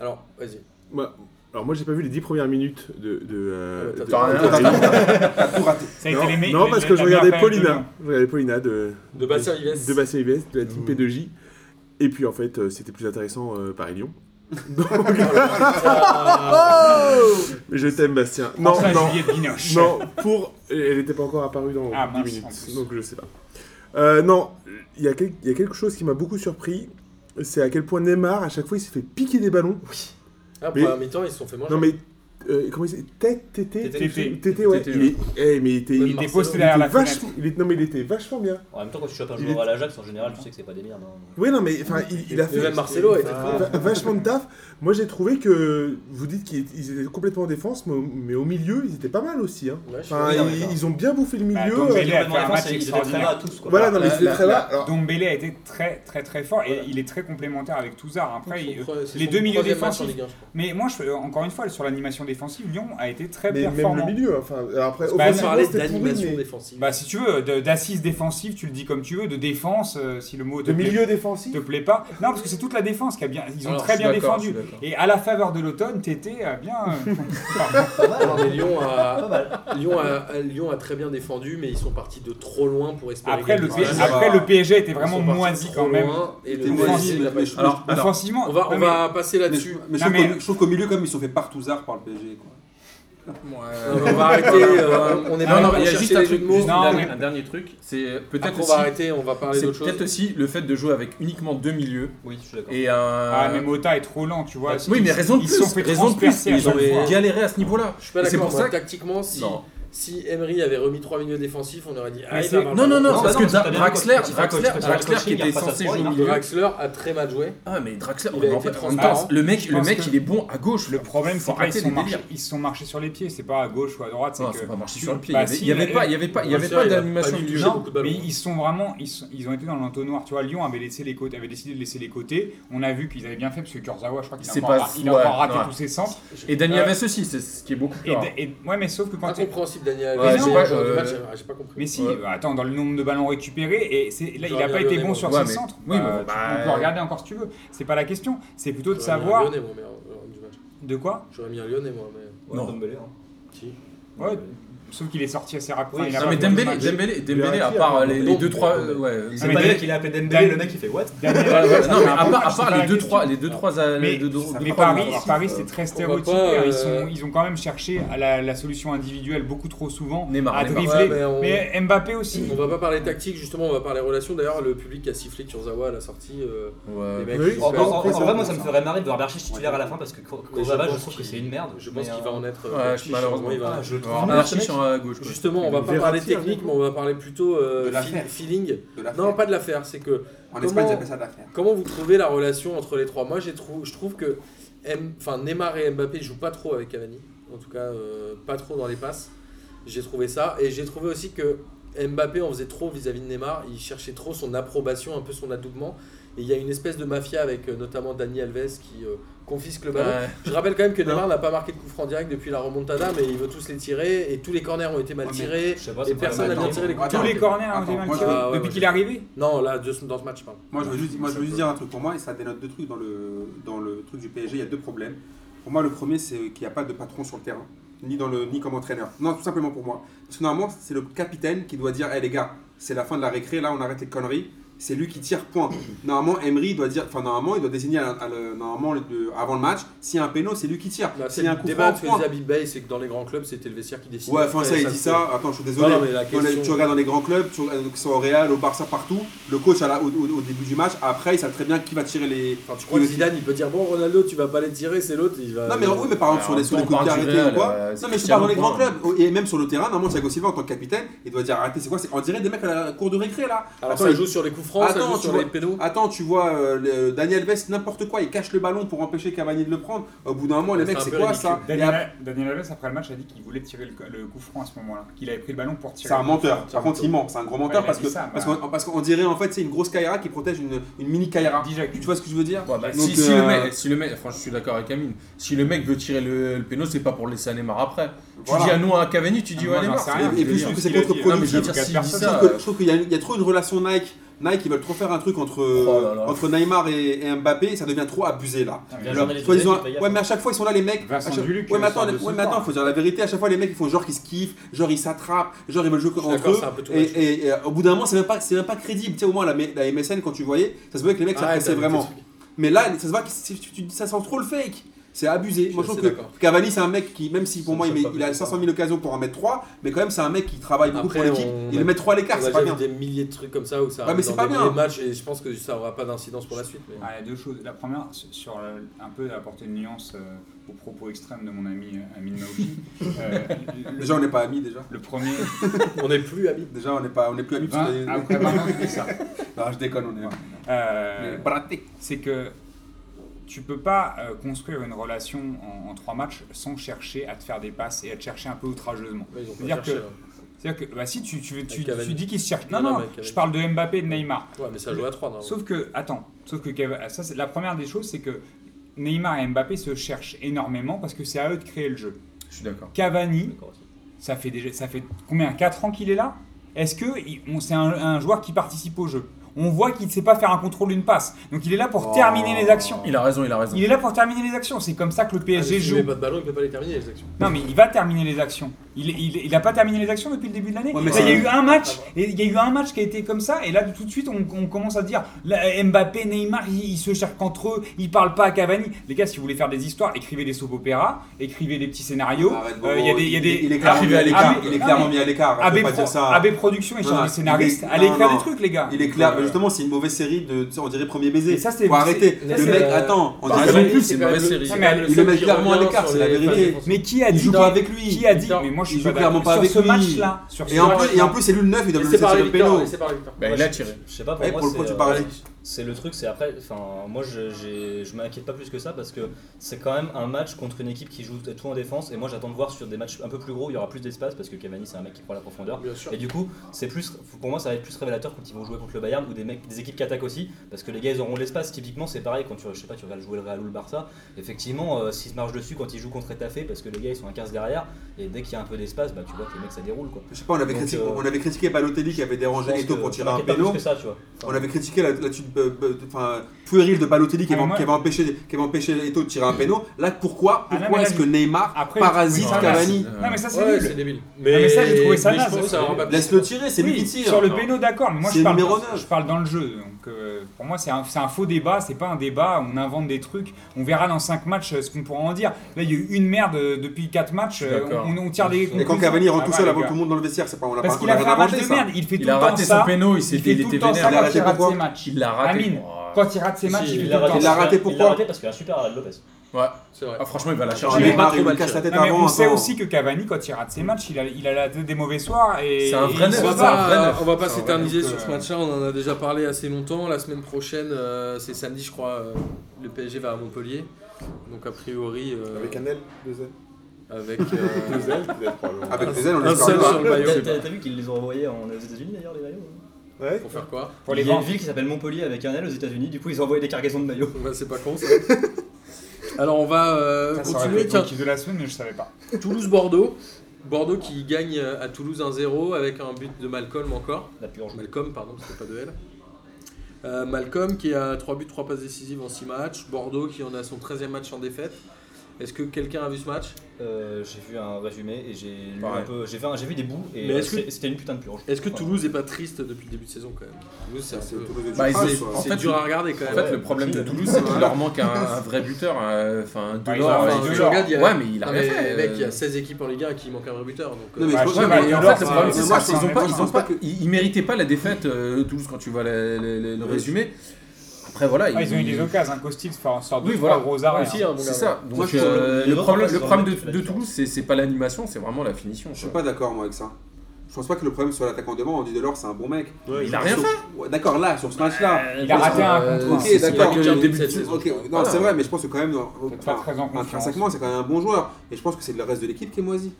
A: Alors, vas-y.
D: Bah, alors moi j'ai pas vu les 10 premières minutes de. de, euh,
A: Ah, bah,
D: de-
A: t'as-
D: de-
A: t'as-
D: de-
E: T'as tout raté.
B: Ça a été
D: non,
B: les me-
D: non,
B: les-
D: parce
B: les-
D: que
B: la
D: je regardais
B: meilleure période de
D: Paulina.
B: Lyon.
D: Je regardais Paulina de.
A: De Bastien Ives.
D: De Bastien Ives, de la team
C: Mmh.
D: P2J. Et puis en fait, euh, c'était plus intéressant euh, Paris-Lyon. Donc, je t'aime Bastien. Non,
B: Prends ça,
D: non,
B: Juliette Binoche.
D: non, pour. Elle n'était pas encore apparue dans
B: Ah,
D: 10
B: mince, en
D: minutes,
B: plus.
D: donc je sais pas. Euh, non, il y, a quel- il y a quelque chose qui m'a beaucoup surpris, c'est à quel point Neymar, à chaque fois, il s'est fait piquer des ballons.
A: Ah, pour
D: Mais-
A: un mi-temps, ils se sont fait manger.
D: Non mais, euh, comment il s'est... Tête, tété
A: Tété.
D: Tété, ouais.
C: Tété,
D: Il est- eh, mais il était...
A: Même
B: Il
D: il était
B: est
A: Marcelo,
B: posté derrière la fenêtre.
D: vachement... il est- Non mais il était vachement bien.
F: En même temps, quand tu chopes un
D: Il
F: joueur
D: est-
F: à l'Ajax, en général, tu sais que c'est pas des merdes. hein.
D: Oui, non mais, enfin, il, il a
A: Et
D: fait...
A: même Marcelo a été
D: Ah.
A: fort.
D: Va- vachement de taf. Moi, j'ai trouvé que vous dites qu'ils ils étaient complètement en défense, mais au, mais au milieu, ils étaient pas mal aussi. hein.
A: Ouais, je suis
D: Enfin,
F: Oui, non, mais
D: ils,
F: ça.
D: ils ont bien bouffé le
B: Bah,
D: milieu.
B: donc,
D: euh,
B: Dembélé a fait un
F: Globalement,
B: match
F: c'est- ils étaient très mal à
B: extraordinaire.
F: tous. quoi.
D: voilà, non, mais
A: la-
D: c'était
A: la-
D: très
A: la-
D: mal. Alors,
B: Dombélé a été très très très fort et il est très complémentaire avec Touzard. Après, il-
A: Son- c'est
B: les
A: son
B: deux milieux
A: troisième match en
B: défensifs.
A: Ligue un, je crois.
B: mais moi, je- euh, encore une fois, sur l'animation défensive, Lyon a été très
D: mais même le
B: performant.
D: milieu. Enfin, alors après,
B: Bah,
A: On
B: c'est-
D: offensivement,
A: parlait
D: c'était pourri,
A: d'animation
D: mais
A: défensive.
B: Bah, si tu veux, de- d'assises défensives, tu le dis comme tu veux, de défense, euh, si le mot te
D: de
B: plaît,
D: milieu
B: te
D: défensif.
B: plaît pas. Non, parce que c'est toute la défense qui a bien. Ils ont
C: Alors,
B: très
C: je suis
B: bien
C: d'accord,
B: défendu.
C: je suis d'accord.
B: Et à la faveur de l'automne, Tété a bien. euh,
F: Pas mal,
A: Non, mais
F: hein.
A: Lyon
F: Pas
A: a,
F: mal.
A: Lyon, a, Lyon a très bien défendu, mais ils sont partis de trop loin pour espérer
B: Après, le,
A: gagner.
B: P-
E: PSG,
A: Ils
B: après, le PSG était
A: sont
B: vraiment
A: partis
B: moisi
A: trop
B: quand même.
A: loin, et le
E: T'es
A: PSG,
E: moisi,
A: il a
E: mais-
A: pas
E: mais-
A: joué.
E: Alors,
B: Offensivement,
A: On va,
B: ouais,
A: on
B: mais-
A: va passer
E: Mais
A: là-dessus.
E: je mais je
B: Non,
E: trouve
B: mais-
E: qu'au- je trouve qu'au milieu, comme ils se sont fait partouzard par le PSG. quoi.
A: Non, mais On va arrêter. euh, on est
C: Non,
A: pas
C: non,
A: là
C: il y a
A: pour
C: juste
A: chercher
C: un
A: les jeux
C: truc,
A: de mots.
C: juste
B: Non,
C: un, dernier,
B: mais-
C: un dernier truc, c'est peut-être
A: Après, on va
C: aussi,
A: arrêter, on va parler
C: c'est
A: d'autre chose.
C: peut-être aussi le fait de jouer avec uniquement deux milieux
F: Oui, je suis d'accord.
C: et un.
B: Ah, mais Mota est trop lent, tu vois.
C: euh, Bah, oui, mais raison de
B: ils
C: plus,
B: sont fait
C: raison de plus,
B: transpercer à
C: ils ont
B: chaque fois.
C: galéré à ce niveau-là.
A: Je suis pas
C: Et c'est
A: d'accord.
C: pour
A: moi,
C: ça que-
A: Tactiquement, si,
C: Non.
A: si Emery avait remis trois milieux défensifs, on aurait dit. Ah,
B: Mais
A: il
B: ça
A: est-
B: va,
C: Non, non, non, parce
F: Non, bah
C: que
F: non, parce que t'as bien
C: Draxler,
F: coach,
C: Draxler,
F: coach,
C: Draxler qui
F: il a
C: était
F: pas sa
C: censé
F: foi,
C: jouer au
F: il a-
C: milieu.
A: Draxler a très mal joué.
C: Ah, mais Draxler,
A: Il a
C: on en
A: été
C: fait- on en
A: transparent.
C: parle. le mec,
B: Je
C: le
B: pense
C: mec
B: que-
C: il est bon à gauche.
B: Le problème,
C: Faut
B: c'est qu'ils
C: arrêter
B: se
C: les
B: sont marchés-
C: délires.
B: ils se sont marchés sur les pieds, c'est pas à gauche ou à droite. c'est
C: Non,
B: que-
C: faut pas marcher sur le pied.
B: Bah,
C: il y avait-
B: si,
C: il y avait,
B: mais-
C: pas, il y avait pas, il y avait
A: Draxler,
C: pas
A: il a
C: d'animation
A: pas du tout
C: du jeu.
A: joué.
B: Non,
A: beaucoup de ballons.
B: mais
C: hein.
B: ils sont vraiment, ils, sont- ils ont été dans l'entonnoir. Tu vois, Lyon avait laissé les côtés, avait décidé de laisser les côtés. On a vu qu'ils avaient bien fait parce que Kurzawa, je crois qu'il a,
C: C'est
B: encore,
C: pas-
B: ra- il a
C: ouais,
B: encore raté
C: ouais.
B: tous ses centres.
C: Et Dani
B: Euh,
C: Alves aussi, c'est ce qui est beaucoup plus
B: Et,
C: rare.
B: et- ouais, mais sauf que quand t'es-
A: Incompréhensible, Daniel.
C: Ouais,
A: Alves,
B: non,
A: c'est le genre
C: euh,
A: de match, j'ai- j'ai pas compris.
B: mais si,
C: Ouais.
B: bah, attends, dans le nombre de ballons récupérés, et c'est- là, il
A: J'aurais
B: n'a
A: bien
B: pas été
A: aimé,
B: bon
A: moi.
B: sur
C: Ouais,
B: ses
C: mais-
B: centres.
C: oui, mais
B: Euh,
C: bon,
B: tu
C: bah,
B: peux regarder encore si tu veux. C'est pas la question. C'est plutôt de
A: J'aurais mis
B: savoir
A: un Lyonnais, moi, mais, euh, euh, du match.
B: de quoi.
A: J'aurais mis un Lyonnais, moi, mais.
F: Ouais,
C: non.
F: Dembélé, hein.
A: Si.
B: Ouais, sauf qu'il est sorti assez rapidement.
F: Oui,
B: il a
C: Non,
B: pas
C: mais
B: fait le
C: Dembélé,
B: match.
C: Dembélé, Dembélé, à
D: Verratti,
C: part
D: avant,
C: les
A: Dembélé.
C: 2-3. Ouais.
F: C'est
B: mais
F: pas le
B: Daniel-
F: mec, il a appelé Dembélé, le
B: Daniel-
F: mec, il fait what
C: Non, mais à
B: Après,
C: part, à
B: c'est
C: part
B: pas la
C: les 2-3
B: question.
C: les deux, trois, euh,
B: Mais-
C: les deux, trois-
B: Mais
C: trois-
B: Paris,
C: trois-
B: Paris c'est très stéréotypé. hein.
A: pas, euh,
B: Ils, sont, ils ont quand même cherché à la, la solution individuelle beaucoup trop souvent.
C: Neymar,
B: à
C: Neymar.
B: dribbler.
A: Ouais, mais on-
B: mais, Mbappé aussi.
A: On va pas parler tactique, justement, on va parler relations. D'ailleurs, le public a sifflé Kurzawa à la sortie. euh, les
B: ben,
C: Ouais.
A: mecs,
D: Oui,
A: ils
F: En,
A: ont
F: en-
A: fait-
F: en- en vrai, moi, ça me ferait marrer de voir Berchiche titulaire à la fin parce que
A: Mais
F: Kozava, je, trouve que
A: qu'il-
F: c'est une merde.
A: Je pense
F: mais,
A: qu'il
F: euh,
A: va en être. euh,
C: Ouais,
A: Berchiche,
C: malheureusement.
A: il va-
F: Ah, je le trouve
C: Alors,
F: nul, ce
C: Anarchie
F: mec.
C: sur euh, gauche. quoi.
A: Justement, on va pas parler
D: Verratti,
A: technique, mais on va parler plutôt euh,
E: De
A: feel-
E: l'affaire.
A: feeling.
E: De l'affaire.
A: Non, pas de l'affaire, c'est que
E: En Espagne,
A: comment-
E: ils appellent ça de l'affaire.
A: comment vous trouvez la relation entre les trois Moi, j'ai trou- je trouve que M- enfin, Neymar et Mbappé jouent pas trop avec Cavani, en tout cas euh, pas trop dans les passes. J'ai trouvé ça et j'ai trouvé aussi que Mbappé en faisait trop vis-à-vis de Neymar, il cherchait trop son approbation, un peu son adoubement. Et il y a une espèce de mafia avec euh, notamment Dani Alves qui euh, confisque le ballon.
C: Ouais.
A: Je rappelle quand même que Neymar n'a pas marqué de coup franc direct depuis la remontada, mais il veut tous les tirer et tous les corners ont été mal
E: Ouais, mais
A: tirés.
F: Je sais pas,
A: Et
F: c'est pas
A: personne
F: mal.
A: n'a bien
E: attends,
A: tiré les coups
E: attends,
B: Tous les corners ont
E: Attends,
B: été mal
E: moi,
B: tirés
A: ah, ouais,
B: depuis
A: ouais.
B: qu'il est arrivé.
A: Non, là, de ce- dans ce match, je parle.
E: Moi, je veux juste, moi, je veux juste dire un truc. Pour moi, et ça dénote deux trucs dans le, dans le truc du PSG. Il y a deux problèmes. Pour moi, le premier, c'est qu'il n'y a pas de patron sur le terrain, ni, dans le, ni comme entraîneur. Non, tout simplement pour moi. Parce que normalement, c'est le capitaine qui doit dire Hé les gars, c'est la fin de la récré, là, on arrête les conneries. C'est lui qui tire point. Normalement, Emery doit dire, enfin normalement, il doit désigner à- à le- normalement le- de- avant le match. S'il y a un péno, c'est lui qui tire.
A: Là,
E: S'il
A: Bah, c'est
E: y a un
A: le
E: coup
A: débat
E: franc,
A: que
E: point.
A: faisait Habib Bey, c'est que dans les grands clubs, c'était le vestiaire qui décidait.
E: Ouais, enfin ça, il
A: se
E: dit
A: fait.
E: ça. Attends, je suis
A: Non,
E: désolé.
A: non, mais la
E: Dans les-
A: question-
E: tu regardes dans les grands clubs, tu regardes qui sont au Real, au Barça, partout. Le coach, à la- au, au- au début du match, après, il savent très bien qui va tirer les.
A: Enfin, tu crois que Zidane, il peut dire Bon, Ronaldo, tu vas pas les tirer, c'est l'autre, il va.
E: Non, mais oui, mais par exemple,
C: Alors,
E: sur les, sur
C: on
E: les coups de
C: parle
E: pied
C: du
E: arrêtés
C: Real,
E: ou quoi.
C: euh, c'est
E: non, mais je parle dans les grands
C: Cristiano
E: clubs. Et même sur le terrain, normalement, Thiago Silva, en tant que capitaine, il doit dire arrêtez, c'est quoi c'est- On dirait des mecs à la cour de récré là.
A: Alors,
E: Attends,
A: ça
E: il-
A: joue sur les coups francs, ça
E: Attends,
A: joue
E: tu
A: sur
E: vois-
A: les pénaux.
E: Attends, tu vois, euh, le- Daniel Vest, n'importe quoi, il cache le ballon pour empêcher Cavani de le prendre. Au bout d'un moment, les
A: C'est
E: mecs,
A: un
E: c'est
A: peu
E: quoi
A: ridicule.
E: ça Et
B: Daniel,
E: après-
B: Daniel Alves, après le match, a dit qu'il voulait tirer le, le coup franc à ce moment-là. Qu'il avait pris le ballon pour tirer.
E: C'est un
B: le coup
E: menteur.
B: franc.
E: Par contre, il ment. C'est un gros menteur
B: Ouais, il a
E: parce
B: dit
E: que
B: ça,
E: parce
B: voilà.
E: qu'on parce qu'on dirait en fait c'est une grosse Kaira qui protège une, une mini Kaira.
B: Dijak.
E: Tu vois ce que je veux dire
C: Ouais, bah,
E: Donc,
C: si, si le
E: euh,
C: mec, si le mec, franchement, je suis d'accord avec Amine. Si le mec veut tirer le, le péno, c'est pas pour laisser à Neymar après.
E: Voilà.
C: Tu dis à nous à Cavani, tu
B: Ah,
C: dis
B: Moi,
C: ouais,
B: j'en
C: Neymar.
B: sais
C: c'est-
B: rien,
C: je veux
E: Et puis,
C: dire.
E: je trouve que c'est
B: Il a dit-
E: contre-productif.
C: Non, mais je veux dire,
B: Quatre
C: s'il dit
B: personnes.
E: Je
C: ça.
E: trouve que- je trouve qu'il y, a- il y a trop une relation Nike. Nike, ils veulent trop faire un truc entre,
C: Oh là là.
E: entre Neymar et, et Mbappé, ça devient trop abusé là.
B: Putain, mais
F: Bien
B: là,
F: joué. journaliste
E: Soit
F: de
E: ils ont-
F: Nike, il paye
E: ouais, mais à chaque fois ils sont là les mecs.
B: Vincent
E: À chaque-
B: Duluc,
E: ouais, mais
B: euh,
E: attends,
B: sort de
E: les-
B: son
E: ouais, mais attends,
B: corps.
E: faut dire la vérité. À chaque fois les mecs ils font genre qu'ils se kiffent, genre ils s'attrapent, genre ils veulent jouer entre
A: d'accord,
E: eux.
A: c'est un peu too
E: et,
A: much.
E: et- et, euh, au bout d'un moment, c'est même pas, c'est même pas crédible. Tu sais, au moins la, la MSN quand tu voyais, ça se voyait que les mecs
A: Arrête,
E: s'appréciaient
A: arrête,
E: vraiment.
A: tes trucs.
E: Mais là, ça se voit que c'est- tu- tu- ça sent trop le fake. C'est abusé. Moi, je
A: suis
E: trouve
A: assez
E: que
A: d'accord.
E: Cavani, c'est un mec qui, même si pour
A: Ça
E: moi,
A: me
E: il, met-
A: choque pas
E: il a
A: plus,
E: 500 000 occasions pour en mettre 3, mais quand même, c'est un mec qui travaille beaucoup
A: Après,
E: pour l'équipe.
A: on
E: Il
A: a-
E: le met 3 à l'écart,
A: On
E: c'est
A: a
E: pas
A: déjà
E: bien.
A: vu des milliers de trucs comme ça où ça
E: Ouais, mais
A: arrive
E: c'est
A: dans
E: pas
A: des
E: bien.
A: milliers de matchs et je pense que ça aura pas d'incidence pour la suite. mais-
B: Ah, il y a deux choses. La première, sur sur le- un peu apporter une nuance euh, aux propos extrêmes de mon ami euh, Amine Naoki. Euh, le-
E: Déjà, on n'est pas amis, déjà.
B: le premier,
A: On n'est plus amis.
E: Déjà, on n'est pas, on n'est plus amis. parce que-
B: vingt- Hein après 20 ans, c'est ça.
E: Non, je déconne, on est.
B: Euh,
E: Mais braté.
B: c'est que tu peux pas euh, construire une relation en, en trois matchs sans chercher à te faire des passes et à te chercher un peu outrageusement.
A: Ouais, ils ont pas
B: C'est-à-dire
A: cherché, hein.
B: que- C'est-à-dire que bah, si tu, tu, tu,
A: Cavani.
B: tu dis qu'ils se cherchent.
A: Non,
B: Non,
A: non,
B: non,
A: avec Cavani.
B: je parle de Mbappé et de Neymar.
A: là. Ouais, mais ça joue à 3
B: Sauf que, attends, sauf que Cava- ça, c'est la première des choses, c'est que Neymar et Mbappé se cherchent énormément parce que c'est à eux de créer le jeu.
C: Je suis d'accord.
B: Cavani, ça fait déjà, ça fait combien 4 ans qu'il est là Est-ce que il- on- c'est un, un joueur qui participe au jeu On voit qu'il ne sait pas faire un contrôle d'une passe, donc il est là pour
A: Oh.
B: terminer les actions.
C: Il a raison, il a raison.
B: Il est là pour terminer les actions. C'est comme ça que le PSG
A: S'il
B: joue.
A: met pas de ballon, il peut pas les terminer les actions.
B: Non, mais il va terminer les actions. Il, il, il a pas terminé les actions depuis le début de l'année.
E: Ouais, mais
B: Là, il y a
E: c'est-
B: eu un match, et il y a eu un match qui a été comme ça, et là tout de suite on, on commence à dire là, Mbappé, Neymar, ils, ils se cherchent entre eux, ils parlent pas à Cavani. Les gars, si vous voulez faire des histoires, écrivez des soap opéra, écrivez des petits scénarios.
E: Arrête,
B: Euh, Il y a des, il y a des-
E: Ah, Il est clairement
B: Ah,
E: mis à
B: ah,
E: l'écart.
B: mais-
E: Il est
B: non,
E: clairement
B: mais
E: mis à l'écart.
B: AB,
E: Arrête de pas
B: Pro-
E: dire ça.
B: AB Production, ils
E: Non,
B: cherchent
E: non,
B: des scénaristes.
E: il est-
B: Allez
E: non,
B: écrire
E: non.
B: des trucs, les gars.
E: Il est clair, mais justement, c'est une mauvaise série de, tu sais, on dirait premier baiser.
B: Et ça, c'est-
E: Faut arrêter.
B: c'est-
A: ça,
E: Le
A: c'est-
E: mec,
A: euh,
E: attends, on
C: Bah,
E: dirait
C: c'est
E: même
C: vrai. plus, c'est pas vrai série.
A: Il
E: le met clairement à l'écart, c'est la vérité.
B: Mais qui a
E: Il
B: dit
E: joue pas avec lui.
B: Qui a dit
A: Victor,
B: Mais moi, je
E: il
B: suis
E: joue
B: pas
E: clairement
B: d'accord.
E: pas
B: Sur
E: avec
B: ce
E: lui.
B: match-là. sur ce
E: Et en,
B: match-là.
E: plus, et en plus, c'est lui le neuf, il doit le
A: Laissé
E: laisser
A: par
E: tirer le
A: Victor,
E: péno.
A: laissé par Victor.
C: Bah,
F: Moi,
C: il a
F: je-
C: tiré.
F: Je sais pas, pour
E: Ouais,
F: moi,
E: pour le coup,
F: c'est,
E: tu
F: euh,
E: parasites.
F: c'est le truc, c'est après, enfin, moi je, j'ai- je m'inquiète pas plus que ça parce que c'est quand même un match contre une équipe qui joue tout en défense et moi j'attends de voir sur des matchs un peu plus gros, il y aura plus d'espace parce que Cavani c'est un mec qui prend la profondeur.
A: Bien sûr.
F: Et du coup, c'est plus, pour moi, ça va être plus révélateur quand ils vont jouer contre le Bayern ou des, mecs, des équipes qui attaquent aussi, parce que les gars, ils auront de l'espace. Typiquement, c'est pareil quand tu, je sais pas, tu regardes jouer le Real ou le Barça. Effectivement, euh, s'ils se marchent dessus quand ils jouent contre Etafé, parce que les gars, ils sont à 15 derrière, et dès qu'il y a un peu d'espace, bah, tu vois que les mecs, ça déroule quoi.
E: Je sais pas, on avait,
F: Donc,
E: critiqué,
F: euh,
E: on avait critiqué Balotelli qui avait dérangé
F: Je pense
E: Eto
F: que
E: pour
F: je
E: tirer un
F: m'inquiète pas
E: péno.
F: plus que ça, tu vois. Enfin,
E: On avait critiqué la, la chute euh, euh, de- enfin, puérile de Balotelli qui
B: Ah,
E: avait,
B: mais moi-
E: qui avait empêché, qui avait empêché Eto de tirer un péno. Là, pourquoi,
B: Ah, non,
E: pourquoi
B: mais là,
E: est-ce que Neymar
B: après,
E: parasite
B: oui, ça,
C: euh,
E: Cavani
B: Non, mais ça, Ah, c'est
A: Ouais,
B: nul.
A: c'est débile.
B: Ah, mais ça, j'ai trouvé ça
A: mais je
B: naze,
A: pense que ça
B: c'est-
A: aura pas plus.
E: Laisse-le tirer, c'est lui
B: Oui,
E: qui tire.
B: Sur le
A: Non.
B: péno, d'accord, mais moi
E: C'est
B: je parle,
E: numéro
B: dans,
E: neuf.
B: je parle dans le jeu. Donc euh, pour moi, c'est un, c'est un faux débat, c'est pas un débat, on invente des trucs. On verra dans 5 matchs euh, ce qu'on pourra en dire. Là, il y a eu une merde euh, depuis 4 matchs, euh,
C: D'accord.
B: on, on tire des.
E: Et quand
B: conclusions.
E: Cavani rentre
B: Ah,
E: tout
B: ouais,
E: seul
B: les
E: avant
B: gars.
E: tout le monde dans le vestiaire, c'est pas on l'a
B: Parce
E: pas- on
B: qu'il
E: l'a
B: a fait
E: rien
B: un match
E: inventé
B: de
E: ça.
B: merde, il fait tout
C: Il a
B: le temps
C: raté
B: ça.
C: son péno, il s'est-
B: Il fait
C: il
B: tout
C: était
B: le temps
C: vénère.
B: ça
E: Il a
B: quand
E: raté
B: il rate
E: pourquoi
B: ses matchs.
C: Il l'a raté.
B: Amine,
C: Oh.
B: quand il rate ses matchs,
F: si,
B: il fait
F: il
B: tout
F: l'a
B: le temps
F: raté,
E: Il l'a
B: ça.
F: parce
E: raté
F: que-
E: pourquoi
F: Il l'a raté parce qu'il y a un super Arad Lopez.
C: Ouais.
A: C'est vrai.
C: Ah, franchement, il va la
E: Genre,
C: chercher.
A: J'ai pas
E: Neymar,
A: trop
E: il
A: mal
E: lui casse la
A: tiré.
E: tête
B: Non, mais
E: avant.
B: on sait
E: attends.
B: aussi que Cavani, quand il rate ses matchs, il a, il a la- des mauvais soirs. et-
C: C'est un
B: et
C: vrai
B: il
A: On
B: se
C: neuf,
A: va
C: c'est
B: bat.
C: un vrai Ah,
A: pas,
C: neuf.
A: on va pas
C: C'est un
A: s'éterniser
B: vrai neuf.
A: sur
C: euh,
A: ce match-là, on en a déjà parlé assez longtemps. La semaine prochaine, euh, c'est samedi, je crois, euh, le PSG va à Montpellier. Donc, a priori. euh,
D: Avec un L, deux L.
A: avec euh,
B: Deux ailes, peut-être, probablement.
E: Avec des ailes, on
A: un
E: l'espère
A: seul
E: pas.
A: sur le maillot.
F: T'as t'as- t'as vu qu'ils les ont envoyés en- aux États-Unis d'ailleurs, les maillots hein
D: Ouais.
A: Pour faire quoi
B: Pour les
F: Il y a une
B: vendre.
F: ville qui s'appelle Montpellier avec un L aux États-Unis, du coup ils ont envoyé des cargaisons de maillots.
A: Bah, C'est pas con ça. Alors on va euh,
B: Ça, ça aurait
A: continuer.
B: été
A: Tiens,
B: le kiff de la semaine, mais je savais pas.
A: Toulouse-Bordeaux. Bordeaux qui gagne euh, à Toulouse 1-0 avec un but de Malcolm encore.
F: La purge.
A: Malcolm, pardon, c'était pas de L. Euh, Malcolm qui a 3 buts, 3 passes décisives en 6 matchs. Bordeaux qui en a son 13e match en défaite. Est-ce que quelqu'un a vu ce match
F: Euh, j'ai vu un résumé et j'ai lu
E: Pareil.
F: un peu, j'ai fait un- j'ai vu des bouts et
A: Mais
F: euh,
A: est-ce que-
F: c'est- c'était une putain de purge.
A: Est-ce que
F: Ouais.
A: Toulouse est pas triste depuis le début de saison quand même Toulouse, c'est
E: C'est
A: un peu-
E: Toulouse de
C: Bah,
E: Dupras,
A: Ah, c'est-
E: quoi.
C: en
A: c'est
C: fait,
A: dur à regarder quand
C: En
A: même.
C: fait, le problème de Toulouse, c'est qu'il leur manque un, un vrai buteur. euh, Enfin,
B: Ah, ils
C: Delors.
B: ont
C: euh,
B: fait un
A: Enfin,
B: Delors.
A: tu regardes, il y a-
C: Ouais, mais il a
A: Non,
C: rien
A: mais,
C: fait.
A: mec, il y
C: euh.
A: a 16 équipes en Ligue 1 qui manquent un vrai buteur. Donc,
E: Non, mais
A: euh,
E: je
B: Ouais,
E: pense
B: ouais, mais
E: que- mais
B: en
E: en
B: fait,
E: fait,
B: le
E: c'est
B: problème,
E: pas-
B: c'est
E: mais moi,
B: ça,
E: je
B: c'est
E: ils ont
B: en
E: pas-
B: fait,
E: ils
C: Ils
E: ont
C: ont pas- ils- ils méritaient pas la défaite, euh, Toulouse, quand tu vois le- le le- le
E: Oui.
C: résumé. Après, voilà.
B: Ah, ils ont eu des occasions, un Costil fait en sorte de
C: Oui,
B: trois
C: voilà.
B: gros
A: Ah,
B: arrêts.
A: si, hein, mon
C: C'est
A: gars.
C: ça.
F: Moi,
C: Donc,
F: je trouve
C: euh,
F: que
C: le
F: les autres
C: problème,
F: passent
C: le
F: dans
C: problème
F: le
C: de,
F: but, la
C: de
F: différence.
C: Toulouse, c'est c'est pas l'animation, c'est vraiment la finition.
E: Je suis
C: quoi.
E: pas d'accord, moi, avec ça. Je pense pas que le problème soit l'attaquant de banc. On dit Delors, c'est un bon mec.
D: Ouais,
C: Il a rien
E: Sur-
C: fait.
E: Ouais, D'accord, là, sur ce match-là.
B: Il a raté un
A: Euh,
B: contre un.
E: ok,
A: c'est- c'est
E: d'accord.
A: pas que le début de cette saison.
E: Ok, non,
C: Voilà.
E: c'est vrai, mais je pense que quand même, dans-
B: Peut-être pas très en confiance.
E: intrinsèquement, c'est quand même un bon joueur. Et je pense que c'est le reste de l'équipe qui est moisi.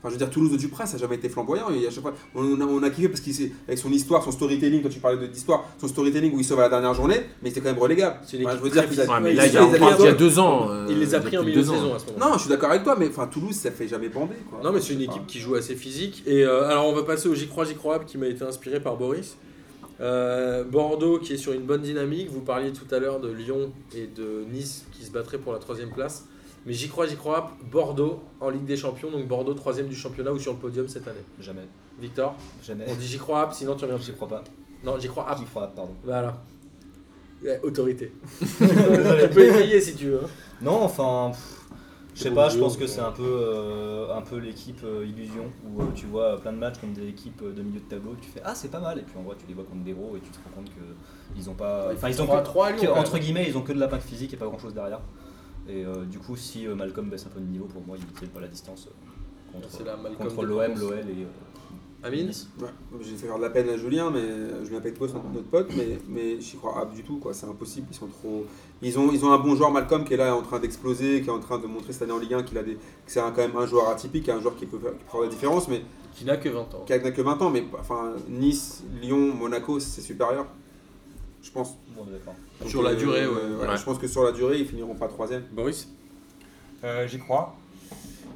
E: Enfin, je veux dire, Toulouse de Dupras, ça n'a jamais été flamboyant. Et à chaque fois, on a, on a kiffé parce qu'il s'est- avec son histoire, son storytelling, quand tu parlais de- d'histoire, son storytelling où il sauve à la dernière journée, mais c'était quand même relégable.
A: C'est une
E: Enfin, je veux
A: équipe
E: dire
A: très
E: qu'ils a-
A: physique.
G: Ouais, mais
E: ils
G: là, il y a,
E: sont les
G: encore- il y a
E: alliés-
G: deux ans. euh,
A: Il les a pris en
G: depuis
A: milieu de
G: deux ans.
C: hein.
A: saison à ce moment-là.
E: Non, je suis d'accord avec toi, mais enfin, Toulouse, ça fait jamais bander. Quoi.
A: Non, mais c'est une équipe qui joue assez physique. Et euh, alors, on va passer au J'y crois, J'y crois App qui m'a été inspiré par Boris. Euh, Bordeaux qui est sur une bonne dynamique. Vous parliez tout à l'heure de Lyon et de Nice qui se battraient pour la troisième place. Mais J'y crois, J'y crois App, Bordeaux en Ligue des Champions. Donc Bordeaux troisième du championnat ou sur le podium cette année.
F: Jamais,
A: Victor,
F: jamais.
A: on dit J'y crois App, sinon tu reviens
F: J'y
A: dessus.
F: crois pas.
A: Non, J'y crois App.
F: J'y crois pas, pardon.
A: Voilà. Ouais, autorité. tu, peux, tu peux essayer si tu veux. hein.
F: Non, enfin, pff, je sais pas, je pense que c'est un peu, euh, un peu l'équipe euh, illusion où euh, tu vois euh, plein de matchs contre des équipes euh, de milieu de tableau, tu fais ah c'est pas mal, et puis en vrai tu les vois contre des gros et tu te rends compte que ils ont pas, enfin ils ont
A: Trois-
F: que-
A: trois à Lyon,
F: que-
A: quand même.
F: entre guillemets ils ont que de la l'impact physique et pas grand chose derrière. Et euh, du coup si euh, Malcolm baisse un peu de niveau pour moi il ne tient pas la distance euh,
A: C'est la
F: contre,
A: Malcolm
F: contre
A: de
F: l'OM,
A: France.
F: l'OL et euh,
A: Amine
F: Nice.
E: Ouais, j'ai fait faire de la peine à Julien, mais euh, Julien Petco, c'est notre pote, mais, mais j'y crois pas du tout, quoi. C'est impossible, ils sont trop. Ils ont, ils ont un bon joueur, Malcolm, qui est là en train d'exploser, qui est en train de montrer cette année en Ligue 1 qu'il a des. que c'est un- quand même un joueur atypique, un joueur qui peut faire, qui peut faire la différence, mais
A: qui n'a que 20 ans.
E: qui n'a que 20 ans, mais enfin, Nice, Lyon, Monaco, c'est supérieur. Je pense.
F: Bon, on est d'accord.
E: Donc, euh,
A: Sur la durée, ouais.
E: voilà, Je pense que sur la durée, ils finiront pas troisième.
A: Boris
B: Euh, J'y crois.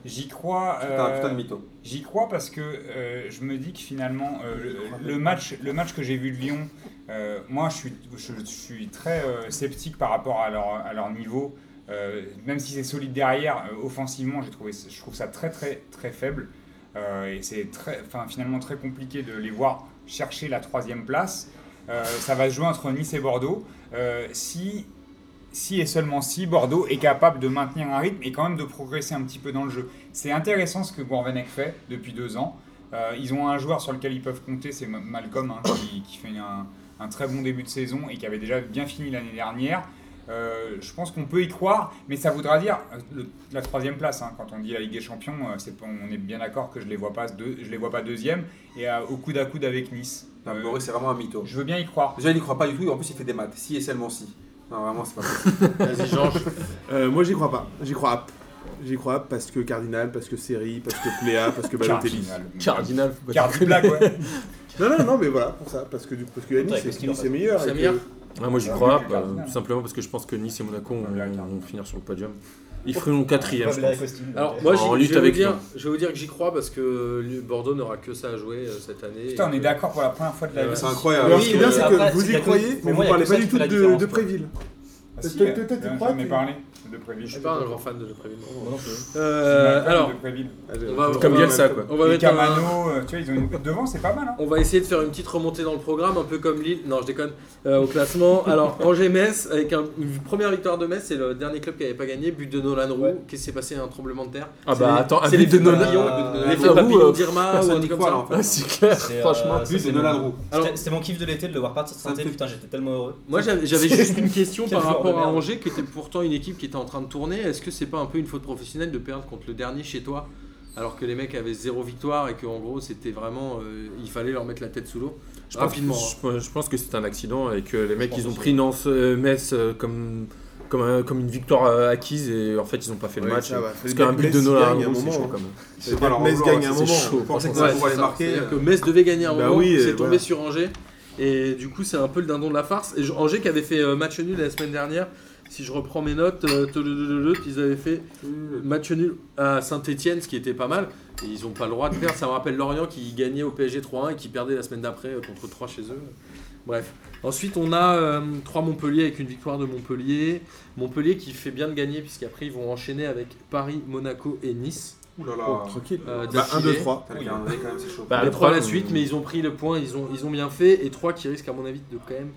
B: J'y crois.
E: C'est un
B: euh,
E: putain de mytho.
B: J'y crois parce que euh, je me dis que finalement, euh, le, le match, le match que j'ai vu de Lyon, euh, moi je suis, je, je suis très euh, sceptique par rapport à leur, à leur niveau. Euh, même si c'est solide derrière, euh, offensivement, j'ai trouvé, je trouve ça très très très faible. Euh, et c'est très, enfin, finalement très compliqué de les voir chercher la troisième place. Euh, ça va se jouer entre Nice et Bordeaux. Euh, si, si et seulement si Bordeaux est capable de maintenir un rythme et quand même de progresser un petit peu dans le jeu. C'est intéressant ce que Gourvenec fait depuis deux ans. Euh, ils ont un joueur sur lequel ils peuvent compter, c'est Ma- Malcolm, hein, qui, qui fait un, un très bon début de saison et qui avait déjà bien fini l'année dernière. Euh, je pense qu'on peut y croire, mais ça voudra dire euh, le- la troisième place. hein, quand on dit la Ligue des Champions, euh, c'est, pas- on est bien d'accord que je les vois pas deux, je les vois pas deuxième et euh, au coude à coude avec Nice.
E: Non,
B: Euh,
E: Boris, c'est vraiment un mytho.
B: je veux bien y croire.
E: Déjà, il n'y croit pas du tout, et en plus, il fait des maths. Si et seulement si. Non, vraiment, c'est pas possible.
A: Vas-y, Georges.
D: Euh, moi, j'y crois pas. J'y crois pas. J'y crois pas parce que Cardinal, parce que Seri, parce que Pléa, parce que Balotelli.
B: Cardinal.
G: Cardinal, faut pas dire.
B: Cardinal, blague, ouais.
D: Non, non, non, mais voilà, pour ça. Parce que, du- parce que la Nice,
F: Ouais,
D: c'est-
F: parce qu'il en
D: c'est
F: passe.
D: meilleur. et que-
A: Samir
G: Ah, moi, j'y
B: Ah,
G: crois
B: oui,
G: pas.
B: Cardinal.
G: Tout simplement parce que je pense que Nice et Monaco vont,
B: Cardinal,
G: vont finir sur le podium. Ils feront
F: Pas
E: euh,
G: quatrième, je
F: Blair
G: pense.
F: Costil,
A: Alors
F: mais-
A: moi
G: En
A: j'y-
G: lutte
A: je, vais vous
G: avec
A: dire,
G: Lyon.
A: je vais vous dire que j'y crois parce que Bordeaux n'aura que ça à jouer euh, cette année.
B: Putain, on
A: Et
B: est
A: que-
B: d'accord pour la première fois de la
A: Ouais,
B: vie.
E: C'est incroyable.
D: Alors,
F: Oui,
D: ce qui est bien,
F: mais
D: c'est
F: après,
D: que vous
F: c'est
D: y
F: la-
D: croyez,
F: pour
D: mais vous
F: moi, il y a
D: parlez
F: que
D: pas
F: ça
D: du
F: qui
D: tout
F: fait la
D: de,
F: différence,
D: de
F: quoi.
D: Préville.
B: Ah,
D: Peut-être-
B: si,
D: peut-être-
B: euh,
D: peut-être tu
B: j'en ai
D: crois, tu-
B: parlé de Préville.
A: Je suis pas un grand fan de Le Préville.
F: Moi non plus.
A: Euh, alors,
B: de Préville.
A: on va,
G: Comme
A: on va-
G: Bielsa, quoi.
A: on va
B: Les
A: mettre un-
B: Camano, euh, tu vois, ils ont une devant, c'est pas mal. Hein.
A: on va essayer de faire une petite remontée dans le programme, un peu comme Lille. Non, je déconne. Euh, au classement, alors Angers-Metz avec un- une première victoire de Metz, c'est le dernier club qui n'avait pas gagné. But de Nolan Roux. Qu'est-ce qui s'est passé Un tremblement de terre.
G: Ah,
A: C'est
G: bah
A: les-
G: attends, un
A: c'est
G: but
A: les
G: de
A: feux
G: Nolan.
A: papillons,
F: Euh,
A: les
E: Nolan
A: feux
E: Roux,
A: papillons
E: euh,
A: d'Irma ou un
E: Personne
A: truc
E: n'y
A: comme
E: croit, là, en
A: ça.
G: Ah,
E: fait.
G: c'est clair,
F: C'est, euh,
G: franchement.
F: ça,
E: But
F: c'est
E: de
F: mon-
E: Nolan
A: Alors-
E: Roux.
A: Ah,
F: C'était- C'était mon kiff de l'été de le voir partir de saint
E: Ça me fait-
F: putain j'étais tellement heureux.
A: Moi j'avais j'avais juste une question
F: Quel
A: par
F: joueur de
A: rapport à
F: merde.
A: Angers qui était pourtant une équipe qui était en train de tourner. Est-ce que c'est pas un peu une faute professionnelle de perdre contre le dernier chez toi alors que les mecs avaient zéro victoire et qu'en gros c'était vraiment euh, il fallait leur mettre la tête sous l'eau
G: Je pense-
A: rapidement.
G: je- Je, pense que c'est un accident et que les mecs,
F: pense
G: ils ont
F: aussi.
G: pris Nance, euh, Metz euh, comme,
C: comme, un- comme une victoire euh, acquise et en fait ils n'ont pas fait le
H: Ouais,
C: match.
H: ça va.
C: Parce qu'un but de
D: Messi
C: Nolan,
D: gagne à un
C: c'est
D: moment,
C: chaud
D: hein.
C: quand même.
E: C'est pas leur
H: Metz
E: boulot,
H: gagne
E: hein,
H: à un
E: c'est
H: moment.
E: chaud. Pensez que
A: Ouais,
E: ça
A: c'est
E: va les
A: ça.
E: marquer.
F: euh.
A: C'est-à-dire que Metz devait gagner un
H: Bah
A: moment,
H: oui,
A: c'est
H: euh,
A: tombé
H: voilà.
A: sur Angers. Et du coup, c'est un peu le dindon de la farce. Et je- Angers qui avait fait euh, match nul la semaine dernière, si je reprends mes notes, euh, tololololo, ils avaient fait match nul à Saint-Etienne, ce qui était pas mal. Et ils n'ont pas le droit de perdre. Ça me rappelle Lorient qui gagnait au PSG 3-1 et qui perdait la semaine d'après euh, contre 3 chez eux. Bref. Ensuite, on a 3 Montpellier avec une victoire de Montpellier. Montpellier qui fait bien de gagner, puisqu'après, ils vont enchaîner avec Paris, Monaco et Nice.
E: Ouh là là.
D: Oh, tranquille.
A: euh,
D: Bah, 1, 2,
A: d'affilée.
D: 3.
E: Putain, le calendrier, quand même, c'est chaud.
C: Bah,
A: Les
C: le
A: trois à la
C: problème,
A: suite, mais ils ont pris le point, ils ont, ils ont bien fait, et trois qui risquent à mon avis de quand même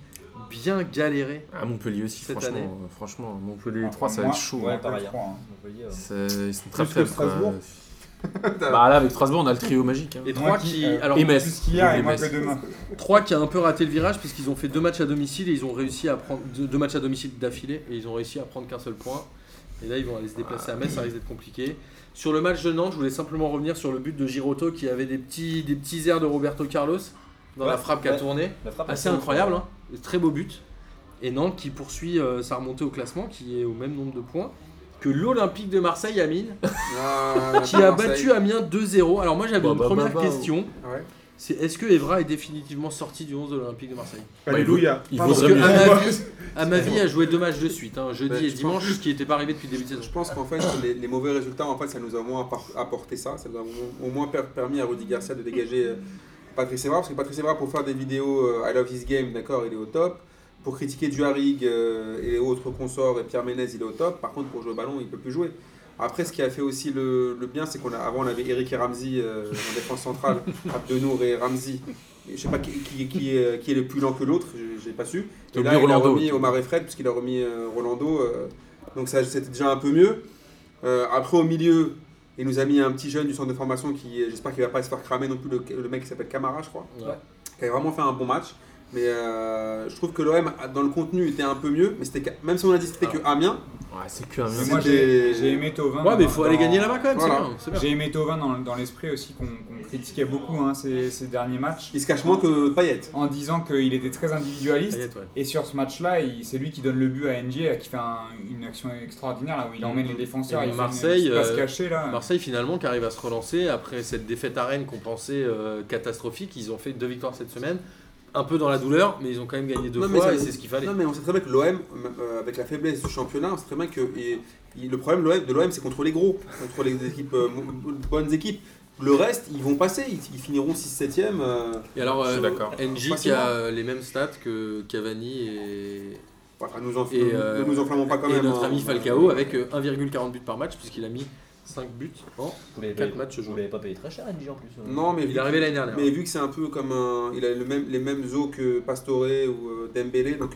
A: bien galérer.
C: À Montpellier aussi,
A: Cette
C: franchement,
A: année.
C: euh, franchement,
B: Ah,
C: Montpellier 3, ça va être chaud.
F: Ouais,
C: hein.
F: pareil.
B: crois, hein.
F: Montpellier, euh,
C: C'est- Ils sont très
D: Plus que
C: faibles. quoi.
D: Strasbourg.
C: bah là, avec Strasbourg, on a le trio magique. hein.
A: Et
B: Moins
A: trois
B: qui-
A: qui,
B: euh,
A: alors,
C: Et Metz.
B: Plus qu'hier
C: Et
B: et moins
C: Metz.
B: que demain.
A: trois qui a un peu raté le virage, puisqu'ils ont fait deux matchs à domicile, et ils ont réussi à prendre deux, deux matchs à domicile d'affilée, et ils ont réussi à prendre qu'un seul point. Et là, ils vont aller se déplacer à Metz, ça risque d'être compliqué. Sur le match de Nantes, je voulais simplement revenir sur le but de Giroto qui avait des petits, des petits airs de Roberto Carlos dans la
F: Ouais,
A: frappe qui a
F: ouais. Ah,
A: tourné.
F: La frappe
A: Assez incroyable, hein. très beau but. Et Nantes qui poursuit euh, sa remontée au classement, qui est au même nombre de points que l'Olympique de Marseille, Amine,
E: Ah,
A: qui a
E: Marseille.
A: battu Amiens 2-0. Alors moi j'avais
C: Bah,
A: une
C: bah,
A: première
C: bah, bah,
A: question,
E: Ouais.
A: c'est est-ce que Evra est définitivement sorti du 11 de l'Olympique de Marseille
D: Alléluia.
C: Il
D: Pardon.
C: vaut
A: Parce que
C: mieux.
A: à ma vie, à ma vie, a joué deux matchs de suite, hein, jeudi
E: Bah,
A: et
E: je
A: dimanche, ce qui n'était pas arrivé depuis le début de saison.
E: Je pense qu'en fait, les, les mauvais résultats, en fait, ça nous a au moins appar- apporté ça. Ça nous a au moins- au moins per- permis à Rudy Garcia de dégager euh, Patrice Evra. Parce que Patrice Evra, pour faire des vidéos euh, I love this game, d'accord, il est au top. Pour critiquer Duharig euh, et les autres consorts et Pierre Ménez, il est au top. Par contre, pour jouer au ballon, il peut plus jouer. Après, ce qui a fait aussi le, le bien, c'est qu'on a avant on avait Eric et Ramsey euh, en défense centrale, Abdenour et Ramsey. Et Je sais pas qui, qui, qui est, qui est le plus lent que l'autre, je- j'ai pas su.
C: T'as
E: Et là,
C: oublié
E: il a
C: Rolando.
E: remis Omar et Fred, puisqu'il a remis euh, Rolando. euh, donc ça, c'était déjà un peu mieux. Euh, après, au milieu, il nous a mis un petit jeune du centre de formation qui, euh, j'espère qu'il va pas se faire cramer non plus, le, le mec qui s'appelle Camara, je crois,
A: Ouais.
E: qui a vraiment fait un bon match. Mais euh, je trouve que l'OM, dans le contenu, était un peu mieux. Mais c'était qu'à- même si on a dit que c'était que Amiens,
C: Ouais, c'est que un
B: Ah. Mais
E: C'était-
B: moi, j'ai j'ai aimé Tovin.
A: Ouais, mais il
B: dans-
A: faut aller
B: dans-
A: gagner là-bas quand même, c'est
E: Voilà.
A: bien, c'est bien.
B: J'ai aimé Tovin dans, dans l'esprit aussi qu'on qu'on critiquait beaucoup hein, ces, ces derniers matchs.
E: il se cache moins que Payet.
B: En disant qu'il était très individualiste.
A: Payet, ouais.
B: Et sur ce match-là, il- c'est lui qui donne le but à NG, qui fait un- une action extraordinaire là où il emmène les défenseurs.
A: Et
B: il fait une
A: Marseille,
B: passe
A: euh,
B: cachée, là.
A: Marseille finalement qui arrive à se relancer après cette défaite à Rennes qu'on pensait euh, catastrophique. Ils ont fait deux victoires cette semaine, un peu dans la douleur, mais ils ont quand même gagné deux
E: Non, mais
A: fois
E: ça-
A: et c'est ce qu'il fallait.
E: Non, mais on sait très bien que l'OM, euh, avec la faiblesse du championnat, on sait très bien que et- et le problème de l'OM, de l'OM, c'est contre les gros, contre les équipes, euh, mo- bonnes équipes. Le reste, ils vont passer, ils, ils finiront 6-7ème. euh,
A: Et alors,
E: Je suis
A: euh,
E: d'accord.
A: NJ qui a euh, les mêmes stats que Cavani et,
E: enfin, nous en,
A: Et,
E: ne-
A: euh,
E: ne nous enflammons pas quand
A: et
E: même.
A: notre
E: hein.
A: ami Falcao avec euh, 1,40 buts par match, puisqu'il a mis 5 buts en
F: Vous l'avez
A: 4
F: pas-
A: hein. matchs
F: vous
A: joués.
F: l'avez pas payé très cher, NG en plus. euh.
E: Non, mais
A: Il
E: vu-
A: est arrivé l'année dernière.
E: Mais vu que c'est un peu comme un. Il a le même, les mêmes os que Pastore ou euh, Dembélé, donc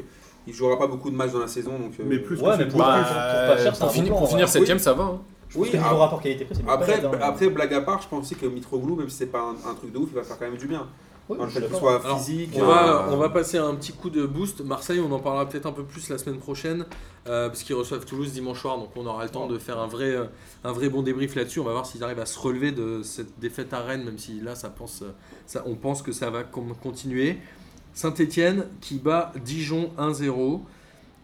E: il jouera pas beaucoup de matchs dans la saison. Donc, euh,
D: Mais plus que
F: Ouais, mais
D: celui-
F: pour, pour- pour pas cher, c'est un
C: Bah, pour,
F: bon
C: finir-
F: plan,
C: pour
F: en
C: finir
F: vrai.
C: 7ème, ça va. hein.
E: Oui,
F: Parce que niveau
E: après-
F: rapport qualité-prix, c'est
E: Après,
F: pas mal, hein.
E: après, blague à part, je pense aussi que Mitroglou, même si c'est pas un, un truc de ouf, il va faire quand même du bien.
F: Oui,
E: Dans le
F: je
E: fait
F: suis
E: qu'il
F: d'accord.
E: soit
A: Alors,
E: physique.
A: On
E: euh,
A: va, on va passer à un petit coup de boost. Marseille, on en parlera peut-être un peu plus la semaine prochaine, euh, parce qu'ils reçoivent Toulouse dimanche soir, donc on aura le temps de faire un vrai, euh, un vrai bon débrief là-dessus. On va voir s'ils arrivent à se relever de cette défaite à Rennes, même si là, ça pense, euh, ça, on pense que ça va com- continuer. Saint-Etienne qui bat Dijon 1-0.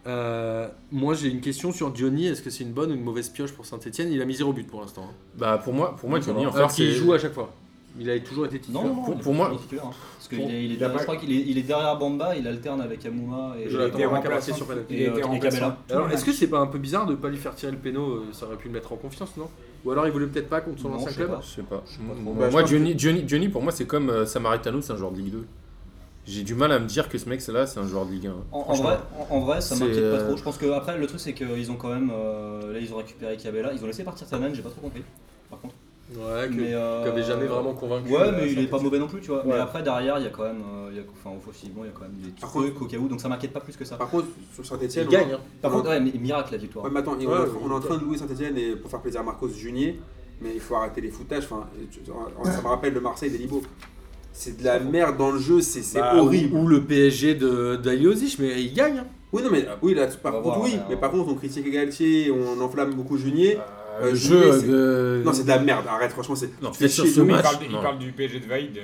A: Euh, moi, j'ai une question sur Diony. Est-ce que c'est une bonne ou une mauvaise pioche pour Saint-Etienne Il a mis 0 but pour l'instant. hein.
C: Bah, pour moi, pour moi, Johnny, en fait,
A: Alors qu'il
C: c'est-
A: joue à chaque fois. Il a toujours été
F: Non,
A: titulaire.
F: non, non,
C: Pour-
F: il est
C: pour moi-
F: pas titulaire, hein. Parce que
B: Pour-
F: il est- il
B: il
F: est
B: a
F: derrière-
B: pas-
F: je crois qu'il est- il est derrière Bamba, il alterne avec Amouma et
A: Je
B: Il
A: l'attends.
B: était
A: Jonathan
B: remplacé
A: Capella.
B: Il
F: Et, euh,
B: était
F: et
B: remplacé.
F: Capella.
A: Alors, est-ce que c'est pas un peu bizarre de pas lui faire tirer le péno euh, Ça aurait pu le mettre en confiance, non Ou alors il voulait peut-être pas contre son
F: Non,
A: ancien
F: je sais
A: club
F: pas.
C: Je sais pas.
F: sais pas trop.
E: Bah, je
C: moi,
E: pense
C: Johnny, Johnny, Johnny, pour moi, c'est comme euh, Samaritano, c'est un joueur de Ligue 2. J'ai du mal à me dire que ce mec-là, c'est un joueur de Ligue 1.
F: En, en
C: franchement.
F: vrai, en, en vrai, ça
C: c'est,
F: m'inquiète pas
C: euh,
F: trop. Je pense que après, le truc, c'est qu'ils ont quand même. euh, là, ils ont récupéré Cabella. Ils ont laissé partir Tanan, j'ai pas trop compris. Par contre.
A: Ouais,
F: Mais,
A: que-
F: euh,
A: qu'avait jamais vraiment convaincu.
F: Ouais,
A: euh,
F: mais il est pas
A: Saint-Etienne.
F: mauvais non plus, tu vois. Mais
A: Ouais.
F: après, derrière, il y a quand même. euh, il y a, enfin, offensivement, il y a quand même des
E: Par
F: trucs au cas où. Donc ça m'inquiète pas plus que ça.
E: Par contre, sur Saint-Etienne.
A: Il gagne. hein.
F: Par contre, ouais, mais miracle la victoire.
E: mais attends, et on,
A: Ouais,
E: est-
A: oui,
E: on est en train de louer Saint-Etienne et pour faire plaisir à Marcos Junier, mais il faut arrêter les foutages. Enfin, tu- en- ça me rappelle le Marseille des Libos. C'est de la merde dans le jeu, c'est c'est
A: Bah,
E: horrible.
A: Ou, ou le PSG de d'Aliosic, mais il gagne. hein.
E: Oui, non, mais oui, là, par
F: va
E: contre,
F: voir,
E: oui.
F: mais on-
E: Mais par contre, on critique Galtier, on enflamme beaucoup Junier.
C: le
E: Euh, bah,
C: jeu
E: Junier, c'est-
C: euh, de.
E: Non, c'est de la merde, arrête, franchement, c'est.
C: Non,
E: tu te
C: peut-être
E: fais
C: sur
E: chier,
C: ce
E: oui,
B: Il
C: match.
B: parle, il
C: non.
B: parle du PSG de Vaid. euh,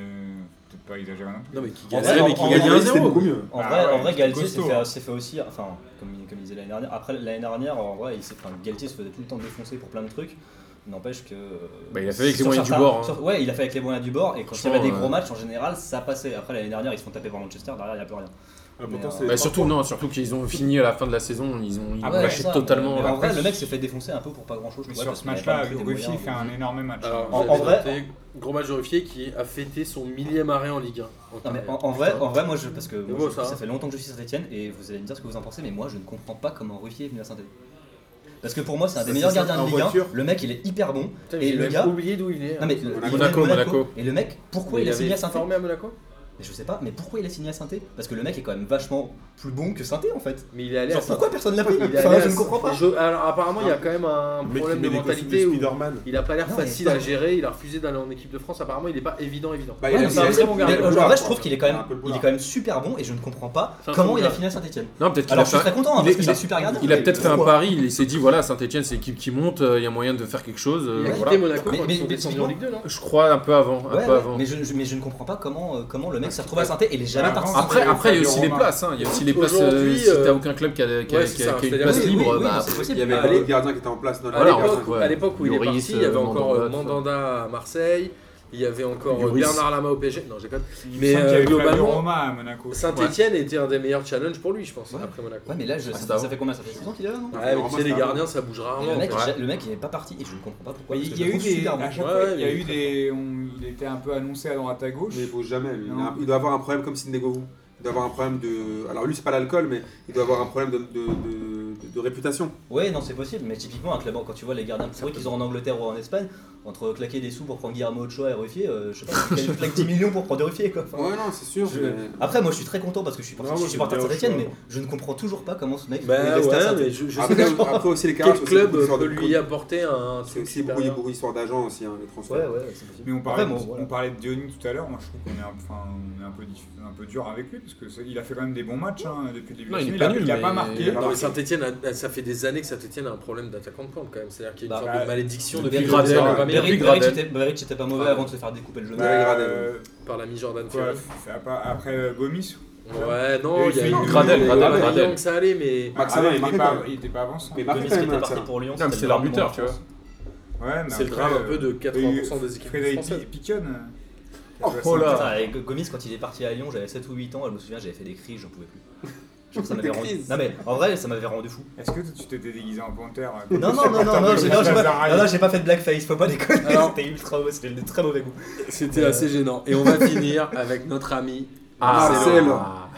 B: pas exagérer non plus.
A: Non, mais qui
F: En
A: gagne
F: vrai,
A: mais
F: en-
A: qui
F: en
A: gagne
F: vrai,
A: 1-0.
E: C'était beaucoup mieux.
F: En
B: Ah
F: vrai,
B: ouais,
F: en vrai,
B: c'est
F: Galtier s'est
B: costaud,
F: fait,
B: hein.
F: s'est fait aussi, enfin, comme, comme il disait l'année dernière, après l'année dernière, en vrai, il s'est, enfin, Galtier se faisait tout le temps défoncer pour plein de trucs. N'empêche que. euh,
C: Bah, il a fait avec les
F: sur
C: moyens du
F: certains-
C: bord, hein.
F: sur- ouais, il a fait avec les moyens du bord, et quand il y
C: Franchement,
F: avait des gros
C: euh,
F: matchs, en général, ça passait. Après l'année dernière, ils se font taper par Manchester, derrière, il n'y a plus rien.
D: Ah,
F: Mais, euh,
D: pourtant, c'est.
C: Bah, surtout, non, surtout qu'ils ont fini à la fin de la saison, ils ont ils
B: Ah
C: ont
B: ouais,
C: lâché
F: ça,
C: bah, totalement.
F: mais en vrai,
B: Après,
F: le mec s'est fait défoncer un peu pour pas grand chose.
B: Mais sur ce match-là, Goffy fait un énorme match.
A: Alors,
F: En-
A: en,
F: en vrai-
A: vrai, gros match de Ruffier qui a fêté son millième arrêt en Ligue 1.
F: Non, mais en, en vrai, en vrai, moi, je, parce que moi,
A: beau,
F: je-
A: ça,
F: ça,
A: hein.
F: fait longtemps que je suis Saint-Etienne et vous allez me dire ce que vous en pensez, mais moi, je ne comprends pas comment Ruffier est venu à Saint-Etienne. Parce que pour moi, c'est un des
D: Ça,
F: meilleurs
D: c'est ça,
F: gardiens de
D: en
F: Ligue 1.
D: voiture.
F: Le mec, il est hyper bon.
A: et
F: et le gars.
A: oublié d'où il est.
F: Non, mais le-
E: Monaco,
F: il est venu à
C: Monaco.
F: Et le mec, pourquoi
A: Mais
F: il, a
A: avait
F: signé à
A: été
F: Saint-Etienne
A: formé à Monaco
F: Mais je sais pas, mais pourquoi il a signé à Saint-Etienne Parce que le mec est quand même vachement plus bon que Saint-Etienne en fait.
A: Mais il est allé
F: Genre,
A: à Saint-
F: pourquoi personne l'a pris
A: il est
F: Enfin,
A: allé
F: Je
A: à-
F: ne comprends pas.
A: Je- Alors, apparemment, il y a quand même un
D: Le mec qui
A: problème
D: met
A: de
D: des costumes
A: mentalité où
D: Spider-Man.
A: il a pas l'air
F: Non, mais
A: facile
F: pas-
A: à gérer. Il a refusé d'aller en équipe de France. Apparemment, il n'est pas évident, évident.
E: Bah,
F: Ouais,
E: il a-
F: mais
E: il
F: c'est
E: a-
F: un très bon
E: il a-
F: gardien.
E: il a-
F: Mais, euh, En vrai, je trouve qu'il est quand
E: Il a
F: même,
E: un peu le boulard.
F: il est quand même super bon et je ne comprends pas
A: C'est un
F: comment
A: bon
F: il a
A: gars.
F: fini à Saint-Etienne.
C: Non, peut-être qu'il a
F: Alors je suis
C: fait un-
F: très content hein,
C: il
F: parce
C: est-
F: que
C: il
F: c'est un
C: a-
F: super gardien.
C: Il a peut-être fait un
F: Pourquoi
C: pari, il s'est dit voilà, Saint-Etienne, c'est l'équipe qui monte, euh, il y a moyen de faire quelque chose. euh,
A: Il a quitté
C: voilà.
A: Monaco
F: Mais-
A: quand
F: mais-
A: ils sont
F: mais
A: descendus en Ligue 2, non
C: Je crois un peu avant. Un
F: Ouais,
C: peu
F: ouais,
C: avant.
F: mais, je, je- mais je ne comprends pas comment, euh, comment le mec s'est retrouvé à Saint-Etienne et il est jamais
B: Bah,
F: parti.
B: avant-
C: Après,
B: c'est-
C: après, il y a
B: c'est
C: aussi
B: le
C: des
B: Romain.
C: places. hein. Il y a aussi des places. euh,
A: Aujourd'hui,
C: si t'as
A: euh,
C: aucun club qui a, qui a-
A: ouais, c'est
C: qui a-
A: ça,
C: qui a une
A: c'est-à-dire-
C: place
A: oui, oui,
C: libre,
F: oui,
C: bah,
F: c'est
E: Il
F: possible.
E: y avait
A: Allez.
E: un autre gardien qui était en place dans la
A: À
C: Voilà,
A: l'époque-
C: en fait, ouais.
A: à l'époque où il est
C: Lloris,
A: parti, il y avait
C: euh,
A: encore euh,
C: Mandanda,
A: Mandanda à Marseille, il y avait encore euh,
C: Lloris.
A: Bernard Lama au PSG. Non, j'ai pas.
B: Mais
A: Mais euh, globalement,
B: Roma à Monaco.
A: Saint-Etienne était un des meilleurs challenges pour lui, je pense,
F: Ouais.
A: après Monaco.
F: Ouais, mais là, je-
C: Ah, c'est
F: ça, ça
C: avant.
F: fait combien Ça fait 6 ans qu'il est là non
E: Ouais,
A: Ouais, mais tu
E: Roma,
A: sais, les
E: c'est
A: gardiens, ça bouge
F: Et le,
A: rarement.
F: mec,
A: quoi.
F: le mec, il n'est pas parti et je ne comprends pas pourquoi.
B: Mais
F: parce que
B: Il y
F: je
B: a
F: le
B: eu
F: trouve
B: des. Ah,
F: super bon.
B: À chaque
A: Ouais,
B: fois,
A: ouais,
B: il y a
A: mais
B: eu des. on- Il était un peu annoncé à droite à gauche.
E: Mais il bouge jamais, lui. Il, a-
B: Non.
E: il doit avoir un problème comme Sidney Govou. Il doit avoir un problème de. Alors lui, c'est pas l'alcool, mais il doit avoir un problème de, de, de- de réputation.
F: Ouais, non, c'est possible, mais typiquement, un club, quand tu vois les gardiens pourris qu'ils ont en Angleterre ou en Espagne, entre claquer des sous pour prendre Guillermo Ochoa et Ruffier, euh, je sais pas, tu claques 10 millions pour prendre Ruffier quoi. Enfin,
E: Ouais, non, c'est sûr.
F: je-
E: mais-
F: Après, moi je suis très content parce que je suis, supporter-
D: Non,
F: je
D: moi,
F: suis supporter de
D: j'aime bien
F: Saint-Etienne, mais
D: Ochoa.
F: je ne comprends toujours pas comment ce mec est
A: Bah
F: resté à
A: ouais,
F: Saint-Etienne.
A: mais je, je sais
E: Après,
A: pas
E: après aussi, les
A: quel
E: caractères,
A: club
E: c'est beaucoup
A: peut
E: de-
A: lui apporter un
E: C'est
A: truc
E: aussi beaucoup,
A: supérieur.
E: beaucoup d'histoire d'agents aussi, hein, les transferts.
F: Ouais, ouais, c'est possible.
B: Mais on parlait,
F: Après, bon,
B: on
F: voilà.
B: parlait de Diony tout à l'heure. Moi, je trouve qu'on est, un- enfin, on est un, peu, diff- un peu dur avec lui parce que c'est- il a fait quand même des bons matchs hein, depuis le début.
C: Non,
B: de
C: il
B: la
C: est
B: saison.
C: pas nul,
B: il a
C: mais-
B: pas marqué.
E: il a pas
A: Non, mais
E: marqué.
A: Saint-Etienne, a- ça fait des années que Saint-Etienne a un problème d'attaquant de camp quand même. C'est-à-dire qu'il y a une
F: Bah,
A: sorte
B: bah,
A: de malédiction
C: depuis
A: depuis
C: Gradel,
A: Gradel
C: Gradel.
F: Beric,
C: Gradel.
F: Beric était, Beric était pas mauvais
A: Ah.
F: avant de se faire découper le genou.
B: Bah, euh,
A: par l'ami Jordan
B: quoi,
A: Ferrer.
B: f- à part- après euh, Gomis,
A: Ouais, non,
B: Il
A: il y a
B: fait
A: eu
B: une-
C: Gradel,
A: il y a eu
C: Gradel,
A: un
C: Gradel.
A: Young, ça allait, mais.
E: Max
B: Ah
E: Allen,
B: ouais,
E: il
B: il
E: marquait
B: était pas,
E: quand même.
B: il était pas avançant.
E: Mais
B: Ouais,
E: marquait
F: Gomis
E: quand
F: qui
E: même
F: était
E: un
F: parti
E: tir.
F: pour Lyon.
C: Non, mais c'est
F: c'était
C: l'arbitrage,
F: vraiment
C: tu vois.
F: bon.
B: mais
A: C'est le
B: après,
A: drame un peu
B: euh,
A: de
B: il y a eu
A: 80% des équipes
B: Frédéric
A: françaises.
B: Pi- Piquion.
C: Oh, oh là.
F: Putain, avec Gomis, quand il est parti à Lyon, j'avais 7 ou 8 ans, je me souviens, j'avais fait des crises, j'en pouvais plus. Genre, ça m'avait
E: Des
F: rendu...
E: crises.
F: Non, mais en vrai, ça m'avait rendu fou.
B: Est-ce que tu t'étais déguisé en panthère euh,
F: Non, non, non, non, non, j'ai non, j'ai pas, non, non, j'ai pas fait de blackface, faut pas déconner,
A: Alors-
F: c'était ultra mauvais, c'était de très mauvais goût.
A: C'était
F: Euh,
A: assez gênant. Et on va finir avec notre ami
C: Ah,
A: Marcel.
C: ah.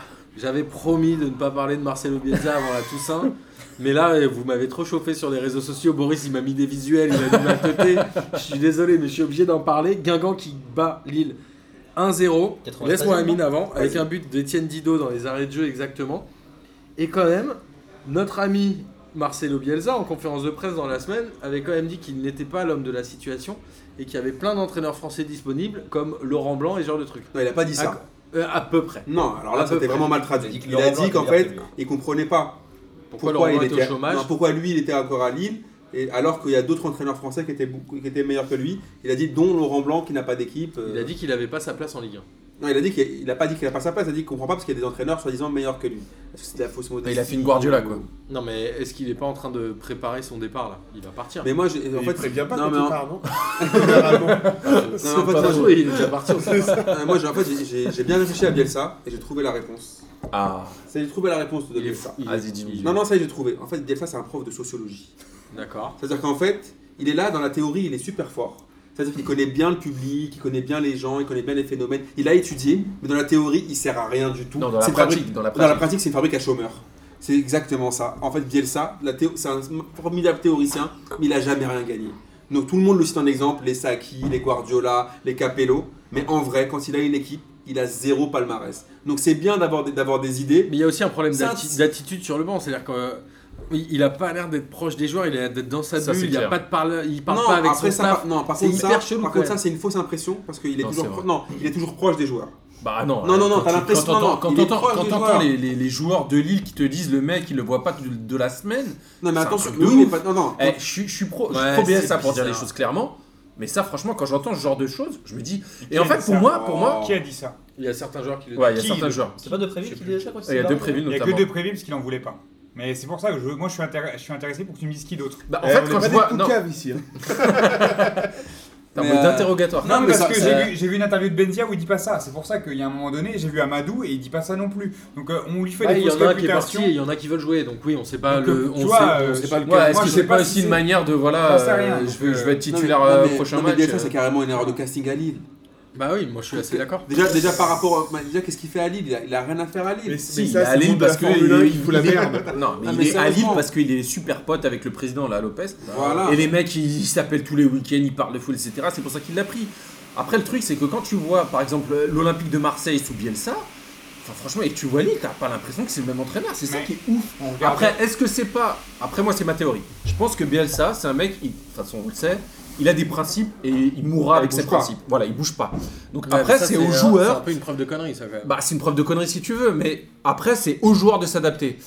A: J'avais promis de ne pas parler de Marcelo Bielsa avant la Toussaint. Mais là, euh, vous m'avez trop chauffé sur les réseaux sociaux. Boris, il m'a mis des visuels, il a dû m'atteter. Je suis désolé, mais je suis obligé d'en parler. Guingamp qui bat Lille 1-0.
F: 93e,
A: Laisse-moi
F: non
A: Amine avant, avec un but d'Étienne Didot dans les arrêts de jeu exactement. Et quand même, notre ami Marcelo Bielsa, en conférence de presse dans la semaine, avait quand même dit qu'il n'était pas l'homme de la situation et qu'il y avait plein d'entraîneurs français disponibles, comme Laurent Blanc et ce genre de truc.
E: Non, il a pas dit ça.
A: Euh, à peu près.
E: Non, alors
A: À
E: là,
A: peu
E: c'était
A: près.
E: vraiment mal traduit.
F: Il
E: Il
F: a
E: a
F: dit
E: dit qu'en
F: qu'il a
E: fait,
F: perdu.
E: il comprenait pas
A: Pourquoi, Laurent
E: il
A: Blanc était au chômage
E: non, pourquoi lui, il était encore à Lille, et alors qu'il y a d'autres entraîneurs français qui étaient, beaucoup- qui étaient meilleurs que lui. Il a dit, dont Laurent Blanc, qui n'a pas d'équipe. euh,
A: Il a dit qu'il n'avait pas sa place en Ligue 1.
E: Non, il a dit qu'il il a pas dit qu'il a pas sa place, il a dit qu'il comprend pas parce qu'il y a des entraîneurs soi-disant meilleurs que lui. Est-ce que c'est de la fausse modestie
C: Il a fait une Guardiola, quoi.
A: Non, mais est-ce qu'il n'est pas en train de préparer son départ là Il va partir.
E: Mais moi, j'ai- en
D: Il
E: fait,
D: prévient pas
E: non,
D: quand
E: mais
D: il
E: en-
D: part, non Généralement.
E: non, mais en fait,
A: Pas
E: moi,
A: joué, il est déjà parti. on sait pas.
E: j'ai- moi, j'ai- en fait, j'ai- j'ai- j'ai bien réfléchi à Bielsa et j'ai trouvé la réponse.
C: Ah,
E: Ça, j'ai trouvé la réponse de
A: Il est fou.
E: Bielsa.
A: il est-
C: vas-y, dis-nous.
E: Non, non, ça, j'ai trouvé. En fait, Bielsa, c'est un prof de sociologie.
A: D'accord.
E: C'est-à-dire qu'en fait, il est là dans la théorie, il est super fort. C'est-à-dire qu'il connaît bien le public, il connaît bien les gens, il connaît bien les phénomènes. Il a étudié, mais dans la théorie, il sert à rien du tout.
C: Non, dans la
E: C'est une fabrique-
C: pratique, dans la
E: dans la
C: pratique.
E: pratique, c'est une fabrique à chômeurs. C'est exactement ça. En fait, Bielsa, la théo- c'est un formidable théoricien, mais il a jamais rien gagné. Donc tout le monde le cite en exemple, les Saki, les Guardiola, les Capello, mais en vrai, quand il a une équipe, il a zéro palmarès. Donc c'est bien d'avoir des, d'avoir des idées.
A: Mais il y a aussi un problème
E: Ça,
A: d'atti-
E: c'est-
A: d'attitude sur le banc. C'est-à-dire euh, qu'il n'a pas l'air d'être proche des joueurs, il a l'air d'être dans sa
C: Ça,
A: bulle,
C: c'est
A: il ne
C: clair.
A: pas de parle, il parle pas avec
E: après
A: son
E: ça,
A: staff.
E: par- non, par
A: C'est
E: contre,
A: hyper
E: ça,
A: chelou,
E: par
A: quand
E: contre,
A: même.
E: ça c'est une fausse impression parce qu'il est
C: Non,
E: toujours,
C: c'est
E: pro-
C: vrai.
E: non, il est toujours proche des joueurs.
C: Bah non.
E: Non, non, non,
C: quand
E: t'as
C: tu-
E: l'impression-
C: quand
E: non, non,
C: t'entends- Quand
E: il est
C: t'entends
E: proche
C: quand
E: du
C: t'entends
E: joueur.
C: les, les, les joueurs de Lille qui te disent le mec il le voit pas de, de la semaine,
E: Non mais
C: C'est un
E: attention,
C: truc de
E: oui mais
C: ouf.
E: pas, non non.
C: eh, je suis je suis pro, je suis
A: Ouais,
C: pro BS,
A: c'est
C: ça pour dire les
A: bizarre.
C: choses clairement. Mais ça, franchement, quand j'entends ce genre de choses, je me dis.
B: Qui
C: Et en
B: a
C: fait,
B: dit
C: pour
B: ça
C: moi, pour moi,
B: Qui a dit ça
A: Il y a certains joueurs qui le
C: ouais, il y a
B: Qui,
C: certains
B: le-
C: joueurs.
F: C'est pas de prévu
C: Je sais
F: qui
C: plus.
F: dit ça quand
C: Il y a deux prévus
B: Il n'y a
C: notamment.
B: que deux prévus parce qu'il en voulait pas. Mais c'est pour ça que je, moi je suis, intér- je suis intéressé pour que tu me dises qui d'autre.
C: Bah, en
D: Eh,
C: fait,
D: on est
C: quand
D: pas
C: je
D: des
C: vois.
D: tout
C: Non,
D: caves ici. hein.
C: t'as un
E: Mais,
C: mode
E: euh,
C: d'interrogatoire.
E: Non,
B: Non,
E: mais
B: mais parce
E: ça-
B: que
E: ça-
B: j'ai vu, j'ai vu une interview de Benzia où il dit pas ça. C'est pour ça qu'il y a un moment donné, j'ai vu Amadou et il dit pas ça non plus. Donc euh, on lui fait
A: Ah,
B: des
A: il y
B: fausses
A: en a un qui est parti
B: réputations.
A: et il y en a qui veulent jouer, donc oui, on sait
C: Bah,
A: pas
B: Donc,
A: le,
B: tu
A: on
B: vois,
A: sait, on
B: euh,
A: sait pas le
C: Ouais, est-ce
B: moi,
C: que
B: je
C: c'est
B: sais
C: pas
B: pas
C: aussi
B: si
C: une
B: c'est-
C: manière de voilà,
B: J'en sais rien,
C: euh,
B: donc,
C: je vais, je vais être
E: Non, mais-
C: titulaire
E: non,
C: euh,
E: mais-
C: prochain
E: non, mais
C: match.
E: Déjà,
C: euh.
E: c'est carrément une erreur de casting à Lille.
A: Bah oui, moi je suis assez d'accord.
E: Déjà, déjà par rapport. à- bah, Déjà, qu'est-ce qu'il fait à Lille il a, il a rien à faire à Lille.
D: Mais
C: Si,
D: si,
C: il est
D: ça,
C: à
D: c'est
C: Lille
D: pour de la
C: parce que
D: Formule 1,
C: il-
D: il fout la merde.
C: Non, mais
E: Ah,
C: il est
E: mais
C: à Lille
E: sérieusement.
C: parce qu'il est super pote avec le président, là, Lopez.
E: Voilà.
C: Et les mecs, ils ils s'appellent tous les week-ends, ils parlent de foot, etc. C'est pour ça qu'il l'a pris. Après, le truc, c'est que quand tu vois, par exemple, l'Olympique de Marseille sous Bielsa, enfin, franchement, et que tu vois Lille, t'as pas l'impression que c'est le même entraîneur. C'est ça
B: Mais-
C: qui est ouf.
B: On regarde-
C: Après, est-ce que c'est pas. Après, moi, c'est ma théorie. Je pense que Bielsa, c'est un mec, il- de toute façon, on le sait, il a des principes et il mourra
B: Il
C: avec
B: bouge
C: ses
B: pas.
C: principes. Voilà, il bouge pas. Donc
A: Ouais, mais
C: après,
A: Bah, ça,
C: c'est aux
A: un-
C: joueurs.
A: C'est un peu une preuve de connerie, ça quand même.
C: Bah, c'est une preuve de connerie si tu veux, mais après, c'est aux joueurs de s'adapter.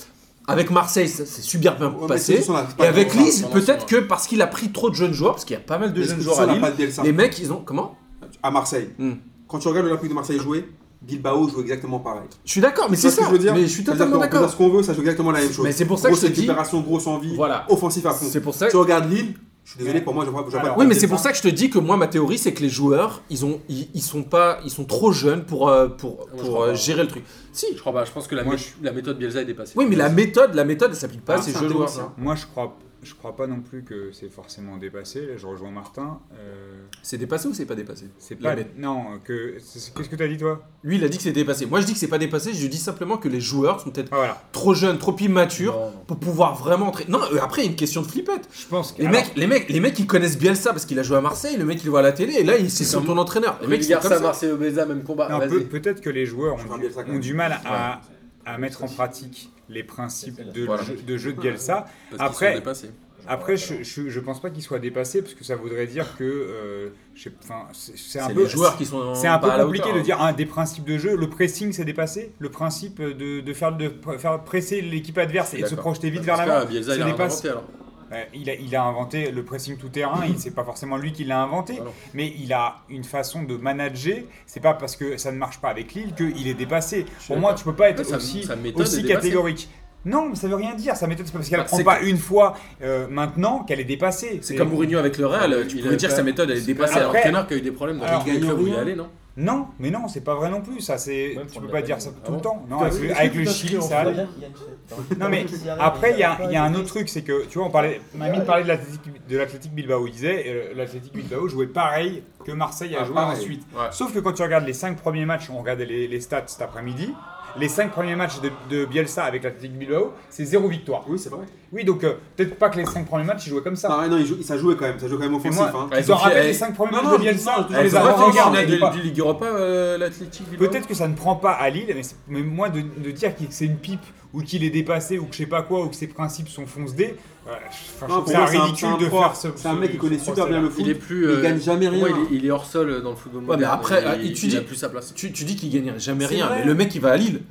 C: Avec Marseille, ça s'est super bien
E: Ouais, mais c'est
C: passé.
E: sur la-
C: Et avec
A: pendant-
C: Lille,
A: pendant
C: peut-être
A: ce
C: que parce qu'il a pris trop de jeunes joueurs, parce qu'il y a pas mal de
E: Mais
C: jeunes
E: c'est
C: joueurs
E: sur
C: à
E: la
C: Lille,
E: patte d'Elsa.
C: les mecs, ils ont. Comment
E: À Marseille.
C: Hmm.
E: Quand tu regardes l'Olympique de Marseille jouer, Bilbao joue exactement pareil.
C: Je suis d'accord, mais
E: Tu
C: c'est
E: vois ce que
C: ça.
E: je veux dire
C: mais je suis totalement
E: C'est-à-dire qu'on peut dire
C: d'accord.
E: ce qu'on veut, ça joue exactement la même chose.
C: Mais c'est pour ça que
E: grosse
C: je te dis-
E: récupération, grosse envie,
C: Voilà.
E: offensif à fond.
C: C'est pour ça.
E: Tu regardes Lille, je suis désolé, pour moi, je vois, je vois
B: Alors,
E: pas
C: Oui,
E: la
C: mais
E: patte
C: c'est pour
E: d'Elsa.
C: ça que je te dis que moi, ma théorie, c'est que les joueurs, ils ont, ils, ils sont pas, ils sont trop jeunes pour euh, pour
A: je
C: pour
A: crois
C: euh,
E: hein.
A: pas.
C: gérer le truc. Si.
A: Je crois pas, je pense que la,
B: Moi,
A: mé- la méthode Bielsa est dépassée.
C: Oui, mais la méthode, la méthode, elle s'applique pas à
E: Ah,
C: ces
E: c'est un
C: joueurs.
E: théoricien.
B: Moi je crois, je crois pas non plus que c'est forcément dépassé. Là, je rejoins Martin. Euh,
C: C'est dépassé ou c'est pas dépassé
B: c'est
C: La
B: pas.
C: bête.
B: Non, que. c'est- c'est- Qu'est-ce que t'as dit toi
C: Lui, il a dit que c'est dépassé. Moi, je dis que c'est pas dépassé. Je dis simplement que les joueurs sont peut-être
B: Ah, Voilà.
C: trop jeunes, trop immatures
A: Non, non.
C: pour pouvoir vraiment entrer. Non, euh, après, il y a une question de flippette.
B: Je pense que.
C: Les
B: alors,
C: mecs, les mecs, les mecs, ils connaissent bien ça parce qu'il a joué à Marseille. Le mec, il le voit à la télé et là, il c'est son ton entraîneur. Les mecs, ils sont
A: Regarde
C: comme
A: ça,
C: ça.
A: Marseille Obeza, même combat.
B: Non,
A: Vas-y.
B: peut- peut-être que les joueurs
E: Je
B: ont
E: parle
B: du,
E: de ça, quand
B: ont
E: même.
B: du mal à, à mettre en pratique les principes de,
C: Voilà.
B: jeu, de jeu de Bielsa.
A: Parce qu'ils
B: Après-
A: sont dépassés.
B: Après, je, je, je pense pas qu'il soit dépassé parce que ça voudrait dire que euh, je sais- enfin, c'est c'est un
C: C'est
B: peu
C: les joueurs qui sont.
B: c'est un peu
C: pas à la
B: compliqué
C: hauteur,
B: de dire un des principes de jeu. Le pressing, c'est dépassé. Le principe de, de faire de faire presser l'équipe adverse et de se
C: D'accord.
B: projeter vite vers
A: Parce que, ah,
B: l'avant.
A: Bielsa,
B: c'est
A: il a
B: dépassé.
A: inventé alors.
B: Ouais, il, a, il a inventé le pressing tout terrain, il c'est pas forcément lui qui l'a inventé,
A: Ah non.
B: mais il a une façon de manager. C'est pas parce que ça ne marche pas avec Lille qu'il est dépassé. Pour moi, tu peux pas être
A: Ouais, sa-
B: aussi,
A: sa méthode est
B: aussi
A: dépassée.
B: catégorique. Non, mais ça veut rien dire. Sa méthode, c'est pas parce qu'elle
C: Bah,
B: prend
C: c'est
B: pas une fois euh, maintenant qu'elle est dépassée.
C: C'est comme Mourinho avec le
A: Ah,
C: Real. Tu
A: il
C: pourrais
A: a
C: dire que
A: pas-
C: sa méthode, elle est
A: C'est
C: dépassée.
A: un
C: Alors,
B: Après-
A: entraîneur qui a eu des problèmes dans
B: Alors,
A: les clubs où il
E: Gagnon-
A: est allé, non
B: Non, mais non, c'est pas vrai non plus. Ça, c'est tu peux pas dire
E: Ah
B: ça tout le temps. Non,
D: Putain,
B: avec,
D: oui,
B: le- avec le Chili, ça. allait. Non mais après il y, a il y a un autre truc c'est que tu vois on parlait Mamie parlait de l'Athletic- de l'Athletic Bilbao il disait euh, l'Athletic Bilbao jouait pareil que Marseille a
E: Ah,
B: joué
E: pareil.
B: ensuite
C: Ouais.
B: sauf que quand tu regardes les 5 premiers matchs on regardait les, les stats cet après-midi les 5 premiers matchs de, de Bielsa avec l'Athletic Bilbao c'est zéro victoire
E: Oui, c'est vrai.
B: oui donc euh, peut-être pas que les 5 premiers matchs ils jouaient comme ça
E: Non, ouais, non, il joue- ça jouait quand même, ça jouait quand même
B: mais
E: offensif.
B: moi
E: hein.
C: Ouais,
B: tu te
C: donc,
B: rappelles
C: eh,
B: les 5 premiers
E: non,
B: matchs
E: non,
B: de
E: je dis
B: Bielsa on
E: ça, je
B: les
E: dis
B: a
E: ça,
B: pas
E: je dis ça,
B: regardés, on
E: je
B: les
E: dis
B: a Ah, pas-
C: du Ligue Europa, euh, l'Athletic Bilbao.
B: Peut-être que ça ne prend pas à Lille, mais, c'est- mais moi de, de dire que c'est une pipe ou qu'il est dépassé ou que je sais pas quoi ou que ses principes sont foncedés, euh, je- enfin, je
E: Non,
B: trouve
E: pour
B: ça
E: moi, c'est un-
B: ridicule
E: c'est un
B: de
E: prof.
B: faire ce.
E: C'est un mec qui
B: ce
E: connaît super
B: procès-là.
E: bien le foot.
A: Il est plus. euh,
E: il gagne jamais
A: pour moi,
E: rien.
A: il est- il est hors sol dans le football
C: Ouais, mais
A: moderne,
C: après,
A: il-
C: ah, il- tu
A: il
C: dis-
A: a plus sa place.
C: Tu, tu dis qu'il gagne jamais
E: C'est
C: rien,
E: vrai.
C: mais le mec il va à Lille.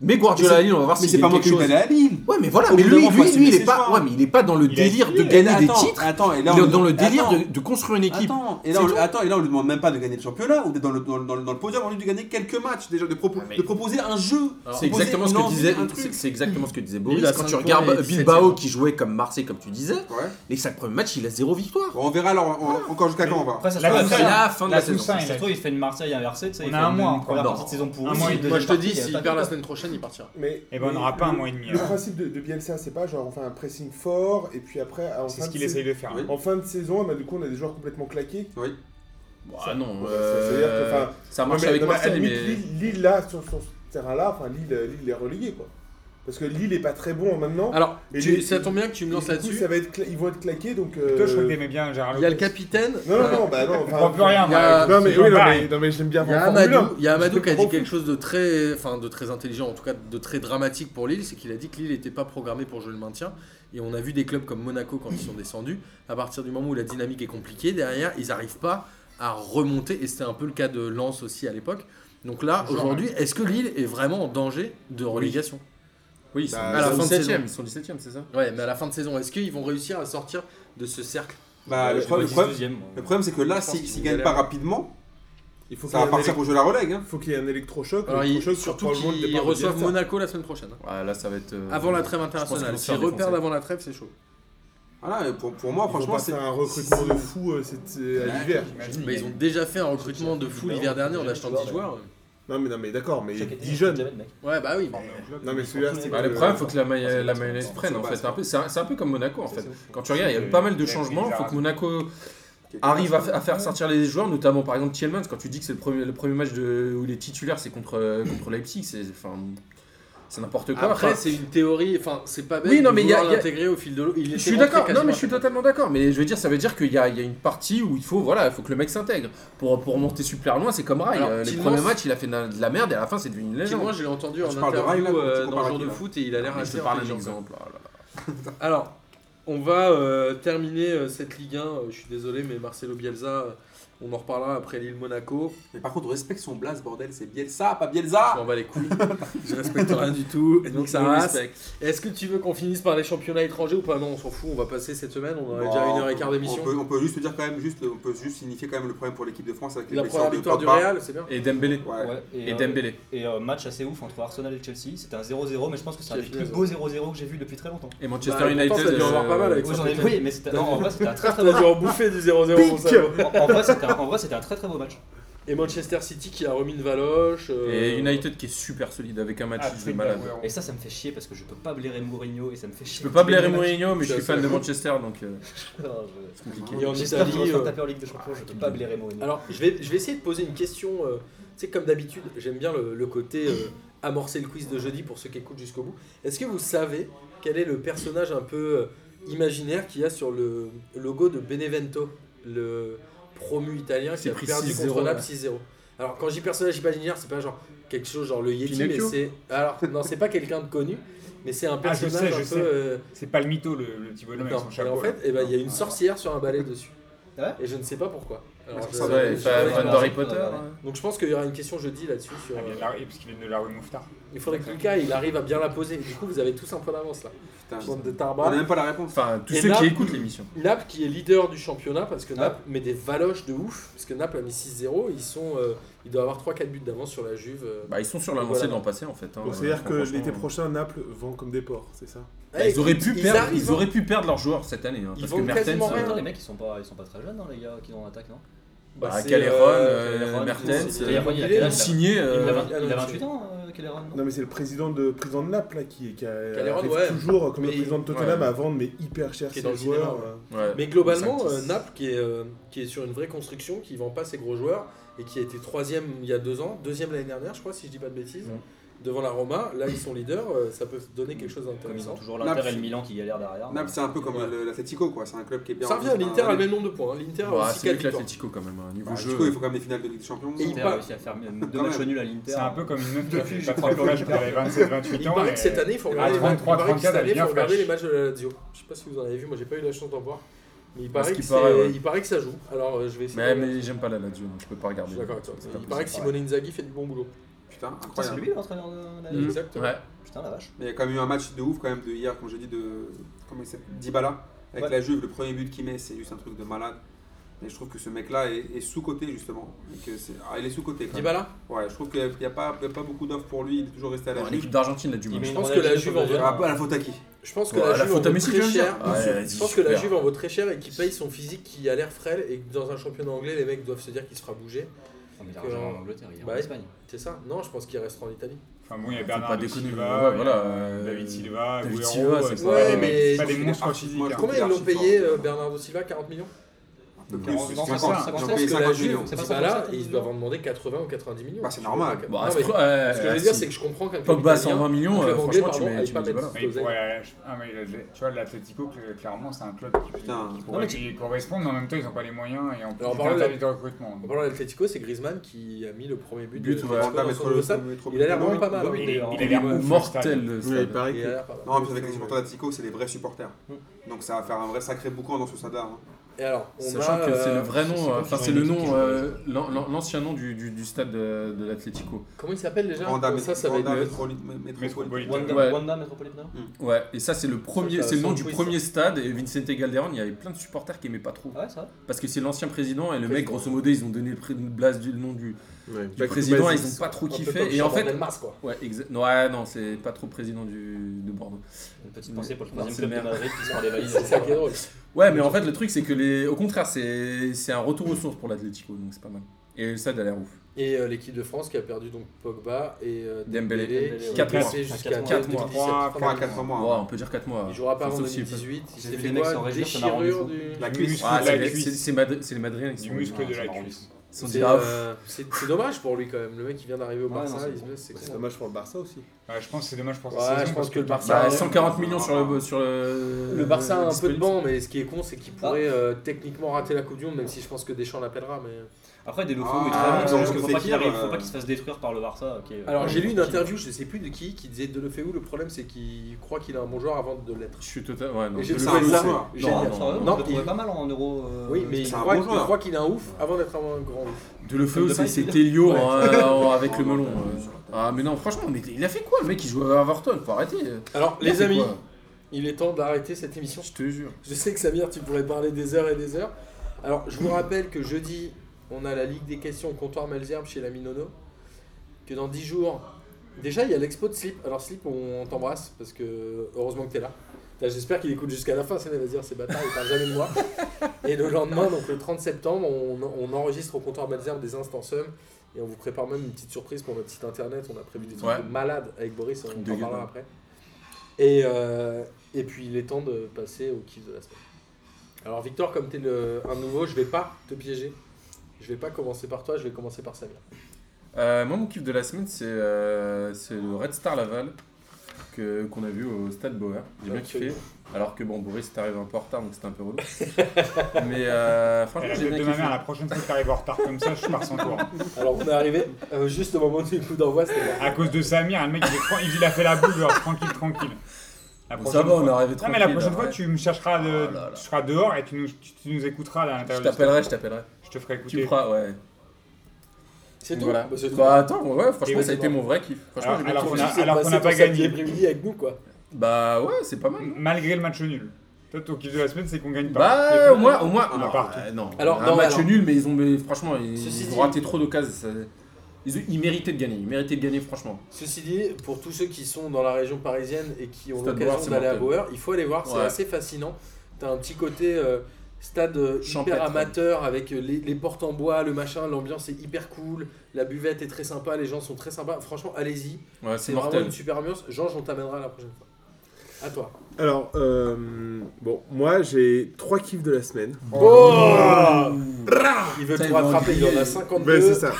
C: Mais Guardiola
E: Mais
C: à
E: c'est-
C: Lille, on va voir
E: Mais
C: s'il
E: c'est
C: gagne
E: pas moi qui
C: quelque
E: lui
C: chose.
E: donne à Lille.
C: Ouais, mais voilà,
A: Ah,
E: Au
C: mais
E: bout d'un
C: lui,
E: moment,
C: lui,
E: faut
C: lui, il
E: assumer
C: est
E: ses
C: pas,
E: choix.
C: ouais, mais il est pas dans le
B: Il a-
C: délire de
B: il a-
C: gagner des
E: Attends,
C: titres.
E: Attends, et là,
C: Il
E: on
C: est dans le
E: attends,
C: délire de, de construire une équipe.
E: Attends, et là,
C: C'est
E: on,
C: tout.
E: attends, et là, on lui demande même pas de gagner le championnat ou d'être dans le, dans, le- dans le- dans le podium, on lui demande de gagner quelques matchs déjà, de, propo- de proposer un jeu.
A: Alors,
C: C'est
E: proposer
C: exactement ce
E: une
C: que
E: envie,
C: disait,
E: un
C: c'est-
E: truc.
C: c'est exactement ce que disait Boris.
A: Il a
C: Quand
A: cinq
C: tu
A: points
C: regardes
A: et 17e.
C: Bilbao qui jouait comme Marseille, comme tu disais,
E: Ouais.
C: les 5 premiers matchs, il a zéro victoire.
E: Bon, on verra alors, on- encore jusqu'à quand on va.
F: Après, ça se
B: La
F: trouve,
B: Toussaint,
F: après,
C: la fin de la
B: la
C: saison.
B: Toussaint,
F: ça se trouve, il fait une Marseille inversée, tu sais.
B: On
F: il
B: a
F: fait
B: un
F: une
B: mois
F: une
B: encore.
F: première
C: Non.
F: partie de saison pour
B: Un mois et demi.
A: Moi, je te dis, s'il perd la semaine prochaine, il partira.
D: Mais,
B: Eh ben, on
D: mais
B: n'aura pas un
D: le-
B: mois et demi,
D: Le
B: alors.
D: principe de, de Bielsa, c'est pas genre on fait un pressing fort et puis après en,
B: C'est
D: fin,
B: ce
D: de
B: qu'il
D: sais-
B: essaye de faire. hein.
E: Oui.
D: en fin de saison, bah, du coup on a des joueurs complètement claqués.
E: Oui.
C: Ah non,
D: Ouais,
C: euh,
D: c'est- c'est-à-dire que, enfin,
C: ça
D: Non,
C: marche
D: mais-
C: avec
D: non, mais à
C: Marseille,
D: la
C: mais.
D: limite, Lille, Lille, là sur, sur ce terrain-là, enfin Lille, euh, Lille est relégué quoi. Parce que Lille est pas très bon hein, maintenant.
A: Alors,
D: Et
A: tu-
D: les-
A: ça tombe bien que tu me
D: Et
A: lances
D: du coup,
A: là-dessus.
D: Ah, ça va être cla- ils vont être claqués donc. euh,
B: Toi, je crois que t'aimais bien Gérard
A: Il y a le
B: Lopez.
A: capitaine.
D: non non non bah non.
B: On
D: enfin,
B: comprend plus rien.
A: il y a-
B: moi, avec
D: Non mais,
B: ce
D: oui, non,
B: Jean-Paul.
D: mais, non, mais j'aime bien.
A: Il y a
D: en Formule
A: Amadou,
D: 1.
A: il y a Amadou
D: Je
A: qui a dit
D: comprends
A: quelque
D: plus.
A: chose de très, enfin, de très intelligent, en tout cas de très dramatique pour Lille, c'est qu'il a dit que Lille n'était pas programmé pour jouer le maintien. Et on a vu des clubs comme Monaco quand ils sont descendus, à partir du moment où la dynamique est compliquée, derrière, ils n'arrivent pas à remonter. Et c'était un peu le cas de Lens aussi à l'époque. Donc là,
B: Toujours,
A: aujourd'hui, est-ce que Lille est vraiment en danger de relégation
C: Oui, ils sont
A: Bah, à la fin de
C: 17e,
A: saison.
C: ils sont 17e, c'est ça
A: Ouais, mais à la fin de saison, est-ce qu'ils vont réussir à sortir de ce cercle
E: Bah, le,
F: Je
E: problème,
F: vois
E: le problème-
F: 10-12e, moi.
E: le problème, c'est que
A: Je
E: là,
A: pense
E: s'ils
A: qu'ils
E: si,
A: vont
E: gagnent
A: galérer.
E: pas rapidement,
D: Il faut qu'il
E: ça
D: y ait
E: va
D: un
E: partir
D: élec-
E: pour jouer la relègue. Hein.
D: faut qu'il y ait un électrochoc.
A: Alors, ils-
D: l'électrochoc, c'est
A: surtout
D: probablement le
A: qu'ils
D: départ de
A: reçoivent
D: Bielsa.
A: Monaco la semaine prochaine. hein.
C: Ouais, là, ça va être. euh,
A: Avant la trêve
C: je pense qu'ils
A: internationale.
C: vont se
A: S'ils
C: faire
A: reperdent
C: défoncer.
A: avant la trêve, c'est chaud.
E: Voilà, et pour, pour moi,
D: Ils vont
E: franchement,
D: pas
E: c'est.
D: faire un recrutement de fou euh, c'est-
E: Ah,
D: euh, à l'hiver.
A: Bah, ils ont déjà fait un recrutement de fou l'hiver dernier en achetant 10 joueurs.
D: Non mais non mais d'accord, mais
F: Chaque été,
D: 10 jeunes.
F: Jamel, mec.
A: Ouais, bah oui.
D: Non mais celui-là c'est
C: Bah,
D: que-
C: le problème, faut que la, maille-
F: c'est-
C: la
F: c'est-
C: mayonnaise
F: c'est-
C: prenne en
E: c'est-
C: fait. C'est un peu- C'est un, c'est un peu comme Monaco en fait. Quand tu regardes, il y a eu
B: C'est-
C: pas mal de
B: c'est-
C: changements.
B: c'est-
C: Faut que Monaco
E: Quelque chose
C: arrive à,
E: comme-
C: fa- à faire sortir les joueurs, notamment par exemple Thielmans. Quand tu dis que c'est le premier, le premier match de, où il est titulaire, c'est contre, euh, contre Leipzig. C'est enfin, c'est n'importe quoi.
A: Après,
C: Enfin,
A: c'est une théorie. Enfin, c'est pas bête
C: Oui, non,
A: de
C: mais il y a-
A: vouloir
C: il y a-
A: l'intégrer au fil de l'eau. Il
C: Je
A: était
C: suis
A: rentré
C: d'accord, non
A: quasiment
C: mais je suis
A: à la fin.
C: totalement d'accord, mais je veux dire, ça veut dire qu'il y a, il y a une partie où il faut, voilà, il faut que le mec s'intègre. Pour, pour monter super loin, c'est comme Rai,
A: Alors,
C: euh, les
A: Tillmans-
C: premiers matchs, il a fait de la- de la merde et à la fin, c'est devenu une
A: Effectivement,
C: légende.
A: je l'ai entendu en
E: Tu parles de
A: interview
E: Rail, là,
A: euh,
E: tu
A: dans
E: compares
A: Jour
E: à
A: de
E: qui, là
A: foot et il a l'air
C: Ah,
A: assez
C: je te parle d'un
A: intelligent.
C: exemple. oh là là.
A: Alors, on va euh, terminer euh, cette Ligue 1. euh, je suis désolé, mais Marcelo Bielsa, euh, on en reparlera après l'île Monaco.
E: Mais par contre, respecte son blase, bordel, c'est Bielsa, pas
A: Je
C: Ah,
E: Bielsa
A: m'en bats les couilles. je respecte rien du tout. Donc ça
C: nous
A: rase. Est-ce que tu veux qu'on finisse par les championnats étrangers ou pas Non, on s'en fout. On va passer cette semaine. On en a déjà une heure et quart d'émission.
E: Bah, On peut, on peut juste dire quand même, juste, on peut juste signifier quand même le problème pour l'équipe de France avec les
A: La
E: blessures
A: première
E: de
A: victoire du
E: Pogba.
A: Real, c'est bien.
C: Et Dembélé.
E: Ouais.
F: Ouais,
C: Et
A: Ah
F: euh,
C: Dembélé.
F: Et euh, match assez ouf entre Arsenal et Chelsea. C'était un 0-0, mais je pense que c'est un
A: Qui a
F: des
A: fini
F: plus
A: à
F: beaux 0-0 que j'ai vu depuis très longtemps.
C: Et Manchester
A: Bah,
C: United.
A: pourtant, ça a dû en avoir pas mal avec
F: Oui, j'en ai-
A: Saint-Étienne.
F: oui, mais c'était non, en vrai, c'était un très
A: T'as
F: très beau
A: dû en bouffer du 0-0. mon salaud.
F: En, en vrai, c'était un, en vrai, c'était un très très beau match.
A: Et Manchester City qui a remis une valoche. euh,
C: Et United qui est super solide avec un match
B: Ah,
C: de
B: c'est
C: malade.
B: malade.
F: Et ça, ça me fait chier parce que je peux pas blairer Mourinho et ça me fait chier.
C: Je peux pas blairer Mourinho, mais
A: Je suis
C: je
A: Ah,
C: suis fan de Manchester, donc euh, c'est compliqué.
A: Et en
F: J'espère qu'ils vont
A: Italie.
F: se faire
A: euh,
F: taper en Ligue des Champions, je peux pas blairer Mourinho.
A: Alors, je vais, je vais essayer de poser une question. euh, tu sais, comme d'habitude, j'aime bien le, le côté euh, amorcer le quiz de jeudi pour ceux qui écoutent jusqu'au bout. Est-ce que vous savez quel est le personnage un peu euh, imaginaire qu'il y a sur le logo de Benevento, le promu italien qui
C: C'est
A: a
C: pris
A: perdu
C: 6-0,
A: contre Naples
C: là.
A: 6-0 alors quand je dis personnage imaginaire, c'est pas genre quelque chose genre le Yeti,
C: Pinocchio
A: mais c'est alors non, c'est pas quelqu'un de connu, mais c'est un
B: Ah, je sais,
A: personnage
B: je
A: un
B: sais.
A: peu euh,
B: C'est pas le mytho, le, le petit bonhomme avec
A: non.
B: son
A: Et
B: chapeau.
A: en fait,
B: là. Ah,
A: eh ben, il y a une sorcière sur un balai dessus.
F: Ah ouais
A: et je ne sais pas pourquoi. Alors,
E: Mais
A: je-
E: Ah, ça
C: Ouais,
E: doit
A: je-
E: être
C: et fan
A: je-
F: fan
C: d'Harry
F: Ouais.
C: Potter.
F: Ouais.
C: hein.
A: donc je pense qu'il y aura une question jeudi là-dessus. Sur, euh,
B: Ah, mais la- et parce qu'il est de la rue Mouffetard.
A: il faudrait que Lucas il arrive à bien la poser. Du coup, vous avez tous un point d'avance là.
E: Putain,
C: Ah,
A: Bande de
E: on n'a
A: tarbards.
E: même pas la réponse.
C: Enfin, tous
A: Et
C: ceux
A: Naples-
C: qui écoutent l'émission.
A: Naples qui est leader du championnat parce que
C: Ah.
F: Ouais.
A: Naples met des valoches de ouf. Parce que Naples a mis 6-0. Ils sont, euh, ils doivent avoir 3-4 buts d'avance sur la Juve. euh.
C: Bah, ils sont sur la
A: Voilà.
C: lancée de l'an passé en fait. hein.
D: Donc, C'est-à-dire
C: Enfin,
D: que
C: franchement,
D: l'été prochain Naples vend comme des porcs, c'est ça
A: Eh,
C: Bah, Ils auraient
A: écoute,
C: pu perdre.
A: arrivent,
C: Ils
A: hein.
C: auraient pu perdre leurs joueurs cette année. hein,
A: Ils
C: Parce
A: vont
C: que Mertens.
A: quasiment rien.
C: euh,
F: les mecs, ils sont pas, ils sont pas très jeunes, hein, les gars, qui sont en attaque, non
A: Bah,
C: Bah,
A: c'est,
C: Calleron,
A: euh,
C: euh,
F: Calleron,
C: Mertens,
A: c'est-
C: euh,
F: Calleron, il a
A: il est
C: ont
F: quel âge, là
C: signé.
F: Il
C: euh,
F: a vingt- il a
A: euh,
F: 28 ans, euh, Calderon, non
D: Non mais c'est le président de président de Naples là, qui, qui a,
A: Calderon,
D: arrive
A: ouais.
D: toujours euh, comme le
A: Mais-
D: président de Tottenham
C: ouais.
D: à vendre mais hyper cher
A: Qui est
D: ses
A: dans le
D: joueurs.
A: cinéma,
D: euh.
C: ouais.
A: Mais globalement, euh,
C: Sanctis.
A: Naples qui est, euh, qui est sur une vraie construction, qui vend pas ses gros joueurs et qui a été troisième il y a deux ans, deuxième l'année dernière, je crois, si je dis pas de bêtises,
C: Ouais.
A: devant la Roma. Là, ils sont leaders, euh, ça peut donner quelque chose
F: Comme ils ont
A: d'intéressant.
F: toujours
E: Naples,
F: l'Inter et
E: c'est-
F: le Milan qui galèrent derrière.
E: Naples, c'est un peu comme euh,
A: Ouais.
E: le- l'Atletico, quoi. C'est un club qui est bien.
A: Ça revient,
E: organisé.
A: l'Inter a le même nombre de points. hein. L'Inter a
C: Bah,
A: aussi
C: C'est mieux
A: quatre
C: que
A: victoires.
C: l'Atletico quand même. hein,
E: Bah,
C: Niveau
E: Atletico, il
C: jeu.
E: faut quand même des finales de Ligue des Champions.
A: Et
F: Inter
A: il
F: a
A: part-
F: réussi à faire deux
E: Quand
F: matchs
E: même.
F: nuls à l'Inter.
B: C'est un peu comme une meuf qui a fait
A: Depuis-
B: pas trois collages quand elle avait 27-28
A: Il
B: ans.
A: paraît
B: et-
A: que cette année, il faut
B: à
A: regarder, les matchs- il
B: 33,
A: paraît que cette
B: 34,
A: année, il faut
B: bien
A: regarder
B: flash.
A: les matchs de la Lazio. Je sais pas si vous en avez vu, moi j'ai pas eu la chance d'en voir. Mais il paraît, que
C: qu'il
A: c'est-
C: paraît, ouais.
A: il paraît que ça joue. Alors euh, je vais essayer.
C: Mais
A: de-
C: mais j'aime pas la Lazio, donc je peux pas
A: Je
C: regarder.
A: suis d'accord avec toi.
C: C'est pas
A: Il paraît
C: possible.
A: que Simone Inzaghi fait du bon boulot.
E: Putain,
F: Putain, C'est
E: incroyable.
F: lui l'entraîneur de la
C: Mhm.
A: Exactement.
C: Ouais.
F: Putain, la vache.
E: Mais il y a quand même eu un match de ouf, quand même, de hier, comme j'ai dit, de. Comment il s'appelle Dybala. Avec
F: Ouais.
E: la Juve, le premier but qu'il met, c'est juste un truc de malade. Et je trouve que ce mec-là est, est sous-coté, justement. Et que c'est- ah, il est sous-coté, quand même.
A: Dybala
E: Ouais, je trouve qu'il n'y a, pas il y a pas beaucoup d'offres pour lui. Il est toujours resté à la
C: Bon,
E: Juve.
C: L'équipe d'Argentine a du mal.
A: met une pense que la Juve en
E: Ah, pas à la faute à qui
A: Je pense que
C: Bon,
A: la
C: à la
A: Juve en
C: faute à
A: vaut
C: Messi,
A: très
C: tu veux dire
A: cher.
C: Ah ouais, vas-y,
A: je pense que la
C: super.
A: Juve en vaut très cher et qui paye son physique qui a l'air frêle et que dans un championnat anglais, les mecs doivent se dire qu'il se fera bouger.
F: Ah, mais il a
A: Que-
F: rejoint en Angleterre, il est
A: Bah,
F: en Espagne.
A: C'est ça Non, je pense qu'il restera en Italie.
B: Enfin bon, il y a
C: Faut
B: Bernard
C: pas
B: de
C: déconner,
B: Silva,
C: ouais,
B: il y a
C: voilà, euh,
B: David Silva,
C: David
B: Guerrero,
C: Silva, c'est pas-
A: Ouais,
B: pas-
A: mais-
B: pas des
E: c'est
B: monstres
E: archi-
B: physiques. hein.
E: moi,
A: Combien ils l'ont payé, euh, Bernardo Silva 40 millions
E: Un peu
B: Non,
C: bah,
E: plus,
B: non,
E: c'est
B: c'est
E: 50,
B: ça.
E: ils ont
A: Je
F: Je
A: pense
E: payé
A: que la
E: 50 millions.
A: Juve,
F: C'est pas
A: Dybala,
F: 50
A: ils doivent en demander 80 ou 90 millions.
E: Bah, c'est normal.
A: Non,
C: Bon, à
A: mais
C: ce pro- euh,
A: Ce que je veux dire,
C: si.
A: c'est que je comprends qu'un club
C: Pogba à
A: italien-
C: 120 millions,
A: un
C: euh,
A: club anglais,
C: franchement, tu
A: pardon,
C: mets,
A: aille
C: tu
A: pas
C: mets du
A: mettre-
C: ballon.
B: Mais il pourrait aller- ah, mais le- tu vois, l'Atletico, cl- clairement, c'est un club qui, qui
E: Putain.
B: pourrait
F: mais
B: lui correspondre, mais en même temps, ils n'ont pas les moyens et en plus,
A: Alors,
B: ils
A: par
B: ont
A: là-
B: interdit de recrutement.
A: En parlant d'Atletico, c'est Griezmann qui a mis le premier but,
C: But,
A: de
C: ouais.
A: l'Atletico
E: Bernard
A: dans
E: met
A: son
E: trop
A: nouveau
E: le-
A: stade.
E: met trop
A: Il a l'air
E: le-
A: vraiment pas mal. hein.
F: oui,
B: Il est-
F: en-
B: il a l'air ouf, le stade.
C: Mortel le
D: Ouais, il
C: stade.
D: paraît
A: Il a
E: euh,
D: que
A: l'air pas mal. Mm.
E: Non, en plus avec les supporters d'Atletico, c'est les vrais supporters. Donc ça va faire un vrai sacré boucan dans ce stade-là. hein.
A: Et alors, on
C: Sachant
A: a,
C: que c'est
A: euh,
C: le vrai
A: je sais
C: nom,
A: pas
C: euh, enfin
A: qui
C: c'est
A: joue
C: le
A: à l'équipe qui
C: nom,
A: joue à
C: euh,
A: l'équipe.
C: l'an- l'an- l'ancien nom du, du, du stade de, de l'Atlético.
A: Comment il s'appelle déjà
E: Wanda,
A: Ça, ça va être
E: Wanda
A: le-
E: Métro- Métro-
B: Métropolitain.
F: Wanda,
C: Ouais.
F: Wanda Metropolitana
C: Ouais, et ça c'est le premier,
A: ça,
C: c'est le nom
A: ça,
C: du
A: oui, ça.
C: premier stade. Et Vicente Calderón, il y avait plein de supporters qui aimaient pas trop,
F: Ah ouais, ça va.
C: parce que c'est l'ancien président et le mec, grosso modo, ils ont donné le, pré- le blase du le nom du,
D: Ouais,
C: du
D: back to
C: président,
D: basics.
C: ils ont pas trop
A: Un peu comme
C: kiffé. Et en
A: Charbonnel
C: fait,
A: Mars, quoi.
C: ouais, exa- ouais, non, c'est pas trop président du, de Bordeaux.
F: Une petite pensée pour le
C: Marcel
F: troisième club de
C: Merck.
F: Madrid qui se prend des valises.
A: Ah bah, C'est ça qui est drôle.
C: Ouais, mais en fait, le truc, c'est que les. Au contraire, c'est c'est un retour aux sources pour l'Atlético, donc c'est pas mal. Et le stade a l'air ouf.
A: Et euh, l'équipe de France qui a perdu donc Pogba et euh,
C: Dembélé.
A: qui est
C: Quatre
A: blessé
F: mois.
A: jusqu'à
F: Quatre
A: quatre
C: mois.
A: 2017.
B: Trois,
A: Enfin,
E: Trois à quatre mois.
C: Ouais, on peut dire 4 mois.
A: Il jouera pas en
C: Sauf s'il est
A: 2018. Il
F: J'ai
A: s'est
F: vu les
A: fait
F: mecs
A: quoi
F: s'en réjouir, ça m'a rendu
A: Déchirure
F: fou.
A: du.
E: La
B: Du
E: cuisse.
B: muscle,
C: Ah,
B: de
C: c'est
B: la
C: les- c'est
B: cuisse.
C: c'est Madri- c'est les Madrilènes qui
B: Du
C: sont venus.
B: muscle de la
F: Ah, ça
B: cuisse.
C: Ils se sont
A: C'est
C: dit, ah,
A: euh, c'est- c'est dommage pour lui quand même. Le mec qui vient d'arriver au
F: Ouais,
A: Barça,
F: non, c'est
A: il se
F: bon.
A: blesse, c'est
D: C'est
A: con.
D: dommage pour le Barça aussi.
B: Ouais, Ah, je pense que c'est dommage pour
A: Ouais,
B: sa saison.
A: je pense
B: parce
A: que le
C: bah,
A: Barça.
B: Barça- Ah,
C: 140 millions sur le. Sur le,
A: Le Barça a un peu de
C: disponible.
A: banc, mais ce qui est con, c'est
F: Ah.
A: qu'il pourrait euh, techniquement rater la Coupe du Monde, même si je pense que Deschamps l'appellera. Mais...
F: Après, des locaux,
E: Ah,
F: ils travaillent,
E: ils ont
F: donc
E: juste
F: faut
E: fait
F: pas qu'il
E: dire,
F: arrive, faut
E: euh,
F: pas qu'il se fasse détruire par le Barça. ok, euh,
A: Alors j'ai lu une
F: tranquille.
A: interview, je sais plus de qui, qui disait Delofeu, le problème c'est qu'il croit qu'il a un bon joueur avant de l'être.
C: Je suis total. Ouais, non.
A: Et j'ai
C: Le-
E: c'est
A: trouvé
E: un bon
A: ça
E: joueur.
A: génial.
F: Non, non,
A: Non,
F: non,
A: il-
F: pas mal en euros. euh,
A: Oui, mais il
E: C'est un
A: croit,
E: bon
A: il
E: joueur.
A: croit qu'il a un ouf avant d'être un grand ouf.
C: Delofeu,
F: Comme
C: c'est
F: de
C: c'est
F: Paris.
C: Télio
A: Ouais.
C: hein, euh, avec le
E: Oh,
C: melon.
E: non,
C: euh.
E: sur la table.
C: Ah, mais non, franchement, mais il a fait quoi le mec Il jouait à Everton, faut arrêter.
A: Alors
C: Il a
A: les
C: fait
A: amis,
C: quoi
A: il est temps d'arrêter cette émission.
C: Je te jure.
A: Je sais que Samir, tu pourrais parler des heures et des heures. Alors, je vous rappelle que jeudi, on a la Ligue des questions au comptoir Malzerbe chez la Minono. Que dans 10 jours, déjà, il y a l'expo de Slip. Alors, Slip, on t'embrasse parce que heureusement que t'es là. Putain, J'espère qu'il écoute jusqu'à la fin, sinon il va se dire c'est bâtard, il parle jamais de moi. Et le lendemain, donc le 30 septembre, on, on enregistre au comptoir Malzerbe des instants Sum. Et on vous prépare même une petite surprise pour notre site internet. On a prévu des trucs
C: Ouais.
A: de malades avec Boris, on
C: de
A: en
C: gueule,
A: parlera
C: hein.
A: après. Et, euh, et puis il est temps de passer au kiff de la semaine. Alors Victor, comme t'es le- un nouveau, je vais pas te piéger. Je vais pas commencer par toi, je vais commencer par Samir.
C: Euh, moi, mon kiff de la semaine, c'est euh, c'est le Red Star Laval que- qu'on a vu au stade Bauer. J'ai bien kiffé.
A: Absolument.
C: Alors que bon, Boris est arrivé un peu en retard, donc c'était un peu relou. Mais euh,
B: À
C: franchement,
B: la
C: j'ai
B: tête
C: bien
B: de ma
C: kiffé.
B: mère, la prochaine fois que t'arrives en retard comme ça, je pars sans toi.
A: Alors on est arrivé euh, juste au moment du coup d'envoi, c'était là.
B: À cause de Samir, le mec, il, est fran- il a fait la boule, genre tranquille, tranquille. La
C: Bon, ça va, on est arrivé
B: Non,
C: tranquille.
B: mais la prochaine
C: là,
B: fois,
C: ouais.
B: tu me chercheras, de-
C: Oh là là.
B: tu seras dehors et tu nous, tu, tu nous écouteras là, à
C: Je
B: l'intérieur. du
C: t'appellerai, je t'appellerai.
B: Ah, stade. Je te ferai écouter.
C: Tu me feras, ouais.
A: C'est tout.
C: Voilà.
A: Bah, c'est tout.
C: Bah attends, ouais,
B: Et
C: franchement,
B: oui,
C: ça a
A: c'est
C: été
A: bon.
C: mon vrai kiff. Franchement,
B: Alors-
C: j'ai bien
B: alors
A: Tu
C: kiffé.
B: qu'on
A: sais
B: a-
A: que c'est
B: alors
A: passé
B: qu'on a
A: ton
B: pas gagné.
A: samedi après-midi avec nous quoi.
C: Bah ouais, c'est pas mal. non
B: Malgré le match nul. Toi, ton kiff de la semaine, c'est qu'on gagne pas. Et
C: Bah au
B: qu'on-
C: moins, au moins.
B: On a
C: non,
B: partout.
C: euh, non.
A: Alors,
C: un
A: non,
C: match
A: alors.
C: nul, mais ils ont, mais franchement, ils,
A: Ceci
C: ils
A: dit-
C: ont raté trop d'occasions. ça- Ils, ils méritaient de gagner. Ils méritaient de gagner, franchement.
A: Ceci dit, pour tous ceux qui sont dans la région parisienne et qui ont
C: Stade Bauer,
A: l'occasion
C: c'est
A: d'aller à
C: mortel.
A: Bauer, il faut aller voir, c'est
C: Ouais.
A: assez fascinant. T'as un petit côté euh, stade euh, hyper
C: Champêtre.
A: amateur avec euh, les, les portes en bois, le machin, l'ambiance est hyper cool, la buvette est très sympa, les gens sont très sympas. Franchement, allez-y,
C: Ouais,
A: c'est
C: c'est
A: vraiment
C: mortel.
A: une super ambiance. Georges, on t'amènera la prochaine fois. À toi.
D: Alors, euh, bon, moi j'ai trois kiffs de la semaine.
A: Oh Il veut
C: Putain,
A: te
C: il va
A: rattraper, il en a
C: envier.
A: 52.
D: Ben, c'est ça.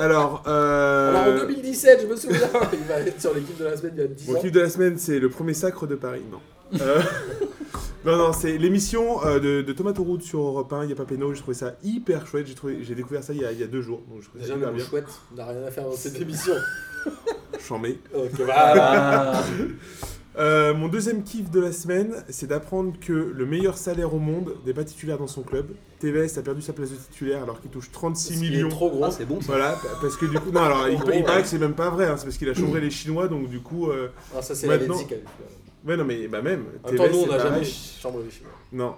D: Alors, euh,
A: Alors en 2017, je me souviens, il va être sur l'équipe de la semaine il y a 10
D: Mon
A: ans.
D: kiff de la semaine, c'est le premier sacre de Paris. Non. Euh, non, non, c'est l'émission euh, de, de Thomas Touroud sur Europe 1, il n'y a pas Péno. J'ai trouvé ça hyper chouette. J'ai trouvé- J'ai découvert ça il y, a, il y a deux jours. Donc je trouvais
A: Déjà,
D: ça
A: le
D: hyper
A: mot
D: bien.
A: chouette n'a rien à faire dans cette émission.
D: J'en mets.
A: Ok, voilà.
C: Ah.
D: Euh, mon deuxième kiff de la semaine, c'est d'apprendre que le meilleur salaire au monde n'est pas titulaire dans son club. TVS a perdu sa place de titulaire alors qu'il touche 36
A: Il
D: millions.
A: est trop gros.
F: Ah, c'est bon.
D: Voilà, pa- parce que du coup, non, alors il,
A: Trop
D: il
A: gros,
D: paraît
A: ouais.
D: que c'est même pas vrai, hein, c'est parce qu'il a changé les Chinois, donc du coup, euh,
A: Ah, ça, c'est la
D: Maintenant-
A: Belgique. elle.
D: ouais, non, mais bah même,
A: En même temps,
D: TVS,
A: nous, on
D: c'est
A: n'a jamais
D: pareil.
A: chambre les Chinois.
D: Non.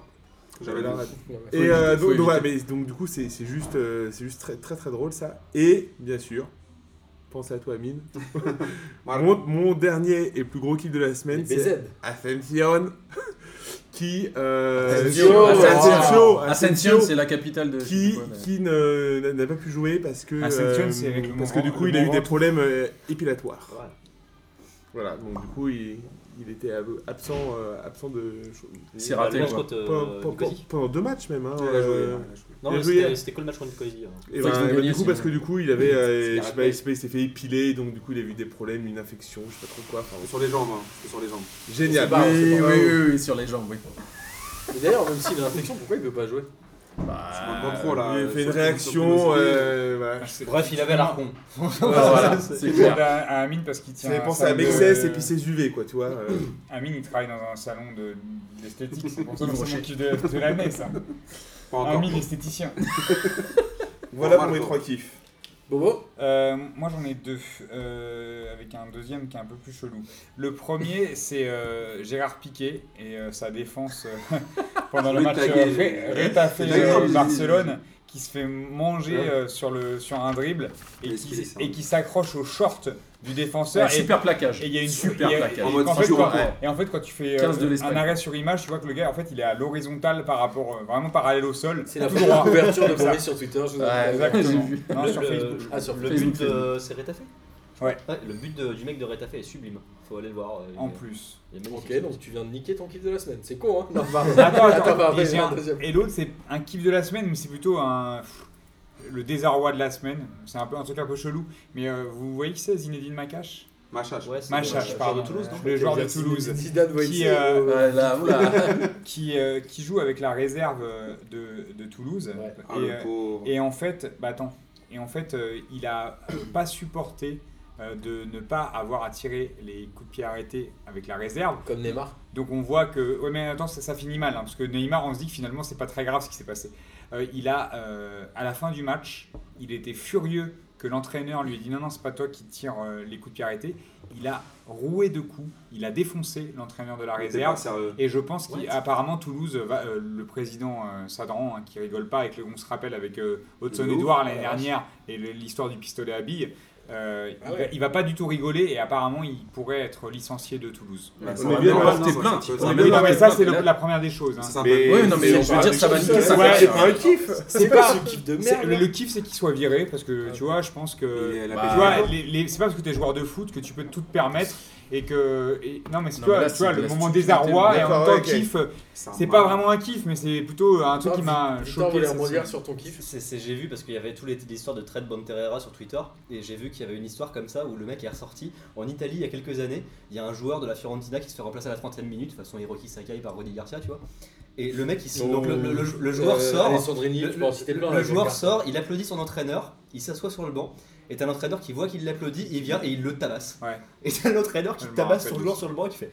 E: J'avais
D: Voilà.
E: le-
A: Ouais.
D: Et euh,
C: faut
D: donc, donc, ouais,
C: éviter.
D: mais donc, du coup, c'est c'est juste, euh, c'est juste très, très très drôle ça. Et bien sûr, pense à toi, Amine.
E: Voilà.
D: Mon, mon dernier et plus gros kiff de la
A: Les
D: semaine, c'est
A: BZ.
D: Ascension. Qui. Euh,
A: Asensio.
D: Asensio.
C: Ascension,
D: Asensio,
C: c'est la capitale de. je sais
D: Qui,
C: pas quoi, mais-
D: qui ne- n'a pas pu jouer parce que.
B: Asensio,
D: euh,
B: c'est règlement
D: Parce que du
B: vent-
D: coup, il a eu
B: règlement
D: des
B: vent.
D: problèmes euh, épilatoires.
A: Ouais.
D: Voilà, donc du coup, il, il était ab- absent, euh, absent de.
C: C'est raté.
F: match
C: quoi.
F: contre, euh,
D: Pendant, pendant-
F: Nicosie.
D: pendant deux matchs même. Hein,
E: Elle a joué,
D: euh,
E: elle a joué.
F: Non,
D: Il a
F: mais
D: joué
F: c'était-
D: hier.
F: c'était que le match contre Nicosie. hein.
D: Et
C: Faut
D: ben,
C: qu'ils ont
D: bah,
C: gagné,
D: du coup,
C: sinon.
D: parce que du coup, il avait, euh, je sais pas,
E: raté.
D: il s'est- il s'est fait épiler, donc du coup, il a eu des problèmes, une infection, je sais pas trop quoi. enfin,
E: Sur les jambes, hein. C'est sur les jambes.
D: génial.
A: C'est pas-
C: Oui,
A: c'est
C: oui,
A: pas-
C: oui, oui, sur les jambes, oui.
A: Et D'ailleurs, même s'il a l'infection, pourquoi il peut pas jouer
E: Je me demande trop là.
D: il a fait une
E: Sur-
D: réaction.
E: sur-
D: euh, voilà.
F: Bref, il avait l'arcon.
D: Voilà,
B: Il
D: c'est
B: demande à, à Amine parce qu'il
D: Ça
B: tient.
D: fait
B: un
D: penser à
B: salon de-
D: Mexès et puis ses UV, quoi, tu vois. euh.
B: Amine, il travaille dans un salon de d'esthétique. C'est pour ça que c'est mon cul de, de l'année, ça.
E: Pas encore.
B: Amine, esthéticien.
D: Voilà
E: Bon,
D: pour mes
E: Marco.
D: trois kiffs.
A: Bobo
B: Euh, moi j'en ai deux, euh, avec un deuxième qui est un peu plus chelou. Le premier c'est euh, Gérard Piquet et euh, sa défense euh, pendant le
E: Oui,
B: match euh,
E: tagué.
B: Ré- Rétafé
E: C'est dingue,
B: euh,
E: hein, les-
B: Barcelone qui se fait manger
E: Ouais.
B: euh, sur, le, sur un dribble et
E: Mais
B: qui,
E: excusez, ça.
B: et qui s'accroche au short du
C: Un
B: défenseur. Ah, et-
C: super plaquage.
B: et il y a une
C: super
B: il y a-
C: plaquage.
B: et
E: En mode
B: en fait,
E: sur-
B: quand-
E: ouais.
B: Et en fait, quand tu fais euh,
C: 15 de l'Espagne.
B: un arrêt sur image, tu vois que le gars, en fait, il est à l'horizontale par rapport, euh, vraiment parallèle au sol.
A: C'est la
B: tout
A: première
B: droit.
A: couverture de
B: Comme ça.
A: Boris sur Twitter. Je vous
C: Ouais,
A: invite à-
B: Exactement.
C: J'ai vu.
B: Non,
F: Le-
B: sur
F: le-
B: Facebook.
A: Ah, sur
F: Le
A: Facebook,
F: but, euh, c'est Rétafé
B: Ouais.
F: Le but de- du mec de Rétafé est sublime. Faut aller le voir. euh, il
B: En
F: est-
B: plus.
F: il est magnifique.
A: Ok, donc tu viens de niquer ton kiff de la semaine. C'est con, hein Non, pardon.
B: Attends,
A: Attends,
B: attends,
A: bah, après,
B: et
A: j'ai
B: j'ai
A: un
B: un-
A: deuxième.
B: Et l'autre, c'est un kiff de la semaine, mais c'est plutôt un. Le désarroi de la semaine. C'est un peu un truc un peu chelou. Mais euh, vous voyez qui c'est, Zinedine Makache
E: Machage.
F: Ouais, c'est-
B: Machache,
F: c'est-
B: pardon.
F: de Toulouse, non
B: Le joueur de
A: Zidane-
B: Toulouse.
A: Zidane Wojciech,
B: Qui, euh,
A: euh,
C: Ouais, là, oula.
B: Qui, euh, qui joue avec la réserve euh, de, de Toulouse.
A: Ouais.
E: Ah,
B: Et,
E: le
B: euh,
E: pauvre.
B: et en fait, bah attends. Et en fait, euh, il a euh, pas supporté euh, de ne pas avoir à tirer les coups de pied arrêtés avec la réserve.
A: Comme Neymar.
B: Donc on voit que. Ouais, mais attends, ça, ça finit mal, hein, parce que Neymar, on se dit que finalement, c'est pas très grave ce qui s'est passé. Euh, il a, euh, à la fin du match, il était furieux que l'entraîneur lui ait dit non, non, c'est pas toi qui tire euh, les coups de pied arrêtés. Il a roué de coups, il a défoncé l'entraîneur de la
E: Il était pas
B: réserve.
E: sérieux.
B: Et je pense
A: What
B: qu'apparemment, Toulouse, va- euh, le président euh, Sadran, hein, qui rigole pas, et que on se rappelle avec euh, Hudson
E: Le loup,
B: Edouard l'année
E: la vache.
B: dernière, et le- l'histoire du pistolet à billes, euh,
A: Ah
B: il, va,
A: ouais.
B: il va pas du tout rigoler, et apparemment, il pourrait être licencié de Toulouse.
E: Bah, ça
D: On
E: va
D: est bien
E: pas,
D: parti,
E: non, ça,
C: plainte.
E: c'est un peu-
D: On
E: ça
D: est bien
B: Oui, non,
D: parti.
B: mais ça, c'est le-
C: là-
B: la première des choses. hein.
E: C'est un peu-
D: Mais-
C: Ouais, non, mais je veux dire, ça va niquer sa
B: Ouais.
C: carrière.
D: C'est pas un kiff
B: C'est pas,
A: ce kiff de
B: c'est-
A: merde.
B: le, le kiff, c'est qu'il soit viré parce que tu vois, je pense
E: Il
B: que
E: est- Ah la
C: Bah,
B: tu
E: paix-
B: vois, les- les- c'est pas parce que t'es joueur de foot que tu peux tout te permettre et que et- non mais c'est
C: Non,
B: tu vois,
C: mais là,
B: tu
C: c'est
B: vois,
C: de
B: le
C: la
B: moment
C: stupidité,
B: désarroi et en
D: d'accord,
B: même temps
D: ouais, ok.
B: kiff.
E: c'est un
B: C'est
E: mal.
B: pas vraiment un kiff, mais c'est plutôt un truc qui m'a
A: Victor
B: choqué.
A: voulait
B: ça,
A: rebondir
B: c'est-
A: sur ton kiff.
F: C'est- c'est- J'ai vu parce qu'il y avait toute l'histoire de Trade Bonterera sur Twitter et j'ai vu qu'il y avait une histoire comme ça où le mec est ressorti en Italie il y a quelques années. Il y a un joueur de la Fiorentina qui se fait remplacer à la 30ème minute, façon Hiroki Sakai par Rodi Garcia, tu vois. Et le mec, il se- donc le, le- le- le joueur
A: Euh,
F: sort.
A: Alessandrini,
F: Le,
A: tu peux en citer
F: le-
A: plein,
F: le
A: là,
F: joueur
A: Jean-Pierre.
F: sort, il applaudit son entraîneur, il s'assoit sur le banc, et t'as l'entraîneur qui voit qu'il l'applaudit, il vient et il le tabasse.
B: Ouais.
F: Et t'as l'entraîneur qui
B: Je m'en
F: tabasse
B: rappelle
F: son
B: de
F: joueur
B: ça.
F: sur le banc et qui fait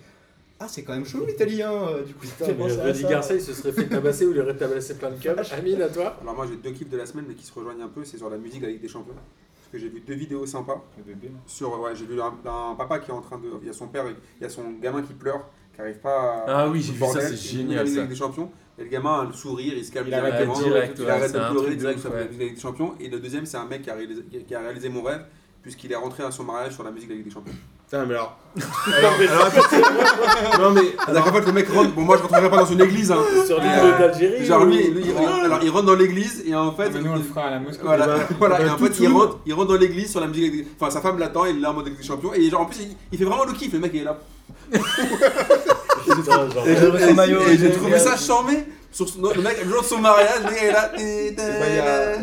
F: Ah, c'est quand même chelou l'italien euh, Du coup, ça
A: Putain,
F: fait
A: mais
F: penser à
A: Rudy
F: ça.
A: Garcia, il se serait fait tabasser ou il aurait tabassé plein de cums. Amine, à toi
E: Alors moi j'ai deux clips de la semaine mais qui se rejoignent un peu, c'est sur la musique de la Ligue des Champions. Parce que j'ai vu deux vidéos sympas.
B: Le bébé, là.
E: Sur, ouais, j'ai vu un, un papa qui est en train de... Il y a son père, il y a son gamin qui pleure, qui arrive pas à...
C: Ah oui, j'ai
E: le
C: vu
E: bordel,
C: ça, c'est
E: il finit
C: génial,
E: la Ligue
C: ça.
E: des Champions. Et le gamin a le sourire, il se calme
B: Il arrête
E: directement.
B: de
C: direct,
E: il
C: ouais,
E: arrête
C: c'est
E: de
C: un
E: pleurer,
C: truc
E: il s'appelle
C: direct,
E: la
C: ouais.
E: Ligue des Champions. Et le deuxième, c'est un mec qui a, réalisé, qui a réalisé mon rêve, puisqu'il est rentré à son mariage sur la musique de la Ligue des Champions.
D: Putain, mais alors. alors, alors, attends. non, mais.
E: Ah, d'accord, en fait, le mec rentre. Bon, moi je rentrerai pas dans une église. hein.
A: Sur les
E: Euh,
A: jeux d'Algérie
E: Genre
A: ou-
E: lui, lui, il, rentre, alors, il rentre dans l'église et en fait.
B: Ah, Mais nous, on le fera à la mosquée.
E: Voilà,
D: Bah,
E: voilà.
D: bah,
E: et en
D: tout
E: fait, il
D: tout.
E: rentre, il rentre dans l'église sur la musique. de- Enfin, sa femme l'attend, il est là en mode Ligue des champions. Et genre, en plus, il, il fait vraiment le kiff, le mec il est là.
A: Putain, Euh, genre,
E: Et,
F: son maillot,
E: et j'ai
F: j'ai
E: trouvé
F: bien.
E: ça charmé. Sur son- le mec, le jour de son mariage, le gars est là.
D: bah, il y a-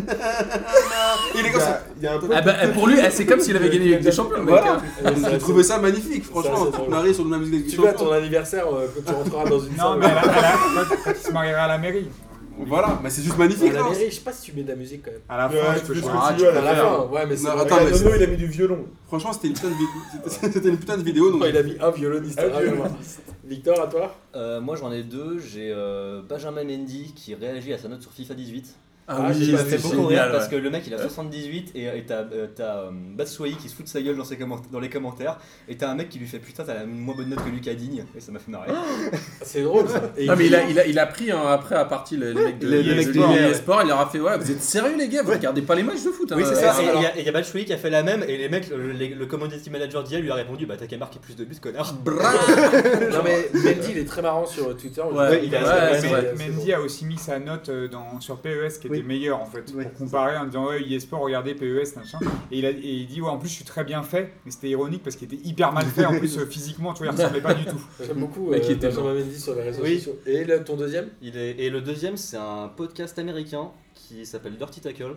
E: Il est
D: Il y
E: comme ça.
D: a- il y a un peu.
C: Ah bah, pour lui, c'est comme s'il avait gagné la Ligue des Champions.
E: Voilà.
A: euh, ça,
E: J'ai trouvé ça magnifique,
A: Ça,
E: franchement.
A: c'est
E: Tu te
A: drôle.
E: maries sur de la musique de Ligue des
A: Tu vas à
E: champions.
A: ton anniversaire euh, quand tu rentreras dans une
B: Non,
A: salle.
B: mais à la- à la- quand- quand il se mariera à la mairie.
E: Voilà, mais c'est juste
A: À
E: magnifique,
A: la
E: non
A: mairie, je sais pas si tu mets de la musique quand même.
B: À la
D: Ouais,
B: fin, je
D: tu
B: peux
D: peux
B: choisir.
D: choisir.
A: Ah,
D: tu vas la
A: la
D: faire.
A: fin, ouais, mais c'est.
E: Non,
D: Regarde,
E: attends, mais
D: Nono,
E: c'est-
D: il a mis du violon.
E: franchement, c'était une putain de vidéo. C'était une putain de vidéo.
A: Oh,
E: Donc,
A: il a mis un violoniste.
D: Un
A: Ah, ouais, ouais. Victor, à toi
F: Euh, moi j'en ai deux, j'ai euh, Benjamin Mendy qui réagit à sa note sur FIFA 18.
A: Ah,
C: Ah
A: j'ai
C: oui,
A: pas
F: Ça me fait
C: c'est
F: beaucoup rire
C: génial.
F: parce que
C: ouais.
F: le mec il a 78 et et t'as euh, t'as, euh, Batshuayi qui se fout de sa gueule dans, ses commenta- dans les commentaires et t'as un mec qui lui fait putain t'as la moins bonne note que Lucas Digne et ça m'a fait marrer.
A: C'est drôle ça. Et
C: Non mais il a,
A: dit-
C: il a, il a pris hein, après à partie le, le mec de
D: Le- le mec de
C: EA
D: hier, ouais.
C: Sport, il leur a fait ouais vous êtes sérieux les gars vous regardez pas les matchs de foot hein,
F: Oui, c'est
C: euh,
F: ça. Et il y a- et il y a, Batshuayi qui a fait la même, et les mecs, le, le, le community manager d'hier lui a répondu Bah, t'as qu'à marquer plus de buts, connard.
A: Non mais Mendy, il est très marrant sur Twitter.
C: Ouais,
F: il a-
C: ouais, c'est
B: Mais-
C: vrai.
A: c'est
B: Mendy a aussi mis sa note euh, dans, sur PES qui était
F: Oui.
B: meilleure en fait,
F: Ouais,
B: pour comparer en disant ouais, eSport, regardez PES, machin. Et il, a- et il dit ouais, en plus je suis très bien fait, mais c'était ironique parce qu'il était hyper mal fait en plus euh, physiquement, tu vois, il ressemblait pas du tout.
A: J'aime beaucoup
C: Mais qui
A: euh,
C: était
A: Benjamin Mendy sur les réseaux
F: Oui.
A: sociaux. Et là, ton deuxième
F: Il est, et le deuxième, c'est un podcast américain qui s'appelle Dirty Tackle.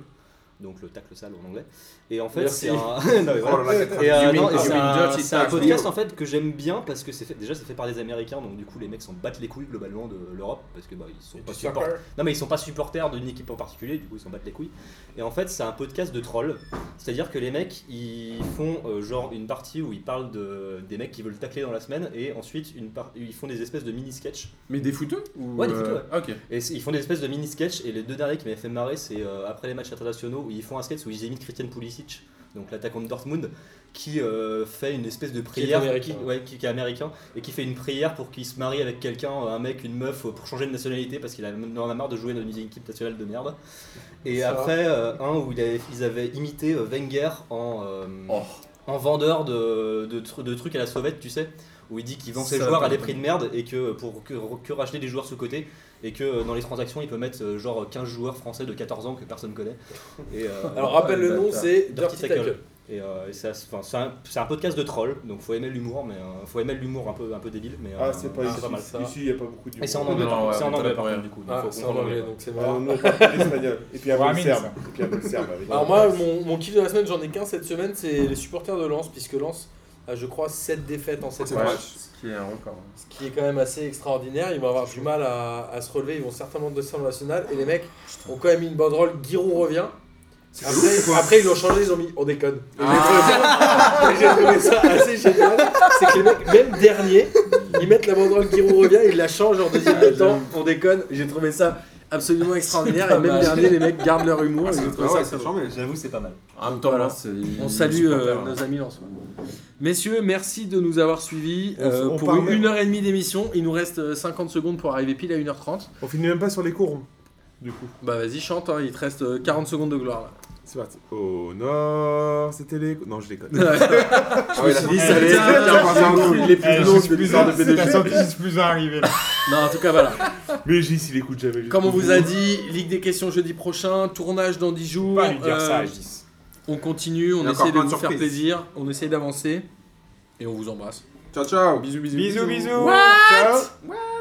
F: donc le tacle sale en anglais. Et en fait,
A: Merci.
F: c'est un, Non, mais voilà.
E: Oh là là,
F: Et, euh,
E: You
F: non,
E: mean-
F: et
E: you
F: c'est
E: mean
F: un,
E: dirty
F: c'est un
E: tax,
F: podcast
E: bro.
F: en fait que j'aime bien parce que c'est fait, déjà c'est fait par des Américains donc du coup les mecs s'en battent les couilles globalement de l'Europe parce que bah ils sont pas supporters. Non mais ils sont pas supporters d'une équipe en particulier du coup ils s'en battent les couilles. Et en fait c'est un podcast de trolls, c'est-à-dire que les mecs ils font euh, genre une partie où ils parlent de des mecs qui veulent tacler dans la semaine et ensuite une par- ils font des espèces de mini sketchs
C: Mais des fouteux ou,
F: Ouais, des fouteux,
C: euh,
F: ouais.
C: ah, ok.
F: et c'est- ils font des espèces de mini sketchs et les deux derniers qui m'avaient fait marrer c'est euh, après les matchs internationaux où ils font un sketch où ils imitent Christian Pulisic, donc l'attaquant de Dortmund, qui euh, fait une espèce de prière
A: américain.
F: ouais, qui- qui est américain et qui fait une prière pour qu'il se marie avec quelqu'un, euh, un mec, une meuf, euh, pour changer de nationalité parce qu'il a- il en a marre de jouer dans une équipe nationale de merde. Et
A: Ça va.
F: après euh, un où il avait- ils avaient imité euh, Wenger en euh,
C: Oh.
F: en vendeur de, de, tru- de trucs à la sauvette, tu sais, où il dit qu'il vend ses
C: Ça,
F: joueurs à
C: pardon.
F: des prix de merde et que euh, pour que, que racheter des joueurs sous-côté et que euh, dans les transactions il peut mettre euh, genre 15 joueurs français de 14 ans que personne connaît. Et, euh,
A: Alors rappelle le nom,
C: bâtard.
A: c'est
F: Dirty
A: Dirty Tackle.
F: Tackle. et, euh, et ça, c'est enfin, c'est un, c'est un podcast de troll, donc faut aimer l'humour, mais euh, faut aimer l'humour un peu, un peu débile, mais euh,
D: Ah, c'est pas,
F: c'est pas mal.
D: ici. Ici, il n'y a pas beaucoup de.
F: Et c'est en anglais,
C: Non,
F: par contre,
C: ouais,
F: c'est en
C: mais
F: anglais
C: t'as
F: par
C: pas-
F: contre, du coup. donc
A: Ah,
F: faut
A: c'est en
F: comprendre
A: anglais,
F: quoi.
A: donc c'est
D: Alors,
A: marrant.
D: nous, on parle l'espagnol. Et puis après le
B: Ramin.
D: serbe. Et puis après le serbe. avec-
A: Alors Bah, moi, mon, mon kiff de la semaine, j'en ai qu'un cette semaine, c'est les supporters de Lens, puisque Lens a, je crois, 7 défaites en 7
E: C'est
A: matchs,
E: vrai.
G: Ce qui est un record.
A: ce qui est quand même assez extraordinaire. Ils vont avoir du mal à, à se relever, ils vont certainement descendre national. Et les mecs ont quand même mis une banderole, Giroud revient. Après, après, ils l'ont changé, ils ont mis on déconne. Et J'ai trouvé ça assez génial. C'est que les mecs, même dernier, ils mettent la banderole Giroud revient et ils la changent en deuxième temps. On déconne. J'ai trouvé ça absolument extraordinaire. Et même dernier, les mecs gardent leur humour. et j'ai trouvé
E: Ah
A: ça
E: ouais,
A: très
E: c'est
A: drôle.
E: charmé.
F: J'avoue, c'est pas mal.
G: En même temps,
A: Voilà.
G: là, c'est-
A: On
G: il-
A: salue
G: il est
A: euh,
G: supporter, hein.
A: nos amis lensois. Messieurs, merci de nous avoir suivis
D: On-
A: euh,
D: on
A: pour
D: parle-
A: une heure et demie d'émission. Il nous reste euh, 50 secondes pour arriver pile à 1h30.
D: On finit même pas sur les courbes. Du coup,
A: Bah vas-y, chante, hein, il te reste euh, 40 secondes de gloire. là.
D: c'est parti. Au nord, c'était les. Non, je déconne.
E: Ah ouais,
A: dit, ça allait
E: Putain,
A: être
E: putain, putain, putain.
D: Il est plus long que l'histoire de
B: C'est la
D: BDG.
B: sortie, je suis plus à arriver. là.
A: Non, en tout cas, voilà.
D: Mais J, s'il écoute jamais. jusqu'au
A: Comme on vous
D: bout.
A: a dit, Ligue des questions jeudi prochain, tournage dans 10 jours.
B: Pas lui dire
A: euh,
B: ça, Agis.
A: on continue, on
E: y a encore
A: essaie de
E: plein
A: vous
E: de
A: faire
E: surprises.
A: plaisir, on essaie d'avancer. Et on vous embrasse.
E: Ciao, ciao.
G: Bisous, bisous.
B: Bisous, bisous.
E: Ciao.
B: What